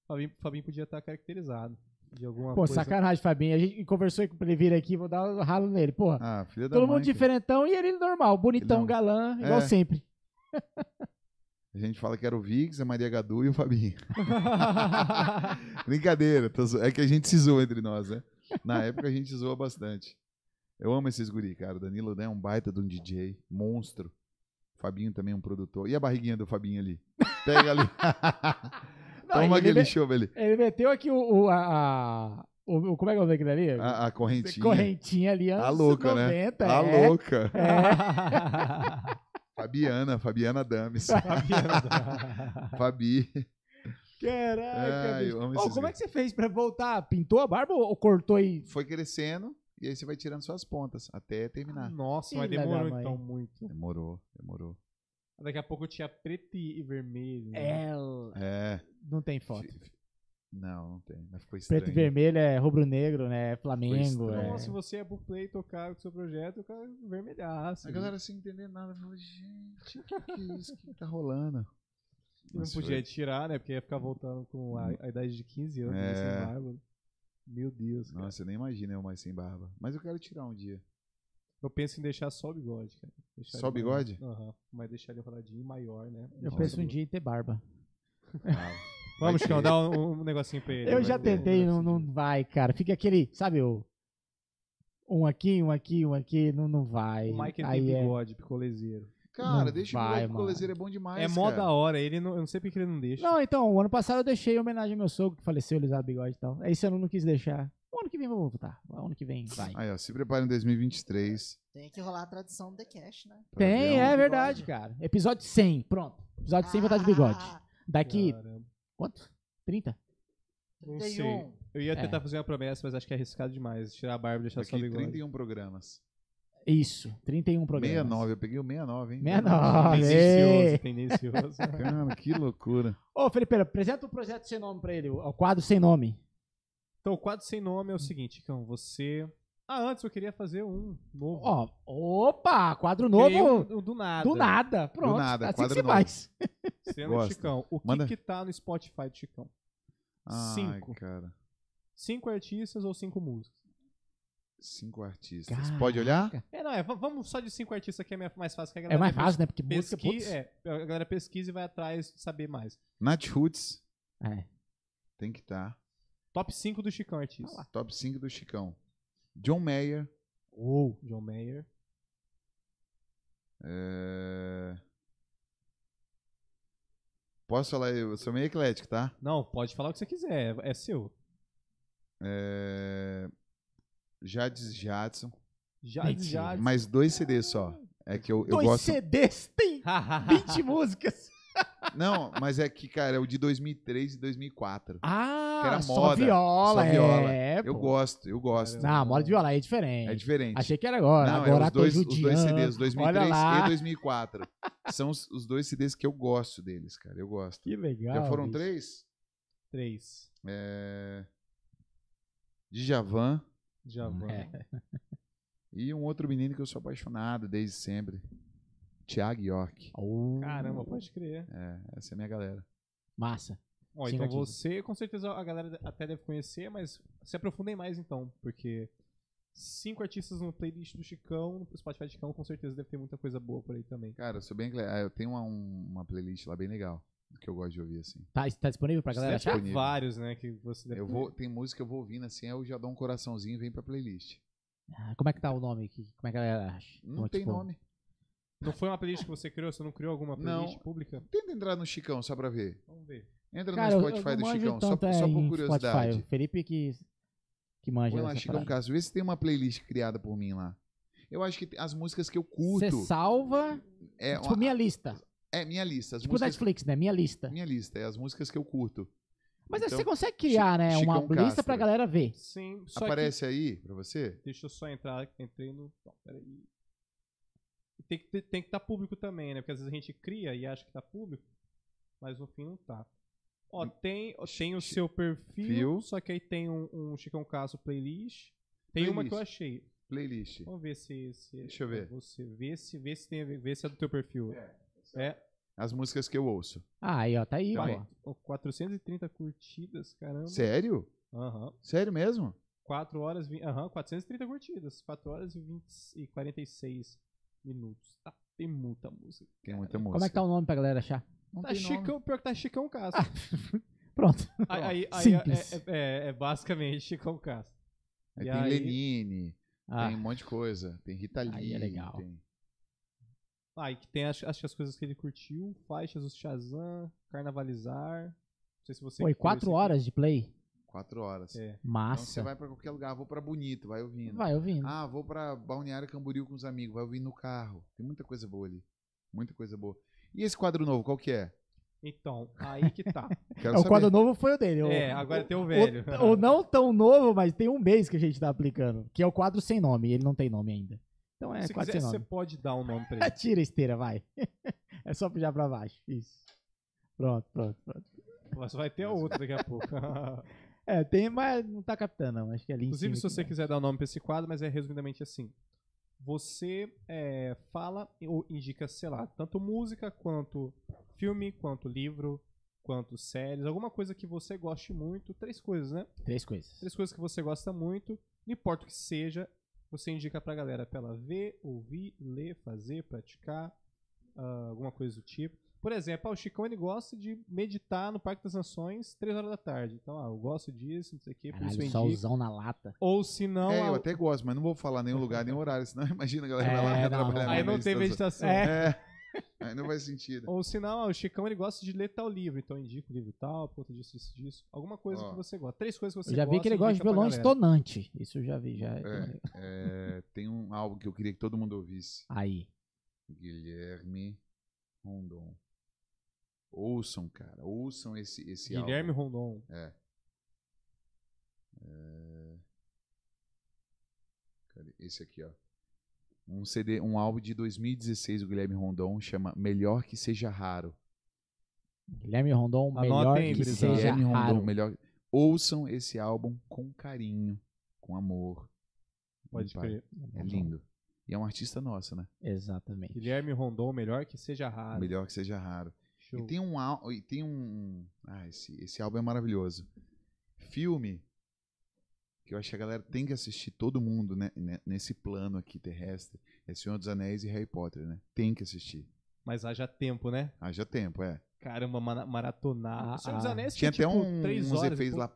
Fabinho, Fabinho podia estar caracterizado. de alguma
Pô,
coisa.
sacanagem, Fabinho. A gente conversou com ele vir aqui, vou dar um ralo nele. Porra,
Ah, filha da
todo
mãe,
mundo
cara.
diferentão e ele normal, bonitão,
Ele é um-
galã, igual
É.
sempre.
A gente fala que era o Vix, a Maria Gadu e o Fabinho. Brincadeira, tô zo- é que a gente se zoa entre nós, né? Na época a gente zoa bastante. Eu amo esses guri, cara. O Danilo né, é um baita de um DJ, monstro. O Fabinho também é um produtor. E a barriguinha do Fabinho ali? Pega ali.
Não,
Toma
ele,
aquele
me-
show ali.
ele meteu aqui o. o- a, a- o- como é que é o nome daquele ali?
A, a correntinha.
Correntinha ali, anos
A louca, né?
90,
a
é.
louca.
É.
Fabiana, Fabiana Dames. Fabi.
Caraca,
Ah,
bicho.
eu amo
Ô,
esses
como é
guri.
que você fez pra voltar? Pintou a barba ou ou cortou e.
Foi crescendo e aí você vai tirando suas pontas até
Ah,
terminar.
Nossa, mas
Filha da
demorou
mãe.
então muito.
Demorou, demorou.
Daqui a pouco tinha preto e vermelho. né?
É.
É.
Não tem foto.
fi- fi- Não, não tem. Mas ficou estranho.
Preto e vermelho é rubro-negro, né? É Flamengo.
Foi
Então,
É.
se você é pro play tocar o seu projeto, o cara vermelhaço.
A galera sem entender nada falou, gente, o que, que é isso? O que que tá rolando?
E não
Mas
podia tirar, né? Porque ia ficar voltando com a, a idade de 15 anos, né,
É.
sem barba. Meu Deus, cara.
Nossa, eu nem imagino eu mais sem barba. Mas eu quero tirar um dia.
Eu penso em deixar só o bigode, cara. Deixar
Só o
ele
bigode?
maior. Aham. Mas deixar ele roladinho maior, né?
Eu
Nossa,
penso um
meu-
dia em ter barba.
Ah,
Vamos,
Vai
Chicão,
ter.
dá um, um negocinho pra ele.
Eu
vai
já
ter.
tentei, não, não vai, cara. Fica aquele, sabe, o. Um aqui, um aqui, um aqui, não, não vai.
O Mike ele tem
Aí é.
bigode, picolezeiro.
cara,
Não
deixa o
vai,
moleque
mano.
colezeiro, é bom demais.
é mó
cara.
da hora, ele não, eu não sei porque ele não deixa.
Não, então, o ano passado eu deixei em homenagem ao meu sogro que faleceu, ele usava bigode e tal. Aí Esse ano eu não quis deixar. O ano que vem eu vou voltar. O ano que vem vai.
Aí, ó, se prepara em 2023.
Tem que rolar a tradição do The Cash, né?
pra ver
Tem,
um-
é verdade, cara. Episódio 100, pronto. Episódio 100 vou estar de bigode.
Ah,
Daqui,
Caramba.
quanto? 30?
Não
31.
sei. Eu ia
É.
tentar fazer uma promessa, mas acho que é arriscado demais. Tirar a barba e deixar só o
Aqui,
bigode.
31 programas.
Isso, 31 programas.
69, eu peguei o 69, hein?
69. é.
Tendencioso, tendencioso.
Cara, que loucura.
Ô, Felipe, apresenta o projeto sem nome pra ele, o o quadro sem nome.
então, o quadro sem nome é o seguinte, Chicão. Você. Ah, antes eu queria fazer um novo.
Ó, opa, quadro
Criei
novo
um- um do nada.
do nada. Pronto,
nada,
assim que
quadro
se
novo.
faz.
Sendo
Gosto.
Chicão, o que
Manda.
que tá no Spotify do Chicão?
Ai,
Cinco.
cara.
Cinco artistas ou cinco músicas?
Cinco artistas. Pode olhar?
Caraca.
É, não, é, va- vamos só de cinco artistas que é mais fácil. Que a
É
galera
mais fácil, né? Porque música,
Pesqui,
putz.
é, a galera pesquisa e vai atrás de saber mais.
Nath Roots.
É.
Tem que estar.
Top 5 do Chicão Artista.
Top 5 do Chicão. John Mayer.
Uou. John Mayer.
é, Posso falar? Eu sou meio eclético, tá?
Não, pode falar o que você quiser, é seu.
É... Jades Jadson.
Jades,
Mentira.
Jades.
Mais dois CDs só. É que eu, eu
Dois
gosto.
CDs, tem 20 músicas.
Não, mas é que, cara, é o de 2003 e 2004.
Ah,
Que era
só
moda,
viola.
só viola.
É,
eu
pô.
gosto, eu gosto.
Não, moda de viola aí é
É
diferente.
diferente.
Achei que era agora.
Não,
agora
é os
tô
dois, os dois
judiando.
CDs, 2003
Olha lá.
e 2004. São os, os dois CDs que eu gosto deles, cara. Eu gosto.
Que legal.
Já foram
bicho.
três?
Três.
É... Djavan
Javan.
É.
e um outro menino que eu sou apaixonado desde sempre. Tiago York.
Oh,
Caramba, pode crer.
É, essa é a minha galera.
Massa.
Ó,
Sim,
então
Gatinho.
você, com certeza a galera até deve conhecer, mas se aprofundem mais então, porque cinco artistas no playlist do Chicão, no Spotify do Chicão, com certeza deve ter muita coisa boa por aí também.
Cara, eu sou bem. eclé- ah, Eu tenho uma, um- uma playlist lá bem legal que eu gosto de ouvir assim.
Tá, tá disponível pra galera
Você deve
achar?
ter
Disponível.
vários, né, que você deve
Eu vou, tem música que eu vou ouvindo assim, aí eu já dou um coraçãozinho e vem pra playlist.
Ah, como é que tá o nome? aqui? Como é que a galera acha?
Não
Como é que
tem
ficou?
nome.
Não foi uma playlist que você criou? Você não criou alguma
Não.
playlist pública?
Tenta entrar no Chicão só pra ver.
Vamos ver.
Entra
Cara, eu-
no
eu
Spotify
não
do
manjo
Chicão, só,
tanto, é,
só por
em
curiosidade.
Spotify. O Felipe que, que manja.
Põe lá,
dessa
Chicão
parada.
Castro, vê se tem uma playlist criada por mim lá. Eu acho que tem- as músicas que eu
Você
curto.
salva,
É,
tipo,
uma-
minha lista.
é minha lista. As
Tipo
músicas
Netflix, né? Minha lista.
Minha lista, é as músicas que eu curto.
Mas
Então,
você consegue criar, né?
é um
Uma
Chicão
lista
Castro.
pra galera ver.
Sim, só que
Aparece aí pra você?
Deixa eu só entrar, entrei no. Bom, peraí. Tem que estar tem que tá público também, né? Porque às vezes a gente cria e acha que tá público, mas no fim não tá. Ó, tem, ó, tem o
Hum. Chi-
seu perfil,
Fio.
só que aí tem um, um Chicão Caso playlist. Tem uma que eu achei.
Playlist.
Vamos ver se. se
Deixa eu ver.
Você vê se, vê se tem a ver, vê se é do teu perfil. É,
As músicas que eu ouço.
Ah, aí, ó, tá aí,
Então,
pô.
aí.
ó, 430 curtidas, caramba.
Sério?
Aham.
Sério mesmo?
4 horas e 20, aham, 430 curtidas. 4 horas e, 20, e 46 minutos. Tá, tem muita música.
Tem
cara.
muita música.
Como é que tá o nome pra galera achar? Não
Tá
tem nome.
Chicão, pior que tá Chicão Castro.
Pronto.
Ah, aí, aí, aí
Simples.
é, é- é- é basicamente Chicão Castro.
Aí
E
tem
aí-
Lenine,
Ah,
tem um monte de coisa. Tem Rita Lee.
Aí é legal.
tem-
Ah, e que tem acho, acho que as coisas que ele curtiu, faixas do Shazam, Carnavalizar. Não sei se você...
foi
curtiu esse
4
aqui.
horas de play.
Então
Quatro horas.
É.
Então você
Massa.
vai pra qualquer lugar, vou pra Bonito, vai ouvindo.
Vai ouvindo.
Ah, vou pra Balneário Camboriú com os amigos, vai ouvindo no carro. Tem muita coisa boa ali. Muita coisa boa. E esse quadro novo, qual que é?
Então, aí que tá.
Quero
É, o
saber.
quadro novo foi o dele. o-
é, agora tem o velho.
O, o não tão novo, mas tem um mês que a gente tá aplicando. Que é o quadro sem nome. Ele não tem nome ainda. Então é
se
quadro
quiser,
sem
você
nome. É,
pode dar um nome pra ele.
Tira a esteira, vai. é só puxar pra baixo. Isso. Pronto, pronto, pronto.
Você vai ter outro daqui a pouco.
É, tem, mas não tá captando, não. Acho que é ali em
Inclusive, se
cima
você
que-
quiser dar o nome pra esse quadro, mas é resumidamente assim. Você é, fala ou indica, sei lá, tanto música quanto filme, quanto livro, quanto séries, alguma coisa que você goste muito. Três coisas, né?
Três coisas.
Três coisas que você gosta muito, não importa o que seja, você indica pra galera pra ela ver, ouvir, ler, fazer, praticar, ah, alguma coisa do tipo. Por exemplo, ah, o Chicão ele gosta de meditar no Parque das Nações três horas da tarde. Então, ah, eu gosto disso, não sei o quê, por isso eu
Caralho,
indico.
solzão na lata.
Ou se não.
É, eu
ah,
até gosto, mas não vou falar nenhum lugar, nem horário, senão imagina a galera vai lá
É, não,
trabalhar.
não.
na
Aí não tem
meditação.
meditação.
É, aí não faz sentido.
Ou se não, ah, o Chicão ele gosta de ler tal livro, então indica o livro tal, por conta disso, isso, disso. Alguma coisa
Ó.
que você gosta. Três coisas que você
Eu já vi que ele gosta de
indica pra
violão
galera.
estonante. Isso eu já vi, já.
É. É, tem um álbum que eu queria que todo mundo ouvisse.
Aí.
Guilherme Rondon. Ouçam, cara. Ouçam esse, esse
Guilherme
álbum.
Rondon.
Cadê? Esse aqui, ó. Um CD, um álbum de 2016 do Guilherme Rondon chama Melhor que seja raro.
Guilherme Rondon,
Anotem
melhor
aí,
que
gurizada.
seja
Guilherme Rondon,
raro.
melhor. Ouçam esse álbum com carinho, com amor.
Pode
Pai,
crer.
É lindo. E é um artista nosso, né?
Exatamente.
Guilherme Rondon, melhor que seja raro.
Melhor que seja raro.
Show.
E tem um al- e tem um, ah, esse esse álbum é maravilhoso. Filme que eu acho que a galera tem que assistir todo mundo, né, ne- nesse plano aqui terrestre, é Senhor dos Anéis e Harry Potter, né? Tem que assistir.
Mas haja tempo, né?
Haja tempo, é.
Caramba, mana- maratonar.
Ah,
Senhor dos
ah.
Anéis
Tinha
tem,
até
tipo,
um,
três
uns
horas e
efeitos lá,
pouco.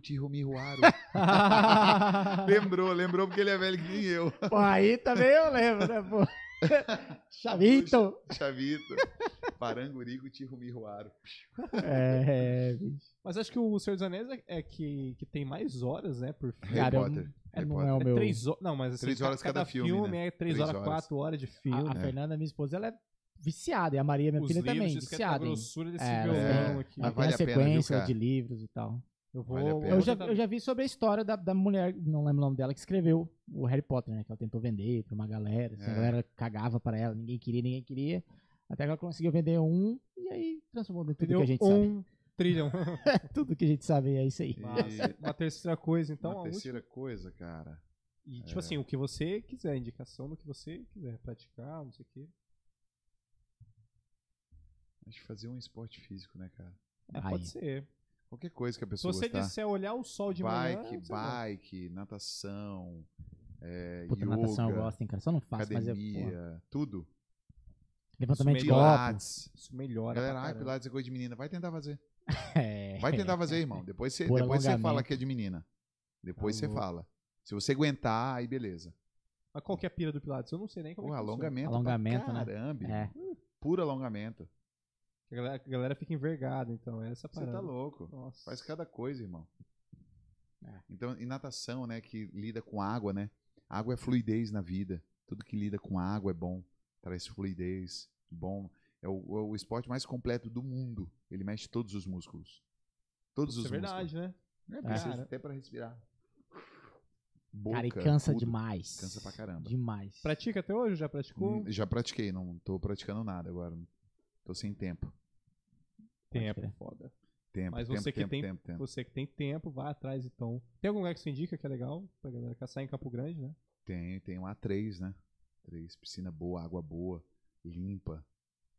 Tirumiruaro.
Lembra-
lembrou, lembrou porque ele é velho que nem eu.
Pô, aí também eu lembro, né, pô? Chavito!
Chavito. Parangurico Tirumiruaro.
É,
Mas acho que o Senhor dos Anéis é, é que, que tem mais horas, né? Por filme.
Harry
Cara, eu-
Potter.
é,
Harry
não é
Potter.
o meu.
É três horas. Não, mas assim,
Três
ca-
horas cada filme, né?
é três,
Três
horas,
horas.
quatro horas de filme.
a, a Fernanda, minha esposa, ela é viciada. E a Maria, minha
Os
filha,
livros,
também,
diz que é a
viciada. em-
grossura desse
É,
violão
é.
aqui.
Ela
Ah,
tem
vale
a
a pena,
sequência
viu, cara?
de livros e tal.
Eu vou.
vale a pena.
Eu já, eu já vi sobre a história da, da mulher, não lembro o nome dela, que escreveu o Harry Potter, né? Que ela tentou vender pra uma galera. assim, A
É.
galera cagava pra ela, ninguém queria, ninguém queria. Até que ela conseguiu vender um e aí transformou em tudo
Entendeu?
que a gente sabe.
um trilhão.
Tudo que a gente sabe é isso aí.
Massa. Uma terceira coisa, então.
Uma
a última.
terceira É. coisa, cara.
E, tipo assim, o que você quiser, indicação do que você quiser praticar, não sei o quê.
Acho que fazer um esporte físico, né, cara?
É,
Aí.
pode ser.
Qualquer coisa que a
Se
pessoa
você
gostar.
disser olhar o sol de
bike,
manhã. você vai.
bike, natação, é,
Puta,
yoga,
natação eu gosto, hein, cara? Só não faço, mas é eu.
academia,
pô,
tudo.
Levantamento de copo.
Pilates.
Isso melhora. pra
Galera, ai,
caramba.
Pilates é coisa de menina. Vai tentar fazer.
É.
Vai tentar fazer, irmão. Depois você,
Por
depois você fala
alongamento.
que é de menina. Depois você
Alô.
fala. Se você aguentar, aí beleza.
Mas qual que é a pira do Pilates? Eu não sei nem como
Pô,
é que funciona.
alongamento. pra
Alongamento, né?
Caramba.
É.
Puro alongamento.
A galera, a galera fica envergada, então. É essa
Você
parada.
tá louco.
Nossa.
Faz cada coisa, irmão.
É.
Então, e natação, né, que lida com água, né? Água é fluidez na vida. Tudo que lida com água é bom, traz fluidez, bom. É o, é o esporte mais completo do mundo. Ele mexe todos os músculos. Todos
Isso é
os
verdade, né?
músculos. É, precisa
Cara.
até pra respirar.
Cara, e
Boca,
cansa
tudo.
demais.
Cansa pra caramba.
Demais.
Pratica até hoje? Já praticou?
Hum, Já pratiquei, não tô praticando nada agora. Tô sem tempo.
Pode
tempo,
crer.
É foda.
Tempo,
Mas
tempo,
você que
tempo,
tem-
tempo, tempo.
Você que tem tempo, vai atrás então. Tem algum lugar que você indica que é legal pra galera caçar em Campo Grande, né?
Tem, tem um A3, né? Três, piscina boa, água boa, limpa.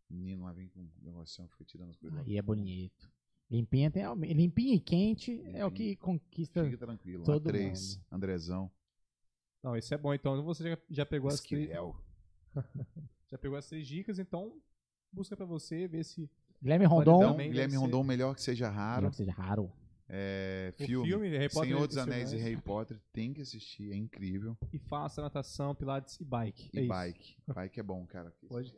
Menino lá vem com um negocinho, fica tirando as coisas. lá.
Aí é bonito. Limpinha, tem, alme- limpinha e quente é
Uhum.
o que conquista.
Fique tranquilo.
Todo
A3, Andrezão,
Não, isso é bom então. Você já, já pegou as três,
Esquivel.
já pegou as três dicas, então busca pra você, vê se
Guilherme
Então,
Rondon.
Também
Guilherme
deve ser.
Rondon, melhor que seja
Não
raro.
que seja raro.
É,
o
filme.
Harry Potter é
Senhor dos
os
Anéis e
Anéis,
Harry Potter, tem que assistir, é incrível.
e faça natação, pilates e bike.
E
é isso.
bike. Bike é bom, cara.
Pode.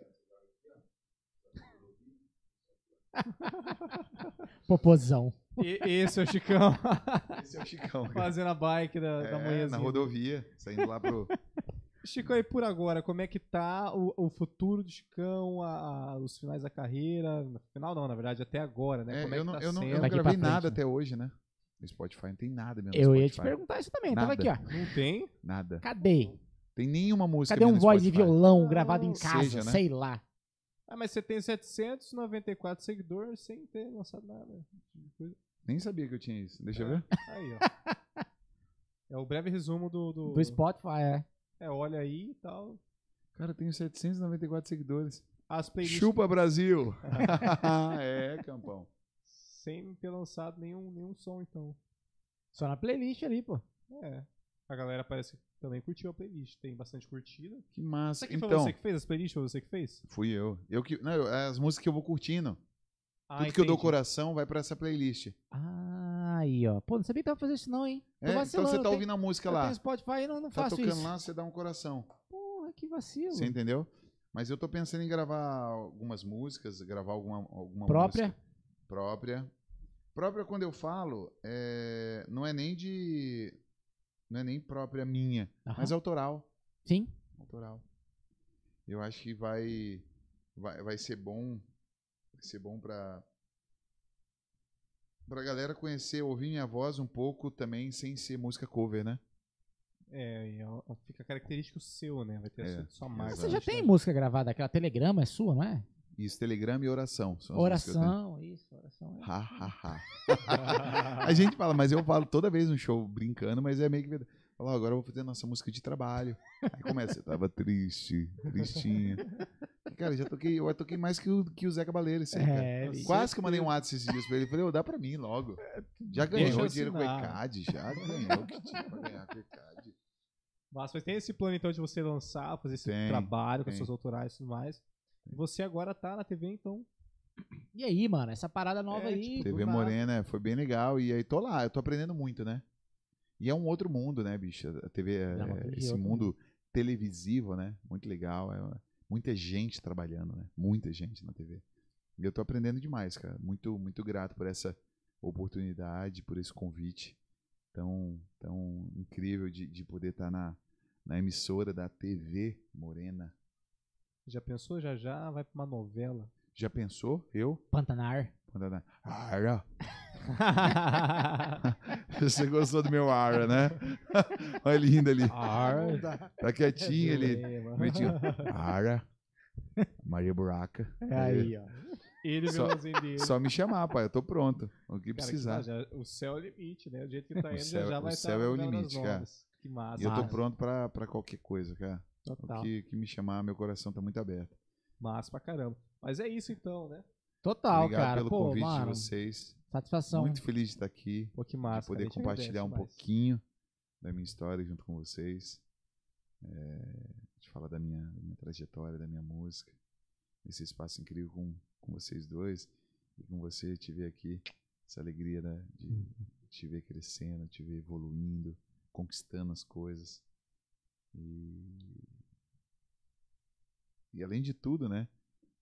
Popozão.
E, esse é o Chicão
Esse é o Chicão, cara.
fazendo a bike da, da
É, na
manhãzinha.
rodovia, saindo lá pro.
Chicão, e por agora, como é que tá o, o futuro do Chicão, a- a- os finais da carreira? Final não, na verdade, até agora, né?
É,
como é
eu,
que
não,
tá
eu, não, eu
sendo?
não
Daqui pra
gravei
frente,
nada
né?
até hoje, né? No Spotify não tem nada mesmo. no
Eu ia te
Spotify.
perguntar isso também. Tava aqui,
Nada.
ó.
Não tem?
Nada.
Cadê?
Tem nenhuma música.
Cadê um
minha no
voz e
Spotify.
violão gravado em casa?
Seja, né?
Sei lá.
Ah, mas você tem 794 seguidores sem ter lançado nada.
Nem sabia que eu tinha isso. Deixa eu ver.
Aí, ó. É o breve resumo do. do,
Do Spotify, é.
É, olha aí e tal.
Cara, eu tenho 794 seguidores.
As playlists
Chupa Brasil! é, campão.
sem ter lançado nenhum, nenhum som, então.
Só na playlist ali, pô.
É. A galera parece que também curtiu a playlist. Tem bastante curtida.
Que massa.
Será que foi
Então,
você
assim
que fez as playlists? Foi você que fez?
fui eu. eu que, não, eu- as músicas que eu vou curtindo.
Ah,
Tudo que eu dou
entendi.
coração vai pra essa playlist.
Ah, aí, ó. Pô, não sabia que tava fazendo isso, não, hein? Tô
É, então
vacilando,
você
eu
tá
tenho-
ouvindo a música
Eu
lá.
tenho Spotify e não, não
Tá
faço
tocando
isso. Uhum.
lá, você dá um coração.
Porra, que vacilo.
Você entendeu? Mas eu tô pensando em gravar algumas músicas, gravar alguma, alguma
Própria?
música própria. Própria, quando eu falo, é, não é nem de. Não é nem própria minha,
Aham.
mas autoral.
Sim.
Autoral. Eu acho que vai. Vai, vai ser bom. Vai ser bom pra. Pra galera conhecer, ouvir minha voz um pouco também, sem ser música cover, né?
É, e ó, ó, fica característico seu, né? Vai ter a
É,
sua- sua marca.
Mas você já
né?
tem música gravada, aquela Telegrama é sua, não é?
Isso, Telegram e oração. são as músicas que eu tenho.
Oração, isso, oração. é.
Ha, ha, ha. A gente fala, mas eu falo toda vez no show brincando, mas é meio que verdade. Falo, "Ó, agora eu vou fazer nossa música de trabalho. Aí começa, eu tava triste, tristinha. Cara, eu já toquei, eu toquei mais que o, que o Zé Cabaleiro, isso aí, cara.
É,
Nossa.
bicho.
Quase que eu mandei um ato esses dias pra ele. Falei, ô, dá pra mim logo. Já ganhou
É, Deixa eu
dinheiro com o
assinar.
ECAD, já ganhou o que tinha pra ganhar com o ECAD.
Mas você tem esse plano então de você lançar, fazer esse
Tem,
trabalho com
tem.
seus autorais e tudo mais. E você agora tá na TV, então.
E aí, mano, essa parada nova
É,
aí.
tipo,
TV
do nada.
Morena, é, foi bem legal. E aí tô lá, eu tô aprendendo muito, né? E é um outro mundo, né, bicho? A TV, é,
Dramaturgia é
esse
outro
mundo televisivo, né? Muito legal. é, muita gente trabalhando, né? Muita gente na TV. E eu tô aprendendo demais, cara. Muito, muito grato por essa oportunidade, por esse convite tão, tão incrível de, de poder estar na, na emissora da TV Morena.
Já pensou? Já já vai pra uma novela.
Já pensou? Eu?
Pantanar.
Quando ela- Ara. Você gostou do meu Ara, né? Olha ele rindo ali.
Ah,
Não
Ar.
dá.
Tá
É
quietinho
é
ali.
Dilema.
Bonitinho. Ara. Maria Buraca.
É aí, ó.
Ele,
Só-
violãozinho dele.
Só me chamar, pai. Eu tô pronto. O que
Cara, que
precisar.
tá, já- o céu é o limite, né? O jeito que tá
O
indo,
céu-
já já
o
vai estar.
céu é o limite, cara.
Que massa.
E eu tô
massa,
pronto pra, pra qualquer coisa, cara. O
Total.
que, que me chamar, meu coração tá muito aberto.
Massa pra caramba. Mas é isso então, né?
Total,
Obrigado
cara.
pelo
Pô,
convite
mano,
de vocês.
satisfação.
Muito feliz de estar aqui.
Pô, que
de
massa.
poder
cara, a gente
compartilhar um
agradece demais.
pouquinho da minha história junto com vocês. É, de falar da minha, da minha trajetória, da minha música. Esse espaço incrível com, com vocês dois. E com você, te ver aqui. Essa alegria né, de te ver crescendo, te ver evoluindo, conquistando as coisas. E, e além de tudo, né?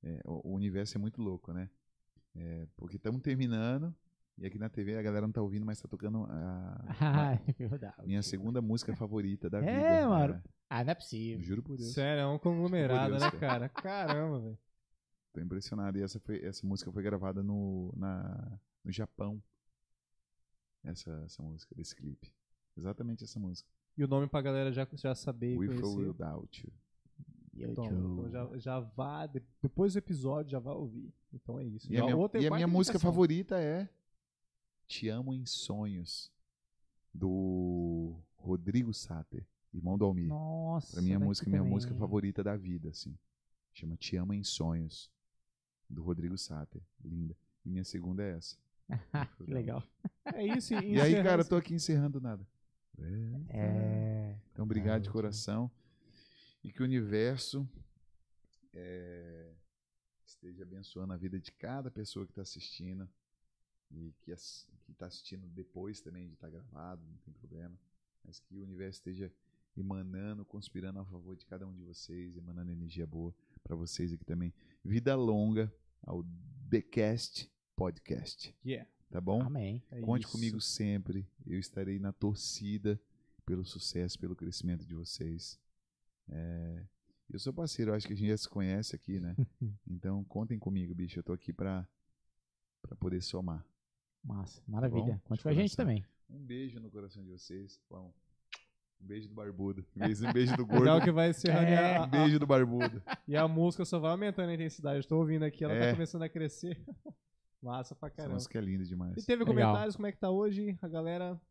é, o, o universo é muito louco, né? É, porque estamos terminando. E aqui na TV a galera não tá ouvindo, mas tá tocando a,
Ai, meu Deus.
a minha segunda música favorita da
É,
vida.
mano.
cara.
Ah, não é
Eu
possível.
juro por Deus.
Sério, é um conglomerado,
Por Deus,
né, cara? Caramba, velho.
Tô impressionado. E essa, foi, essa música foi gravada no, na, no Japão. Essa, essa música, desse clipe. Exatamente essa música.
E o nome pra galera já, já saber e
We For
conhecer.
Will Doubt You.
Então, então já, já vá, de- depois do episódio já vá ouvir. Então é isso.
E
Já
a minha,
outra é
e a
quarta
minha música
indicação.
favorita é Te Amo em Sonhos, do Rodrigo Sater, irmão do Almir.
Nossa.
Pra mim, a
daqui
música é minha
também.
música favorita da vida, assim. Chama Te Ama em Sonhos, do Rodrigo Sater. Linda. E minha segunda é essa.
Que legal.
É isso.
E aí, cara,
encerramos-
eu tô aqui encerrando nada.
É.
Então, obrigado de
Ah,
coração. E que o universo eh, esteja abençoando a vida de cada pessoa que está assistindo. E que está assistindo depois também de estar gravado, não tem problema. Mas que o universo esteja emanando, conspirando a favor de cada um de vocês, emanando energia boa para vocês aqui também. Vida longa ao TheCast Podcast.
Yeah,
Tá bom?
Amém.
é
Conte
isso.
comigo sempre. Eu estarei na torcida pelo sucesso, pelo crescimento de vocês. É, Eu sou parceiro, eu acho que a gente já se conhece aqui, né? Então contem comigo, bicho. Eu tô aqui pra, pra poder somar.
Massa, maravilha.
Tá Bom,
Conte
de
com a gente
coração.
também.
Um beijo no coração de vocês. Bom, um beijo do barbudo. Um beijo, um beijo do
Legal
gordo.
que né? vai encerrando
É.
e a- a-
Um beijo do barbudo.
e a música só vai aumentando a intensidade. Eu tô ouvindo aqui, ela
É.
tá começando a crescer. Massa pra
Essa
caramba.
música é linda
E
demais.
teve
Legal.
comentários, como é que tá hoje? A galera.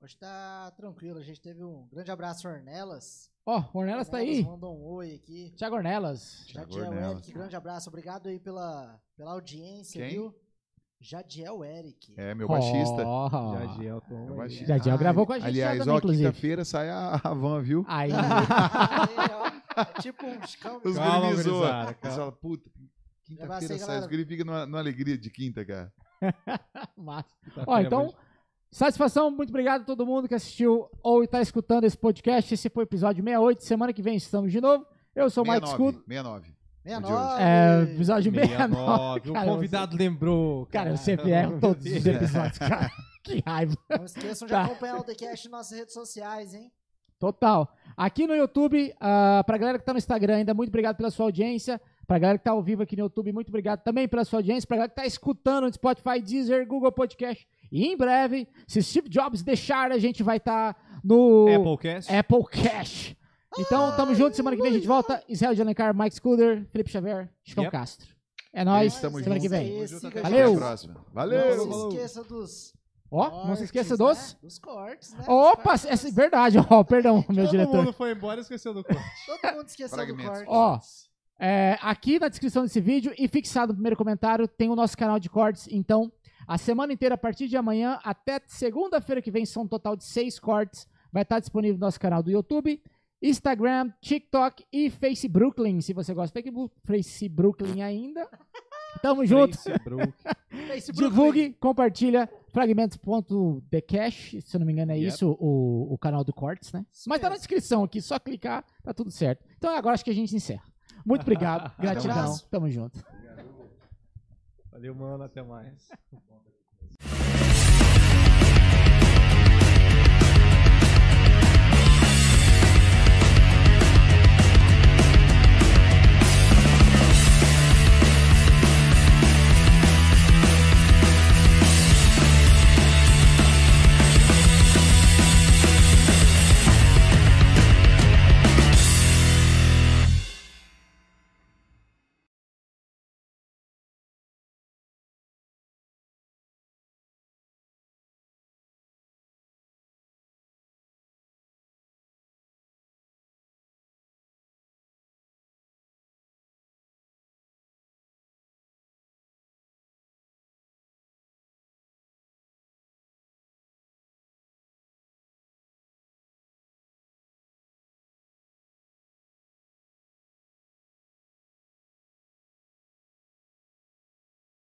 Hoje tá tranquilo. A gente teve um grande abraço, Ornelas.
Ó, Ornelas tá aí.
Mandou um oi aqui.
Tiago Ornelas.
Jadiel
Ornelas.
Eric, grande abraço. Obrigado aí pela, pela audiência,
Quem?
viu? Jadiel Eric.
É, meu baixista.
Ó.
Jadiel, Tom,
Meu
aí.
baixista.
Jadiel
Ah,
gravou com a gente já
Aliás,
também,
ó,
inclusive.
quinta-feira sai a, a van, viu?
Aí.
É, ó, tipo um calma.
Os
Calma,
guris me zoam.
gurizada,
Eles
calma.
falam, puta,
Abraço
quinta-feira sai.
aí, galera.
Os guris ficam numa, numa alegria de quinta, cara.
Massa.
Quinta-feira,
Ó, então,
hoje.
satisfação, muito obrigado a todo mundo que assistiu ou está escutando esse podcast. Esse foi o episódio 68. Semana que vem estamos de novo. Eu sou o Mike
69,
Escudo.
69.
É,
69.
episódio 69.
69. O
cara,
convidado lembrou.
Cara, eu sempre erro todos
É.
os episódios, cara. Que raiva.
Não esqueçam de
Tá.
acompanhar o TheCast nas nossas redes sociais, hein?
Total. Aqui no YouTube, ah, pra galera que tá no Instagram ainda, muito obrigado pela sua audiência. Pra galera que tá ao vivo aqui no YouTube, muito obrigado também pela sua audiência. Pra galera que tá escutando no Spotify, Deezer, Google Podcast. E em breve, se Steve Jobs deixar, a gente vai estar no
Applecast.
Apple Cash. Então, tamo junto. Semana que vem a gente volta. Israel de Alencar, Mike Scooter, Felipe Xavier, Chicão
Yep.
Castro. É nóis.
Estamos
Semana que
juntos.
vem.
Tamo
Esse
junto,
grande
até
Valeu.
a próxima. Valeu!
Não se
Falou.
esqueça dos.
Ó, não se esqueça dos.
cortes, né? Dos cortes, né?
Opa,
Dos cortes.
é verdade. Ó, perdão, meu
Todo
diretor.
mundo foi embora e esqueceu do corte.
Todo mundo esqueceu do
Fragmentos.
corte.
Ó, é, aqui na descrição desse vídeo e fixado no primeiro comentário tem o nosso canal de cortes. Então, a semana inteira, a partir de amanhã até segunda-feira que vem, são um total de seis cortes. Vai estar disponível no nosso canal do YouTube, Instagram, TikTok e Face Brooklyn. Se você gosta do Facebook- Face Brooklyn ainda, tamo junto.
Face Brook.
Facebook.
Divulgue, compartilha, fragmentos.thecash, se eu não me engano é
Yep.
isso o, o canal do Cortes, né?
Isso
Mas tá na
mesmo.
descrição aqui, só clicar, tá tudo certo. Então agora acho que a gente encerra. Muito obrigado, gratidão,
abraço.
tamo junto.
Valeu, mano. Até mais.